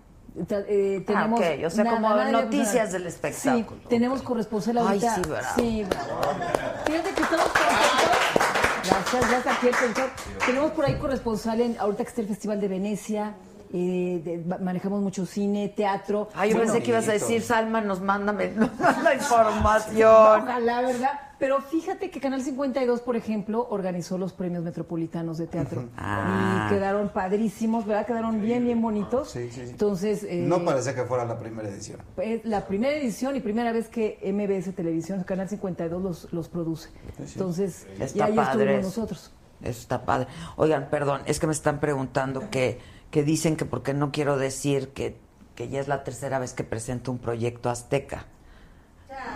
Tra- eh, tenemos
Ah, ok, o sea, como
de vida
noticias
personal.
del espectáculo,
Sí, tenemos corresponsal
Ay,
ahorita.
sí, bravo.
Sí, bravo. Fíjate que estamos contentos. Gracias, gracias aquí el productor. Tenemos por ahí corresponsal en, ahorita que está el Festival de Venecia. eh, de- ba- manejamos mucho cine, teatro.
Ay, yo
Bueno,
pensé que ibas a decir, Salma, nos manda, nos manda información.
Ojalá, Ah, ¿verdad? Pero fíjate que Canal 52, por ejemplo, organizó los premios metropolitanos de teatro.
Ah.
Y quedaron padrísimos, ¿verdad? Quedaron bien, bien bonitos.
Sí, sí, sí.
Entonces, eh,
No parecía que fuera la primera edición.
es la primera edición y primera vez que MBS Televisión, Canal 52, los, los produce. Entonces, y
Está
ahí
padre.
estuvimos
eso.
nosotros.
Eso está padre. Oigan, perdón, es que me están preguntando que, que dicen que porque no quiero decir que, que ya es la tercera vez que presento un proyecto azteca.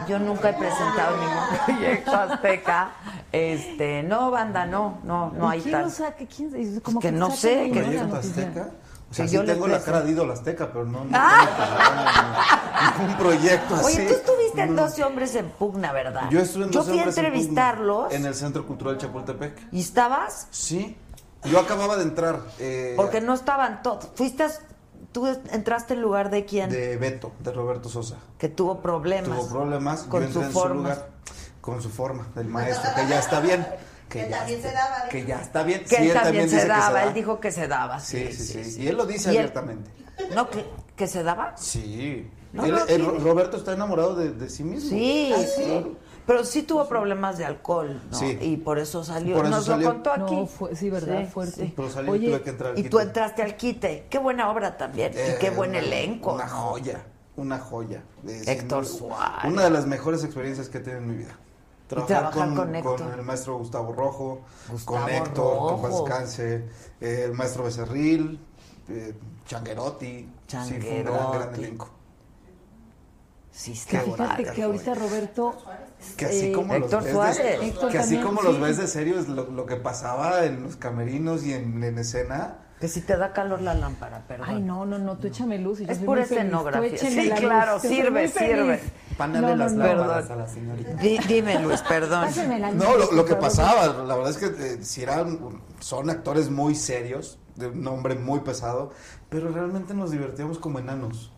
Yo nunca he presentado ningún proyecto azteca. Este, no, banda, no, no, no
¿Y
hay
quién
tal.
lo saque? ¿Quién? es Como
que
que
no
saque
sé,
ahí,
que-
¿no? la
¿Proyecto
noticia.
Azteca? O sea,
Que
sí
yo les
tengo la
presento.
cara de ídolo azteca, pero no, no tengo ningún proyecto así. Mm.
Oye, tú estuviste en 12 hombres en pugna, ¿verdad?
Yo estuve en
Yo
12
fui a
hombres en Puebla,
entrevistarlos.
En el Centro Cultural Chapultepec.
¿Y estabas?
Sí. Yo acababa de entrar. eh,
Porque no estaban todos. Fuiste, a- tú entraste en lugar de quién?
De Beto, de Roberto Sosa.
Que tuvo problemas.
Tuvo problemas.
Con
yo entré
su
en
forma.
su lugar. Con su forma, del maestro, que ya está bien. Que,
Que
ya,
también
está,
se daba,
que ya está bien.
Que
Sí,
él también, se
dice que
daba,
da.
él dijo que se daba.
Sí, sí, sí, Y él lo dice
Y él-
abiertamente.
No, que, que se daba.
Sí.
No,
Él-
no,
él-
sí.
Roberto está enamorado de, de sí mismo.
Sí,
Ah,
sí. Pero sí tuvo problemas de alcohol, ¿no?
Sí.
Y por eso salió.
Por eso
Nos
salió.
lo contó aquí.
No, fue- sí, ¿verdad? Fuerte.
Pero salió y
Oye,
tuve que entrar al
Y
quite.
tú entraste al quite. Qué buena obra también. y qué
Eh,
buen
una-
elenco.
Una
¿no?
joya, una joya. Eh,
Héctor
sin duda,
Suárez.
Una de las mejores experiencias que he tenido en mi vida.
trabajar con Héctor.
el maestro Gustavo Rojo,
Gustavo
con Héctor, con
Rojo.
Vascance, el maestro Becerril, eh, Changuerotti. Sí, fue un gran, gran
Changuerotti.
elenco.
Sí,
Que fíjate que ahorita Roberto...
Que así
eh,
como los ves de-
Héctor
que así
también,
como los
sí.
ves de serio es lo, lo que pasaba en los camerinos y en, en escena.
Que si te da calor la lámpara, perdón.
Ay, no, no, no, tú échame luz. Y yo
Es
soy
pura
muy feliz, tú
escenografía.
échame
Sí,
la
claro,
luz, yo soy
sirve,
muy feliz.
sirve.
Pánale
No, no,
las
no.
lámparas a la señorita.
Di- dime, Luis, perdón.
Pásenme la
No, lo, lo que pasaba, la verdad es que eh, si eran, son actores muy serios, de un nombre muy pesado, pero realmente nos divertíamos como enanos.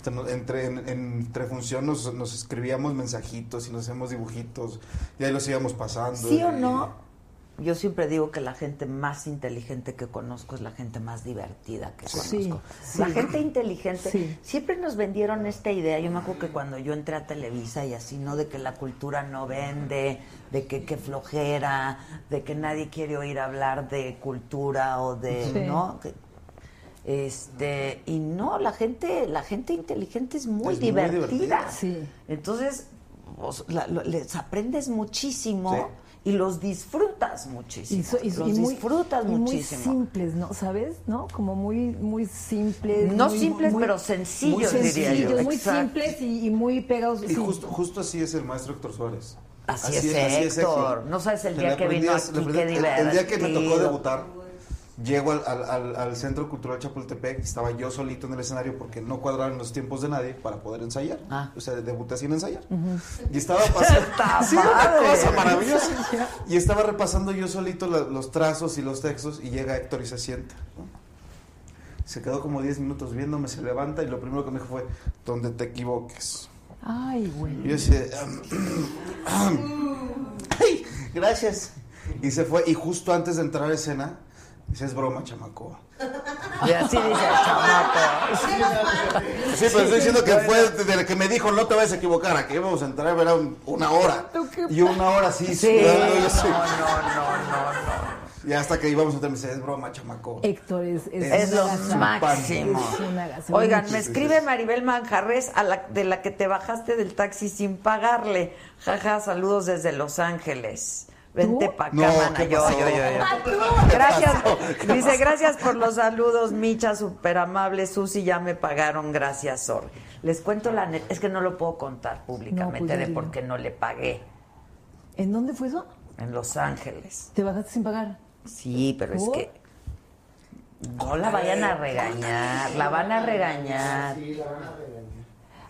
O sea, no- Entre, en- entre función nos, nos escribíamos mensajitos y nos hacíamos dibujitos y ahí los íbamos pasando.
¿Sí o
y-
no? Yo siempre digo que la gente más inteligente que conozco es la gente más divertida que conozco.
Sí,
La
sí.
gente inteligente.
Sí.
Siempre nos vendieron esta idea. Yo me acuerdo que cuando yo entré a Televisa y así, ¿no? De que la cultura no vende, de que qué flojera, de que nadie quiere oír hablar de cultura o de,
Sí.
¿no? Que- Este, y no, la gente, la gente inteligente es muy
Es muy
divertida.
divertida.
Sí.
Entonces, pues, la- lo- les aprendes muchísimo y los disfrutas muchísimo.
Y, so- y-
los
y muy,
disfrutas
y
muchísimo.
muy simples, ¿no? ¿Sabes? ¿No? Como muy, muy simples.
No
muy-
simples,
muy-
pero sencillos,
muy
diría yo.
sencillos, Muy
Exacto.
simples y, y muy pegados.
Y
sí.
justo, justo así es el maestro Héctor Suárez.
Así es Héctor. No sabes el
Te
día
le
que vino
aprendías-
aquí,
le aprendías-
qué
el- el, día que me tocó
divertido.
debutar, llego al, al- al- al Centro Cultural Chapultepec, estaba yo solito en el escenario porque no cuadraban los tiempos de nadie para poder ensayar.
Ah.
O sea, debuté sin ensayar. Y estaba pasando...
Está
Sí, una
padre.
cosa maravillosa. Y estaba repasando yo solito la- los trazos y los textos y llega Héctor y se sienta. ¿no? Se quedó como 10 minutos viéndome, se levanta y lo primero que me dijo fue, donde te equivoques.
Ay, güey.
Y Yo así de, ay, gracias. Y se fue, y justo antes de entrar a escena, dice, es broma, chamaco.
Y así dice el chamaco.
Sí, pero estoy diciendo que fue del que me dijo, no te vas a equivocar, aquí vamos a entrar, verá, un- una hora. Y una hora sí,
Sí,
sudando, yo así.
no, no, no, no, no.
Y hasta que íbamos a entrar, me dice, es broma, chamaco.
Eh.
Héctor es, es,
Es
una
lo
gasa.
máximo.
Es una gasa.
Oigan,
Mucho.
me escribe Maribel Manjarres, a la, de la que te bajaste del taxi sin pagarle. Jaja, saludos desde Los Ángeles. Vente pa' acá,
No,
mana.
¿qué
Yo,
pasó?
yo, yo, yo.
Ah, tú.
Gracias.
¿Qué pasó? ¿Qué
Dice,
pasó?
gracias por los saludos, Micha, súper amable. Susi, ya me pagaron, gracias, Sor. Les cuento la neta, es que no lo puedo contar
No,
públicamente
pues,
de
dilo.
por qué no le pagué
¿En dónde fue eso?
en Los Ángeles.
¿Te bajaste sin pagar?
Sí, pero es
¿Por?
que no la vayan a regañar, la van a regañar.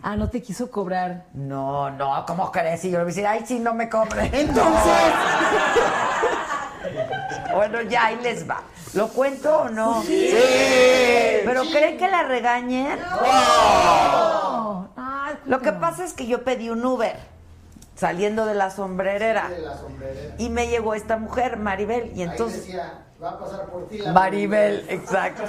Ah, no te quiso cobrar.
No, no, ¿cómo crees? Y yo le voy a decir, ay, sí, no me compren.
Entonces.
bueno, ya ahí les va. ¿Lo cuento o no?
Sí. Sí.
¿Pero creen que la regañen?
No. Ah,
Lo que pasa es que yo pedí un Uber. saliendo de la sombrerera.
Sí, de la sombrerera.
Y me llegó esta mujer, Maribel, y entonces...
Ahí decía, va a pasar por ti la
Maribel, exacto.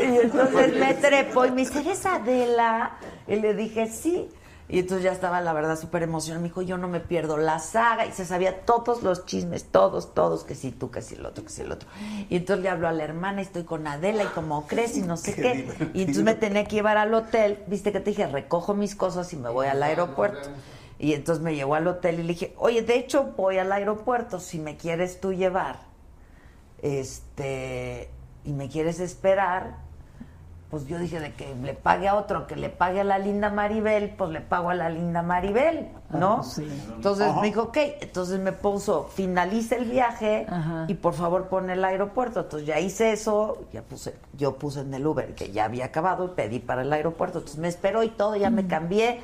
Y entonces me trepo y me dice, ¿eres Adela? Y le dije, sí. Y entonces ya estaba, la verdad, súper emocionada. Me dijo, yo no me pierdo la saga. Y se sabía todos los chismes, todos, todos, que sí tú, que sí el otro, que sí el otro. Y entonces le hablo a la hermana, y estoy con Adela, y como crees, y no sé
Qué
qué.
divertido.
Y entonces me tenía que llevar al hotel. Viste que te dije, recojo mis cosas y me voy al aeropuerto. Y entonces me llevó al hotel y le dije, oye, de hecho voy al aeropuerto, si me quieres tú llevar, este, y me quieres esperar, pues yo dije de que le pague a otro, que le pague a la linda Maribel, pues le pago a la linda Maribel, ¿no?
Ah, sí.
Entonces
Ajá.
me dijo, ok, entonces me puso, finaliza el viaje y por favor pon el aeropuerto. Entonces ya hice eso, ya puse, yo puse en el Uber que ya había acabado y pedí para el aeropuerto. Entonces me esperó y todo, ya me cambié,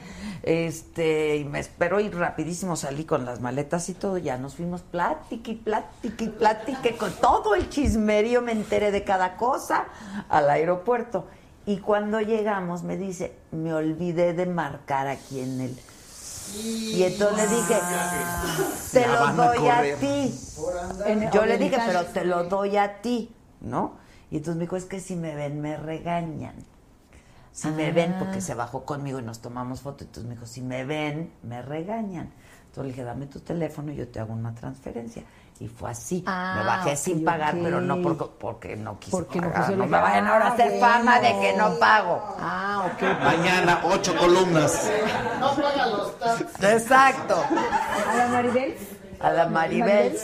este, y me esperó y rapidísimo salí con las maletas y todo, ya nos fuimos plática y plática y plática, y con todo el chismerío me enteré de cada cosa al aeropuerto. Y cuando llegamos me dice, me olvidé de marcar aquí en el... Y entonces le dije, te
La
lo
van a
doy a,
correr.
ti.
Por andar en
Yo le dije, pero
orientales.
te lo doy a ti, ¿no? Y entonces me dijo, es que si me ven, me regañan. Si me ven,
Ah.
porque se bajó conmigo y nos tomamos foto, entonces me dijo, si me ven, me regañan. Entonces le dije, dame tu teléfono y yo te hago una transferencia. Y fue así. me
Ah,
bajé
ok,
sin pagar,
ok.
pero no porque, porque no quise
Porque no
pagar.
quise
no me
elegir.
vayan ahora a hacer
Ah,
fama de
bueno.
que no pago.
Ah, ok.
Mañana, ocho columnas.
No paga los taxis.
Exacto.
¿A la Maribel?
A la Maribel.
Maribel.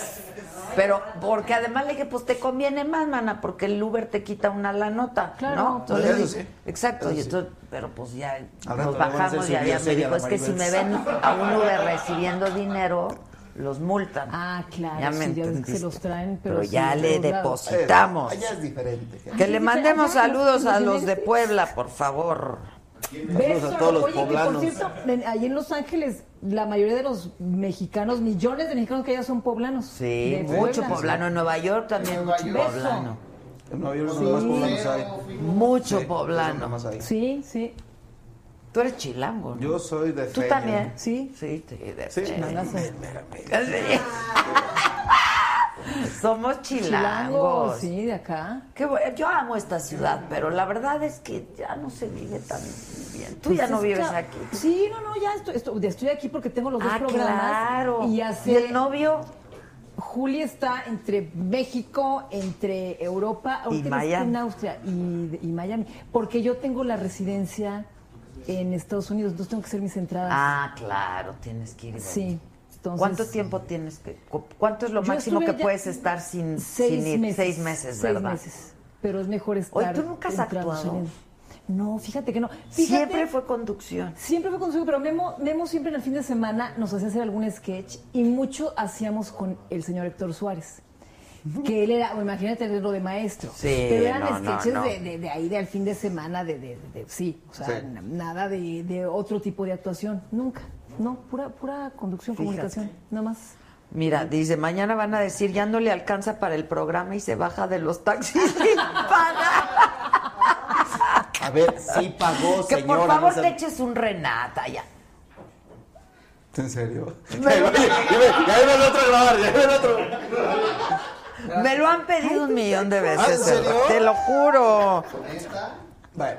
Pero, porque además le dije, pues te conviene más, mana, porque el Uber te quita una la nota.
Claro.
¿no? Entonces le
Eso
dije-
sí.
Exacto.
Eso
y
sí.
entonces, pero pues ya
Al rato
nos
le van a hacer
bajamos y
su
ya
vida
me
seria a
dijo,
la
es que si me
Maribel".
ven a un Uber recibiendo dinero, los multan.
Ah, claro.
Ya
sí,
me
ves que
entendiste.
se los traen, pero,
Pero
sí,
ya
de
le
todos lados.
depositamos.
Allá es diferente.
Que le mandemos saludos a los de Puebla, por favor.
Saludos a todos los
Oye, que por
poblanos.
cierto, en- ahí en Los Ángeles, la mayoría de los mexicanos, millones de mexicanos que allá son poblanos.
Sí,
De
mucho
Puebla.
poblano en Nueva York, también mucho
York.
poblano.
En Nueva York es donde más poblanos hay.
Mucho
Sí, es donde
poblano.
más hay.
Sí, sí.
Tú eres chilango. ¿no?
Yo soy de
¿Tú
Feña.
también?
Sí.
Sí, sí, de
Sí.
Feña.
Chilangazo.
Sí. Somos
Chilango,
chilangos.
sí, de acá.
Qué bu- yo amo esta ciudad, pero la verdad es que ya no se vive tan bien. Tú ya
Pues
no
es que-
vives aquí.
Sí, no, no, ya estoy, estoy, estoy aquí porque tengo los dos
Ah,
programas.
claro.
Y, Pues
¿Y
hace,
el novio?
Juli está entre México, entre Europa, ahorita él está
Miami.
en Austria y, y Miami. Porque yo tengo la residencia en Estados Unidos, entonces tengo que hacer mis entradas.
Ah, claro, tienes que ir. y venir.
Sí. Entonces,
¿Cuánto tiempo tienes que.? cu- ¿Cuánto es lo
Yo
máximo que
estuve ya
puedes estar sin,
seis
sin ir?
meses.
Seis meses,
Seis
¿verdad?
meses. Pero es mejor estar.
Oye, ¿tú nunca has
entrando,
actuado?
saliendo. No, fíjate que no.
Siempre
Fíjate-
fue conducción.
Siempre fue consigo, pero Memo, Memo siempre en el fin de semana nos hacía hacer algún sketch y mucho hacíamos con el señor Héctor Suárez. Que él era, bueno, imagínate tenerlo de maestro.
Sí,
pero eran
no, no,
sketches
no.
De, de- de ahí, de al fin de semana, de, de- de- sí, o sea,
Sí.
n- nada de, de otro tipo de actuación, nunca. No, pura, pura conducción,
Fíjate.
comunicación, nada más.
Mira, dice, mañana van a decir, ya no le alcanza para el programa y se baja de los taxis sin pagar.
A ver, sí pagó,
Que
señora.
por
no
favor
sea-
te eches un Renata ya.
¿En serio? Ya iba- ya iba el otro a grabar, ya iba el otro.
Me lo han pedido un millón de
¿Ah, ¿en
veces,
serio?
Eduardo, te lo juro.
Bueno.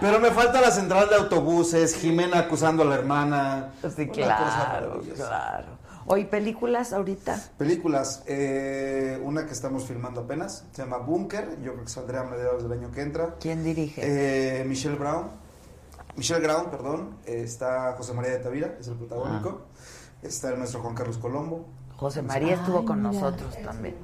Pero me falta la central de autobuses, Jimena acusando a la hermana.
Sí,
Una cosa
claro,
maravillosa.
claro. Hoy películas ahorita.
Películas, eh, una que estamos filmando apenas, se llama Bunker, yo creo que saldrá a mediados del año que entra.
¿Quién dirige?
Eh, Michelle Brown, Michelle Brown, perdón, eh, está José María de Tavira, es el protagónico,
Ah.
está el maestro Juan Carlos Colombo.
José María estuvo
Ay,
con
mira.
nosotros también.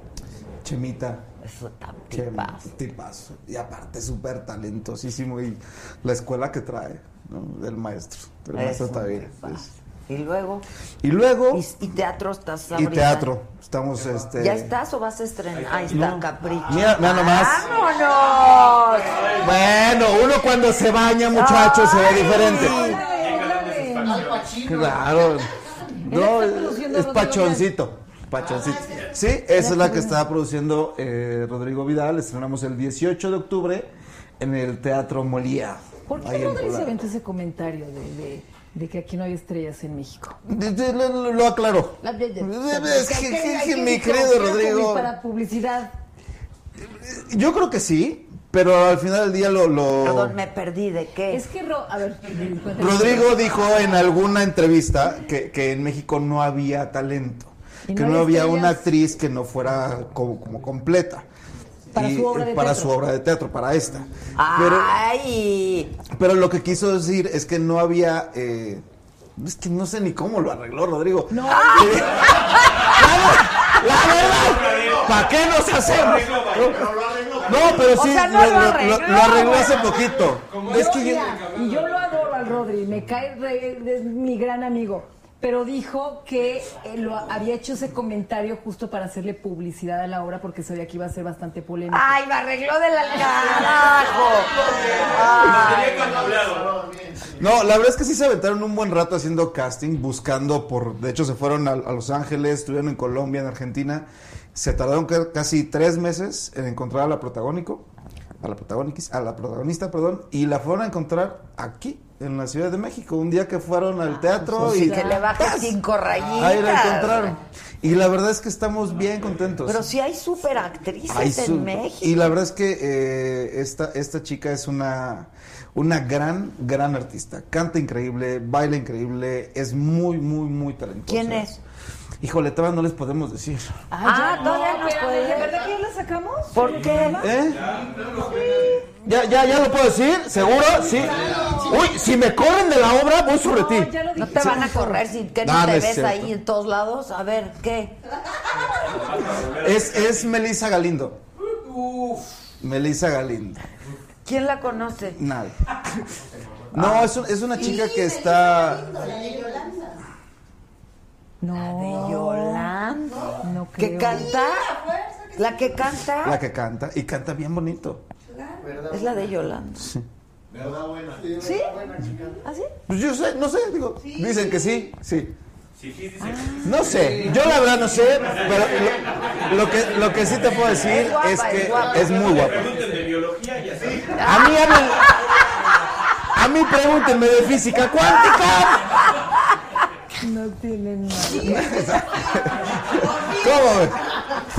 Chemita.
Eso tan
Chem- tipazo. Y aparte súper talentosísimo y la escuela que trae, ¿no? del maestro, del
Es
maestro
un
Tavira.
tipazo.
Es-
Y luego,
Y luego,
y teatro estás
Oh. y
ahorita.
teatro, estamos este...
¿Ya estás o vas a estrenar? Ahí está, Capricho.
Mira, mira nomás. Oh.
¡Vámonos!
Bueno, uno cuando se baña, muchachos, se ve diferente. Claro. No,
produciendo
es
Rodrigo
pachoncito. Pachoncito.
Ah,
Sí, esa es la que está produciendo eh, Rodrigo Vidal. Estrenamos el 18 de octubre en el Teatro Molía.
¿Por qué
ahí en
no se
Polanco.
aventó ese comentario de, de- de que aquí no hay estrellas en México?
De- de- Lo, lo- lo aclaró.
La- de- de-
Pues, Es que-
hay
que-
hay
que mi
disfrazar
querido
como
Rodrigo-
Para publicidad.
Yo creo que sí, pero al final del día lo... lo-
Perdón, me perdí de qué.
Es que, Ro- a ver, cuéntame.
Rodrigo dijo en alguna entrevista que, que en México no había talento,
Y
que
no
no
había
había una
estrellas.
actriz que no fuera como, como completa.
Para su obra de
para
teatro. Ah.
su obra de teatro, para esta.
¡Ay!
Pero lo que quiso decir es que no había... eh, es que no sé ni cómo lo arregló Rodrigo. Eh, la verdad, ¿para qué nos hacemos? No, pero sí,
O sea,
lo,
no lo
lo- lo-
arregló,
lo arregló
güey.
hace poquito. Es
Yo,
que yo-
mira, y yo lo adoro al Rodri, me cae, re- es mi gran amigo. Pero dijo que eh, lo había hecho ese comentario justo para hacerle publicidad a la obra porque sabía que iba a ser bastante polémica.
Ah,
¡Ay, me arregló del carajo!
No, la verdad es que sí se aventaron un buen rato haciendo casting, buscando por... De hecho, se fueron a, a Los Ángeles, estuvieron en Colombia, en Argentina. Se tardaron ca- casi tres meses en encontrar a la protagónico, a la protagonista, a la protagonista, perdón, y la fueron a encontrar aquí, en la Ciudad de México, un día que fueron al teatro
pues,
y...
que le baje
¡tas!
cinco rayitas.
Ahí la encontraron. Y la verdad es que estamos bien contentos.
Pero sí hay superactrices
Ay,
actrices
su-
en México.
Y la verdad es que eh, esta, esta chica es una, una gran, gran artista. Canta increíble, baila increíble, es muy, muy, muy talentosa.
¿Quién es?
Híjole, todavía no les podemos decir.
Ah,
Ah, todavía no
espérame,
puede.
¿De verdad que ya la sacamos?
¿Por qué?
¿Eh? ¿Ya, ya, ya lo puedo decir? ¿Seguro? Sí. Uy, si me corren de la obra, voy sobre ti.
No te van a correr si que no
No, no
te
es
ves
cierto.
ahí en todos lados. A ver, ¿qué?
Es, es Melissa Galindo. Melissa Galindo.
¿Quién la conoce?
Nadie. No, es, un- es una chica que está...
No.
de Yolanda. ¿Que
creo.
canta? ¿La que canta?
La que canta, y canta bien bonito.
Es la de Yolanda.
Sí.
¿Verdad, buena?
¿Sí?
¿Así?
Pues yo sé, no sé, digo, dicen que sí, sí.
Sí, sí, dice.
No sé, yo la verdad no sé, pero lo, lo que, lo que sí te puedo decir
Es
es,
guapa,
que
es guapa.
es muy guapa.
Pregunten de biología y así.
A mí, hablen- a mí pregúntenme de física cuántica.
No tienen nada.
¿Cómo? ven?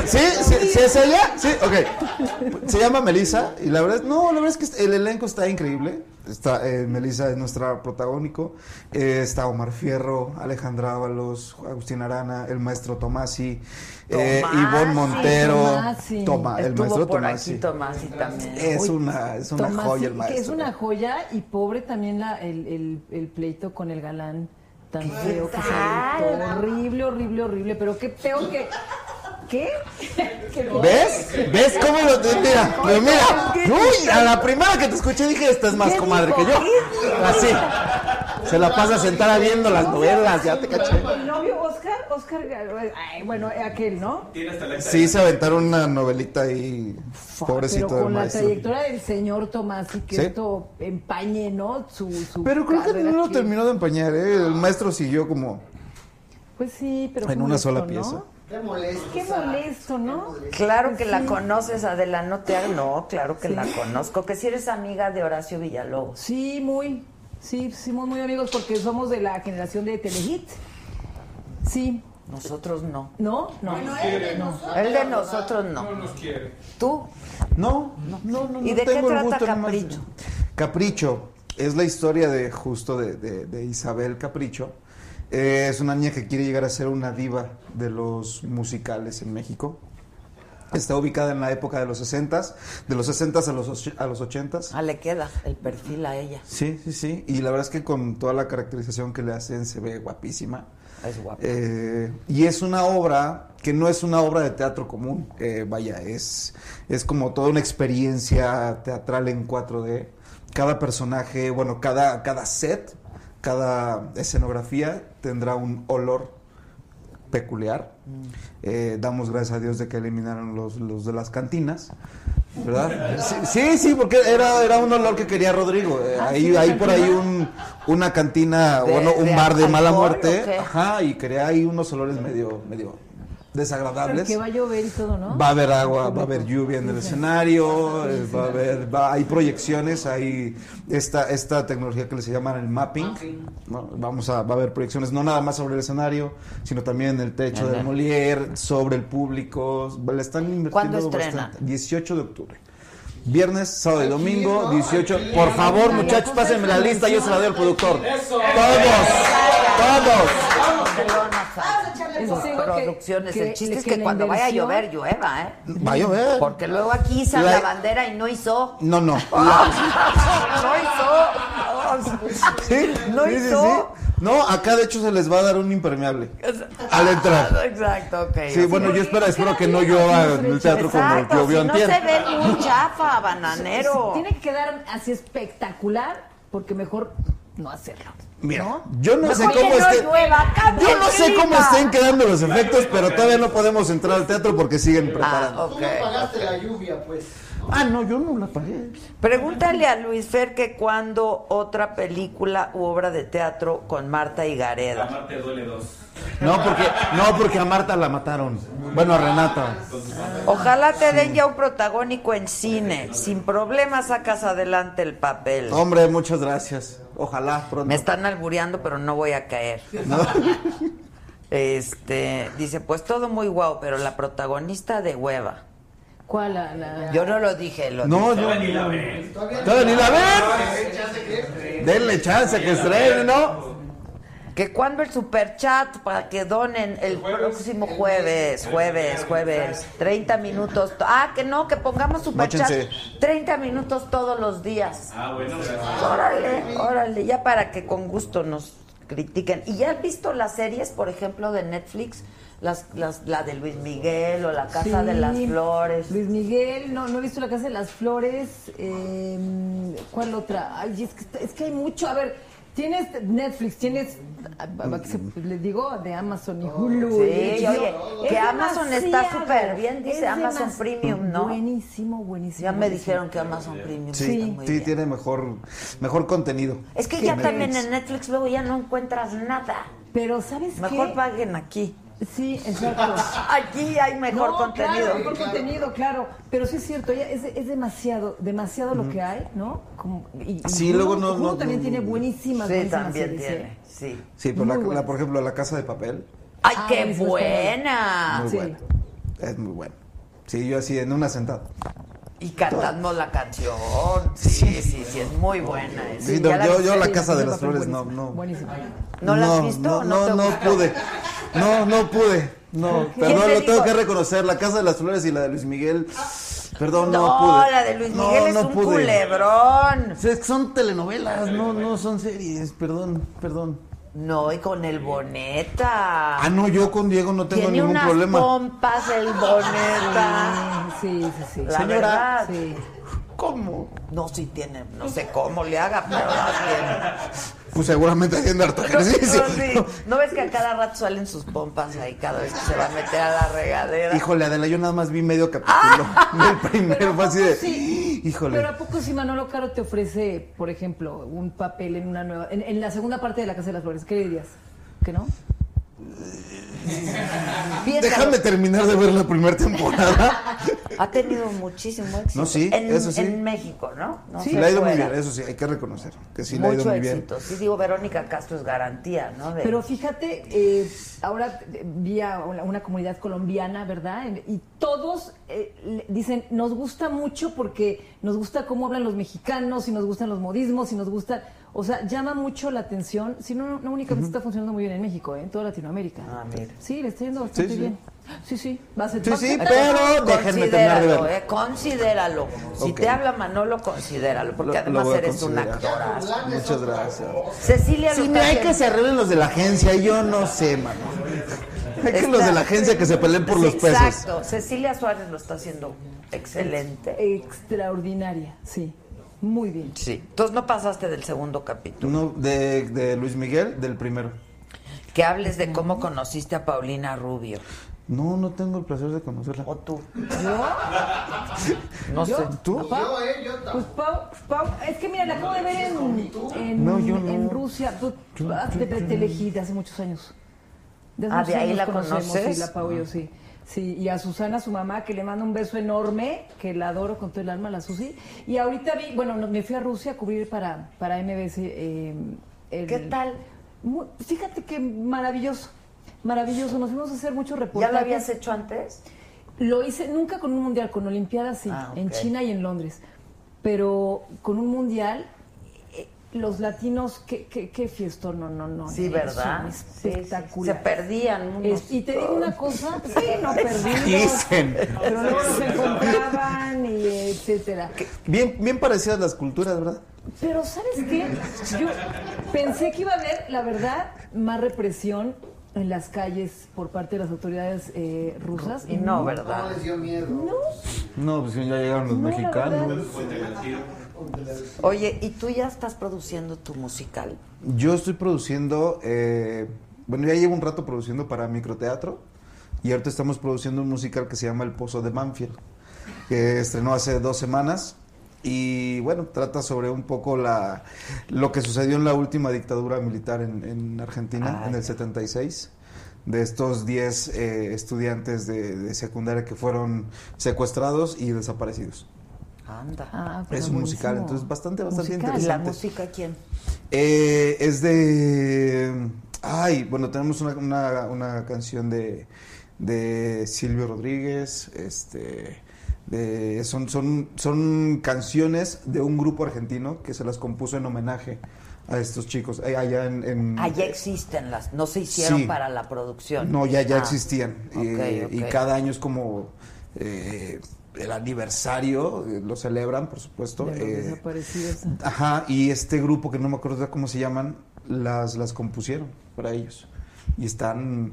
¿Sí? ¿Sí, sí es ella? Sí, ok. Se llama Melissa y la verdad, no, la verdad es que el elenco está increíble. Está, eh, Melissa es nuestra protagónico. Eh, está Omar Fierro, Alejandra Ábalos, Agustín Arana, el maestro Tomasi, eh,
Tomasi.
Ivonne Montero.
Tomasi.
Toma, Ah, el
Estuvo
maestro
por aquí
Tomasi.
Tomás y también.
Es
Uy,
una, es una
Tomás,
joya el
sí, que Es
maestro.
una joya y pobre también la, el, el- el pleito con el galán tan feo que se
tal?
aventó. Horrible, horrible, horrible. Pero qué peor que. ¿Qué? Que-
¿Ves? ¿Ves cómo lo te mira? Pero mira, uy, a la primera que te escuché dije, esta es más comadre que yo. Así. Se la pasa sentada viendo las novelas, ya te caché.
¿El novio Oscar? Oscar, ay, bueno, aquel, ¿no?
Sí, se aventaron una novelita ahí, pobrecito
pero
del
con la
maestro.
trayectoria del señor Tomás y que
Sí.
esto empañe, ¿no? Su, su
Pero creo que
carrera
no lo
aquí.
terminó de empañar, ¿eh? El maestro siguió como
Pues sí, pero.
en
qué
una sola
molesto, ¿no?
pieza.
Qué molesto.
Qué molesto, ¿no?
Claro que la
Sí.
conoces, Adela, no te hagas- No, claro que
Sí.
la conozco. Que si eres amiga de Horacio Villalobos.
Sí, muy. Sí, sí, muy, muy amigos porque somos de la generación de Telehit. Sí.
Nosotros no.
¿No? No.
Bueno,
él de
No.
nosotros.
El de nosotros
No
no.
nos quiere.
¿Tú?
No, no, no, no.
¿Y de qué
tengo el
trata
gusto nomás.
Capricho?
Capricho es la historia de justo de, de- de Isabel Capricho. Eh, es una niña que quiere llegar a ser una diva de los musicales en México. Está ubicada en la época de los 60s, de los 60s a los, och- a los 80s.
Ah, le queda el perfil a ella.
Sí, sí, sí. Y la verdad es que con toda la caracterización que le hacen se ve guapísima.
Es guapa.
Eh, y es una obra que no es una obra de teatro común. Eh, vaya, es, es como toda una experiencia teatral en 4D. Cada personaje, bueno, cada, cada set, cada escenografía tendrá un olor peculiar.
Mm.
Eh, damos gracias a Dios de que eliminaron los, los de las cantinas. ¿Verdad? Sí, sí, sí, porque era, era un olor que quería Rodrigo. Eh,
Ah,
ahí hay por ahí un, una cantina,
De-
bueno, un
de
bar de mala
alcohol, ¿o
muerte.
qué?
Ajá, y quería ahí unos olores medio, medio desagradables.
Que va a llover y todo, ¿no?
Va a haber agua, va a haber lluvia en el escenario, eh, va a haber, va- hay proyecciones, hay esta, esta tecnología que se llama el mapping. ¿no? Vamos a, va a haber proyecciones no nada más sobre el escenario, sino también en el techo del
Ajá.
Molière, sobre el público. Le están invirtiendo
¿Cuándo estrena?
bastante. 18 de octubre. Viernes, sábado y domingo,
¿no?
18.
Aquí.
Por favor,
Ay,
muchachos,
cosa
pásenme la
es
lista, yo se la doy al productor.
Eso.
Todos,
Sus producciones.
que-
el chiste es
que
que,
la
cuando vaya a
inversión-
llover, llueva, ¿eh?
todos. Va a llover.
Porque luego aquí hizo la...
La-
bandera y no hizo.
No, no.
Ah,
la-
no hizo.
Sí,
No
sí, sí,
hizo.
sí. No, acá de hecho se les va a dar un impermeable. Al entrar.
Exacto, ok.
Sí, bueno, yo espero, espero que no llueva en el teatro como
Exacto,
llovió
si no
antier.
se ve muy chafa, bananero.
Tiene que quedar así espectacular porque mejor no hacerlo.
Mira, yo no sé
Mejor
cómo
que no
esté-
llueva, cambia
Yo no
el
sé cómo
clima.
estén quedando los efectos, pero todavía no podemos entrar al teatro porque siguen
Ah,
preparando.
Tú no pagaste la lluvia, pues.
Ah, no, yo no la pagué.
Pregúntale a Luis Fer que cuándo otra película u obra de teatro con Marta
La
Higareda.
Marte duele dos.
No, porque, no, porque a Marta la mataron. Bueno, a Renata.
Ah, Ojalá te den ya un protagónico en cine. Sin problemas sacas adelante el papel.
Hombre, muchas gracias. Ojalá pronto.
Me están albureando, pero no voy a caer. Este, dice, pues todo muy guau, pero la protagonista de hueva.
¿Cuál? La, la-
Yo no lo dije, lo dije.
No, yo- Todavía ni la ven. Todavía ni la ven. Denle chance a que estrene, ¿no?
Que cuando el superchat para que donen el próximo jueves, jueves, jueves, 30 minutos. to- Ah, que no, que pongamos superchat
Móchense.
30 minutos todos los días.
Ah, bueno,
Órale, órale, ya para que con gusto nos critiquen. ¿Y ya has visto las series, por ejemplo, de Netflix? Las, las, la de Luis Miguel o La Casa
Sí.
de las Flores.
Luis Miguel, no, no he visto la Casa de las Flores. eh, ¿Cuál otra? Ay, es que, está- es que hay mucho. A ver, tienes Netflix, tienes, ah, ah, que se- le digo, de Amazon y Hulu.
Mm. Sí, oye,
y HBO.
que
Es
Amazon está
demasiado,
súper bien, dice
es
Amazon
demasi-
Premium, ¿no?
Buenísimo, buenísimo.
Ya me
buenísimo.
dijeron que Amazon Premium. está
Sí,
muy
sí,
bien.
tiene mejor, mejor contenido.
Es que
Que
ya
Netflix.
también en Netflix luego ya no encuentras nada.
Pero ¿sabes
Mejor
qué?
paguen aquí.
Sí, exacto.
Aquí hay mejor
No,
contenido.
Claro, mejor contenido, claro. Pero sí es cierto, ya es, es demasiado, demasiado lo que hay, ¿no? Como, y, y
Sí,
Hulu-
luego no-
Hulu
no-
también
no-
tiene buenísimas,
Sí,
buenísimas
también
series,
tiene.
¿eh?
Sí.
Sí, pero la,
Muy
la- por ejemplo, la casa de papel.
¡Ay,
Ah,
qué
buenísimo,
buena!
Muy bueno. Es muy bueno. Sí, yo así en una sentada.
Y cantando la canción. Sí, sí, sí, es muy buena. esa.
Sí,
¿Ya
no, yo, yo
viste?
la casa de las flores no, no.
¿No la has visto o
No,
no
no,
te
no
gustó?
pude. No, no pude. No,
¿Quién te
perdón, lo
dijo?
tengo que reconocer. La casa de las flores y la de Luis Miguel. Perdón, no,
No,
pude.
la de Luis
No,
Miguel es
no
un
pude.
culebrón.
Sí, es que son telenovelas, no, no son series. Perdón, perdón.
No, y con el boneta.
Ah, no, yo con Diego no tengo
Tiene
ningún
unas
problema.
pompas el boneta.
Ah, Sí, sí, sí.
ah. La
Señora.
verdad.
Sí.
¿Cómo?
No, sí tiene, no sé cómo le haga, pero las tiene.
Pues seguramente haciendo harto ejercicio.
No, sí. ¿No ves que a cada rato salen sus pompas ahí cada vez que se va a meter a la regadera?
Híjole, Adela, yo nada más vi medio capítulo.
Ah.
El primero fue así de. "Ah,
Sí.
Híjole.
Pero ¿a poco si Manolo Caro te ofrece, por ejemplo, un papel en una nueva, en, en la segunda parte de La Casa de las Flores? ¿Qué le dirías? ¿Que no?
Piénsalo.
Déjame terminar de ver la primera temporada.
Ha tenido muchísimo éxito.
No, sí,
en,
eso sí.
en México, ¿no? no
Sí,
sé
le ha ido muy
fuera.
bien, eso sí, hay que reconocer. Que sí, le ha ido
Mucho
muy bien.
éxito. Sí, digo, Verónica Castro es garantía, ¿no? De-
Pero fíjate, eh, ahora eh, vi a una, una comunidad colombiana, ¿verdad? En- Y todos eh, le- dicen, nos gusta mucho porque nos gusta cómo hablan los mexicanos y nos gustan los modismos y nos gusta... O sea, llama mucho la atención. Si no, no únicamente está funcionando muy bien en México, ¿eh? en toda Latinoamérica.
Ah, mira.
Sí, le está yendo bastante
sí.
bien. Sí, sí. Va a ser
Sí,
va a
sí,
ser-
pero déjenme terminar de
Considéralo,
verla.
eh, considéralo. Si
Ok.
te habla Manolo, considéralo, porque
Lo- lo
además
voy a
eres una
considerar.
actora.
Muchas gracias.
Cecilia
Sí,
lo
mira,
está
hay que se
haciendo.
arreglen los de la agencia, yo no sé, mano. Hay que
Está-
los de la agencia que se peleen por
Sí,
los pesos.
Exacto. Cecilia Suárez lo está haciendo excelente.
Extraordinaria, sí. Muy bien.
Sí. Entonces no pasaste del segundo capítulo.
No, de, de Luis Miguel, del primero.
Que hables de cómo conociste a Paulina Rubio.
No, no tengo el placer de conocerla.
O tú.
¿Yo?
No
¿Yo?
sé.
¿Tú?
¿Pau?
Yo, eh, yo
Pues Pau, Pau, es que mira, la acabo de ver en, en,
No, yo no.
en Rusia. Tú,
Yo-
ah,
yo-
te,
yo
te
no.
elegí de hace muchos años. Desde
Ah,
hace
¿de ahí
años
la
conocemos,
conoces? Ah.
Sí, la Pau y yo, sí. Sí, y a Susana, su mamá, que le mando un beso enorme, que la adoro con todo el alma, la Susi. Y ahorita vi, bueno, no- me fui a Rusia a cubrir para, para MBS. eh, el-
¿Qué tal?
Mu- fíjate que maravilloso, maravilloso. Nos fuimos a hacer muchos
¿Ya
reportajes.
lo habías hecho antes?
Lo hice nunca con un mundial, con Olimpiadas sí,
Ah, ok.
en China y en Londres. Pero con un mundial, eh, los latinos, qué, qué, qué fiestón, no, no, no.
Sí,
eh,
¿verdad?
son
Sí, sí,
espectaculares.
se perdían unos
Es- y te digo una cosa, sí, no perdimos.
Dicen.
Pero luego nos encontraban y etcétera.
Bien, bien parecidas las culturas, ¿verdad?
Pero ¿sabes qué? Yo pensé que iba a haber, la verdad, más represión en las calles por parte de las autoridades eh, rusas. Y
No,
no.
¿verdad?
No, pues ya llegaron los
No, la
mexicanos.
Oye, ¿y tú ya estás produciendo tu musical?
Yo estoy produciendo, eh, bueno, ya llevo un rato produciendo para microteatro y ahorita estamos produciendo un musical que se llama El Pozo de Manfield, que estrenó hace dos semanas y bueno, trata sobre un poco la, lo que sucedió en la última dictadura militar en, en Argentina, en el 76 de estos 10 eh, estudiantes de, de secundaria que fueron secuestrados y desaparecidos.
Anda.
Ah, pues
pero Ah, Es un buenísimo. musical, entonces, bastante, bastante
¿Y la
interesante.
música quién?
Eh, es de. Ay, bueno, tenemos una, una- una canción de, de Silvio Rodríguez. Este. de- son, son, son canciones de un grupo argentino que se las compuso en homenaje a estos chicos. eh, allá en. en-
Allá Ah, existen las, no se hicieron
Sí.
para la producción.
no, ya, ya
Ah,
existían. Y-
ok,
Y,
ok.
cada año es como eh, el aniversario, eh, lo celebran, por supuesto.
De los
eh,
desaparecidos.
ajá, y este grupo que no me acuerdo cómo se llaman, las, las compusieron para ellos. Y están.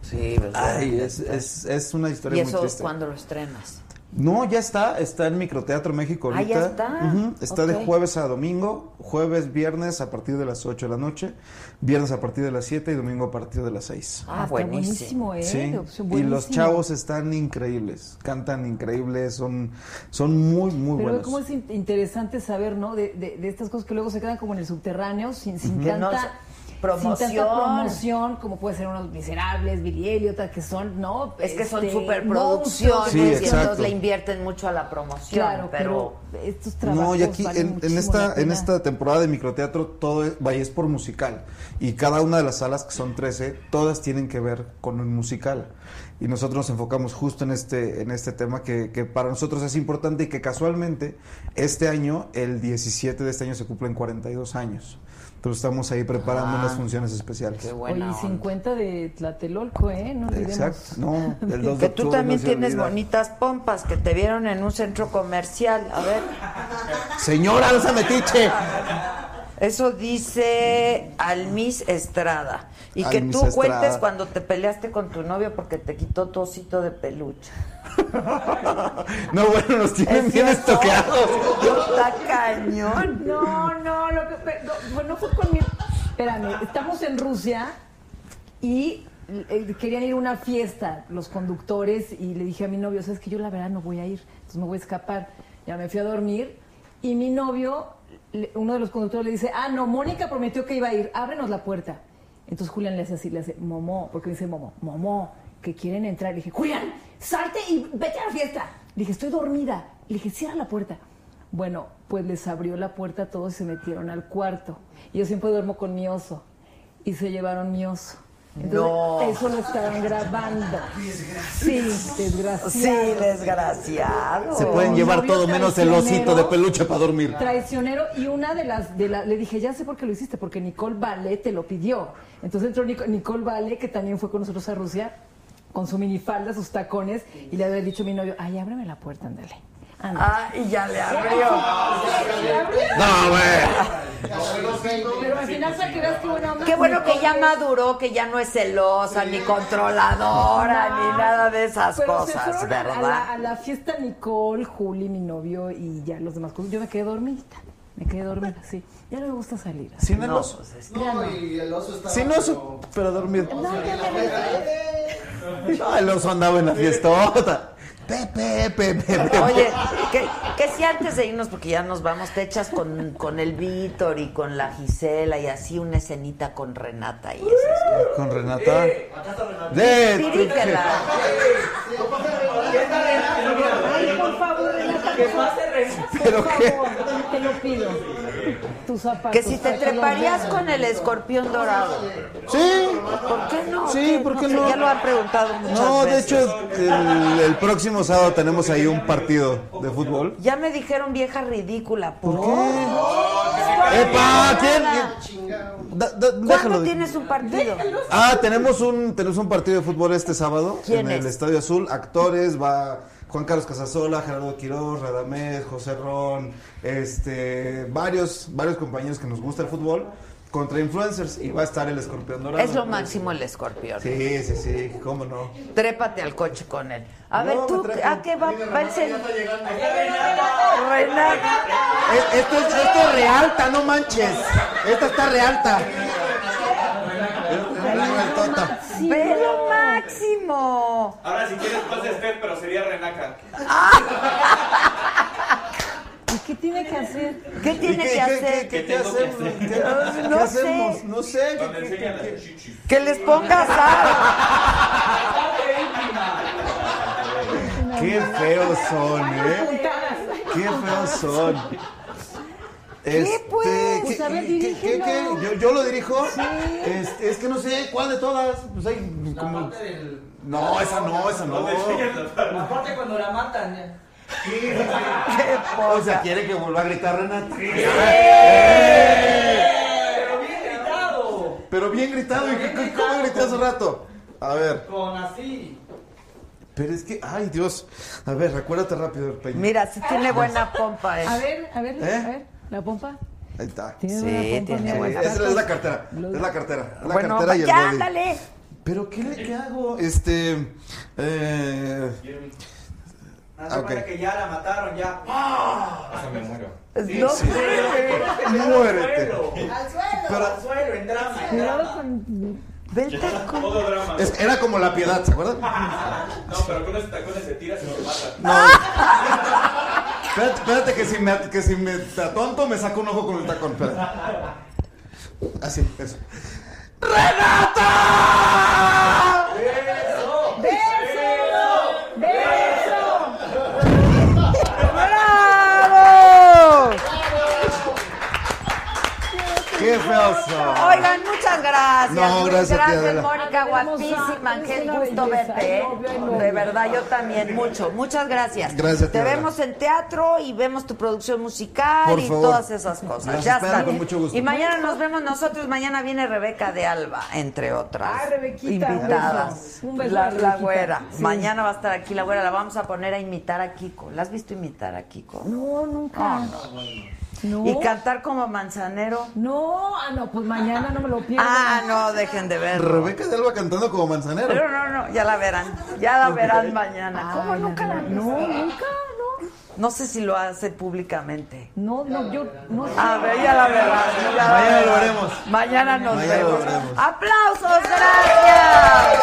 Sí,
¿verdad? Ay, es,
Está.
es- es una historia
¿Y
muy
eso
triste.
cuándo lo estrenas?
No, ya está, está en Microteatro México
Ah,
ahorita.
ya está.
Ujú, está
Ok.
de jueves a domingo, jueves, viernes a partir de las 8 de la noche, viernes a partir de las 7 y domingo a partir de las 6.
Ah, está buenísimo. buenísimo, ¿eh?
Sí,
De
pues,
opción,
Y los
buenísimo.
chavos están increíbles, cantan increíbles, son, son muy, muy
Pero
buenos.
cómo es in- interesante saber, ¿no? De, de- de estas cosas que luego se quedan como en el subterráneo, sin, sin
Que no
tanta...
se-
sin
promoción.
tanta promoción, como puede ser unos miserables, Billy Elliot, que son, ¿no?
Es que son
Este,
superproducciones
Sí,
y
exacto.
entonces le invierten mucho a la promoción,
Claro,
pero,
pero estos trabajos
No, y aquí
valen
en, en
muchísimo la
esta en
pena.
esta temporada de microteatro todo es, vaya, es por musical y cada una de las salas que son 13 todas tienen que ver con un musical y nosotros nos enfocamos justo en este en este tema que, que para nosotros es importante y que casualmente este año el 17 de este año se cumplen 42 años. Entonces estamos ahí preparando
Ah,
las funciones especiales.
Oye, 50 de Tlatelolco, ¿eh? No olvidemos.
Exacto. No, el 2 de
que
octubre
tú
no
también
se
tienes
olvida.
bonitas pompas que te vieron en un centro comercial. A ver.
Señora, no se metiche.
Eso dice Almis Estrada. Y que
Almis
tú
Estrada.
cuentes cuando te peleaste con tu novio porque te quitó tu osito de peluche.
No, bueno, nos tienen bien estoqueados.
Está cañón.
No, no, lo que. pe- No, bueno, no fue con mi. Espérame, estamos en Rusia y eh, querían ir a una fiesta los conductores y le dije a mi novio, sabes que yo la verdad no voy a ir, entonces me voy a escapar. Ya me fui a dormir y mi novio, le- uno de los conductores le dice, ah, no, Mónica prometió que iba a ir, ábrenos la puerta. Entonces Julián le hace así, le hace, Momo, porque me dice Momo, Momo, que quieren entrar. Le dije, Julián, salte y vete a la fiesta. Le dije, estoy dormida. Le dije, cierra la puerta. Bueno, pues les abrió la puerta a todos y se metieron al cuarto. Y Yo siempre duermo con mi oso. Y se llevaron mi oso. Entonces,
No.
eso lo estaban grabando. Sí, desgraciado.
Sí, desgraciado.
Se pueden llevar
novio
todo menos el osito
traicionero.
de peluche para dormir.
Traicionero y una de las de la, le dije, ya sé por qué lo hiciste, porque Nicole Vale te lo pidió. Entonces entró Nico- Nicole Vale, que también fue con nosotros a Rusia, con su minifalda, sus tacones, y le había dicho a mi novio, ay, ábreme la puerta, ándale. ándale".
Ah, y ya le abrió.
No, güey.
Pero al final para que veas qué buena onda.
Qué bueno que ya maduró, que ya no es celosa, ni controladora, ni nada de esas
Pero se
cosas,
fueron a-
¿verdad?
A la, a la fiesta Nicole, Juli, mi novio y ya los demás. Yo me quedé dormidita. Me quedé dormida, sí. Ya no me gusta salir.
Sin el
No,
oso.
pues, es- ya
No, y el oso estaba.
Sin oso, pero dormido.
No, ya me-
No, el oso andaba en la fiestota. Pepe, Pepe, Pepe.
Oye, que, que si antes de irnos, porque ya nos vamos, te echas con, con el Víctor y con la Gisela y así una escenita con Renata y esas cosas.
Con Renata.
Acá está Renata.
De-
Eh, Dirígela.
Ay, por favor, Renata,
¿Qué
por
pasa,
Por favor, te lo pido. Tus zapatos.
Que si te treparías con el escorpión dorado.
Sí.
¿Por qué no?
Sí, ¿por qué
sé,
no?
Ya lo han preguntado muchas
No, de
veces.
hecho, el, el próximo sábado tenemos ahí un partido de fútbol.
Ya me dijeron vieja ridícula. pues, ¿Por, qué?
¡Epa! ¿Quién? Da- da- déjalo.
¿Cuándo tienes un partido?
Ah, tenemos un, tenemos un partido de fútbol este sábado en
¿Quiénes?
el Estadio Azul. Actores, va Juan Carlos Casasola, Gerardo Quiroz, Radamés, José Ron, este, varios, varios compañeros que nos gusta el fútbol contra influencers y va a estar el escorpión dorado.
Es lo máximo el escorpión.
Sí, sí, sí, cómo no.
Trépate al coche con él. A
No,
ver,
me
tú,
trepo.
¿a qué va? va el sen-
Eh, Esto es, esto es realta, no manches. Esta está realta. Realtota.
¡Ve lo máximo!
Ahora, si quieres, pasa Steph, pero sería Renaca.
¿Y qué tiene que hacer?
¿Qué tiene
¿Y
que hacer?
¿Qué, qué, qué hacemos? ¿Qué-
No
qué
sé.
hacemos? No sé. ¿qué- qué- qué-
¡Que les ponga sal!
Qué feos son, ¿eh? Qué feos son. Este,
pues?
¿qué-
Pues, a
qué-
ver,
qué- qué-
dirígelo.
qué? ¿Yo, yo lo dirijo? Es, es que no sé cuál de todas. Pues hay como... No, esa no, esa no.
Aparte cuando la matan. ya.
O sea, quiere que vuelva a gritar Renata.
Pero bien gritado.
Eh. Pero bien gritado, ¿y qué- qué- cómo grité hace rato? A ver,
Con así.
pero es que, ay Dios, a ver, recuérdate rápido el peine.
Mira, sí tiene buena pompa. eh.
A ver, a ver,
¿Eh?
a ver, la pompa.
Ahí está.
Tiene
Sí,
buena pompa,
tiene
mira, los
buena.
Esa es la
tacos.
cartera, es la cartera, es la
Bueno, pues
cartera y el
ya,
body.
ándale.
Pero ¿qué le qué hago? Este, eh,
Nada
Ok.
que ya la mataron, ya. ¡Ah! Hasta me muero.
No
sí. muérete.
Al suelo.
Pero-
al suelo, en drama. en
Cuidado
drama.
con.
Ve el taco.
Todo drama.
Es- era como la piedad, ¿se acuerdan?
No, pero con esos tacones se tiras y se mata.
No. espérate, espérate que si me, que si me atonto me saco un ojo con el tacón, espérate. Así, eso.
¡Bravo!
¡Qué feo son!
Oigan, muchas gracias.
No, gracias a ti, Adela.
Mónica,
hermosa,
guapísima. Qué
eres una
gusto
belleza.
verte. ¿eh?
I love you, I love
De
you.
verdad, yo también, mucho. Muchas gracias.
Gracias a ti,
Te
Adela.
vemos en teatro y vemos tu producción musical
Por
y
favor.
todas esas cosas.
Las
ya
espero
está.
con mucho gusto.
Y mañana nos vemos nosotros. Mañana viene Rebeca de Alba, entre otras
Ah, Rebequita,
invitadas.
un beso. Un beso
la,
a
la
Rebequita.
güera.
Sí.
Mañana va a estar aquí la güera. La vamos a poner a imitar a Kiko. ¿La has visto imitar a Kiko?
No, nunca.
No,
no.
Ah, Y cantar como manzanero.
No, ah, no, pues mañana no me lo pierdo.
Ah, no, dejen de ver.
Rebeca de Alba cantando como
Pero
manzanero.
no, no, ya la verán. Ya la verán mañana. ¿Cómo
Ay,
nunca la
Ah, no,
han
No,
visto?
nunca, no.
No sé si lo hace públicamente.
No, no, yo no sé.
A ver, ya la verán. ya la
Mañana lo
verán.
veremos.
Mañana nos
Mañana lo
vemos.
veremos.
¡Aplausos! ¡Gracias!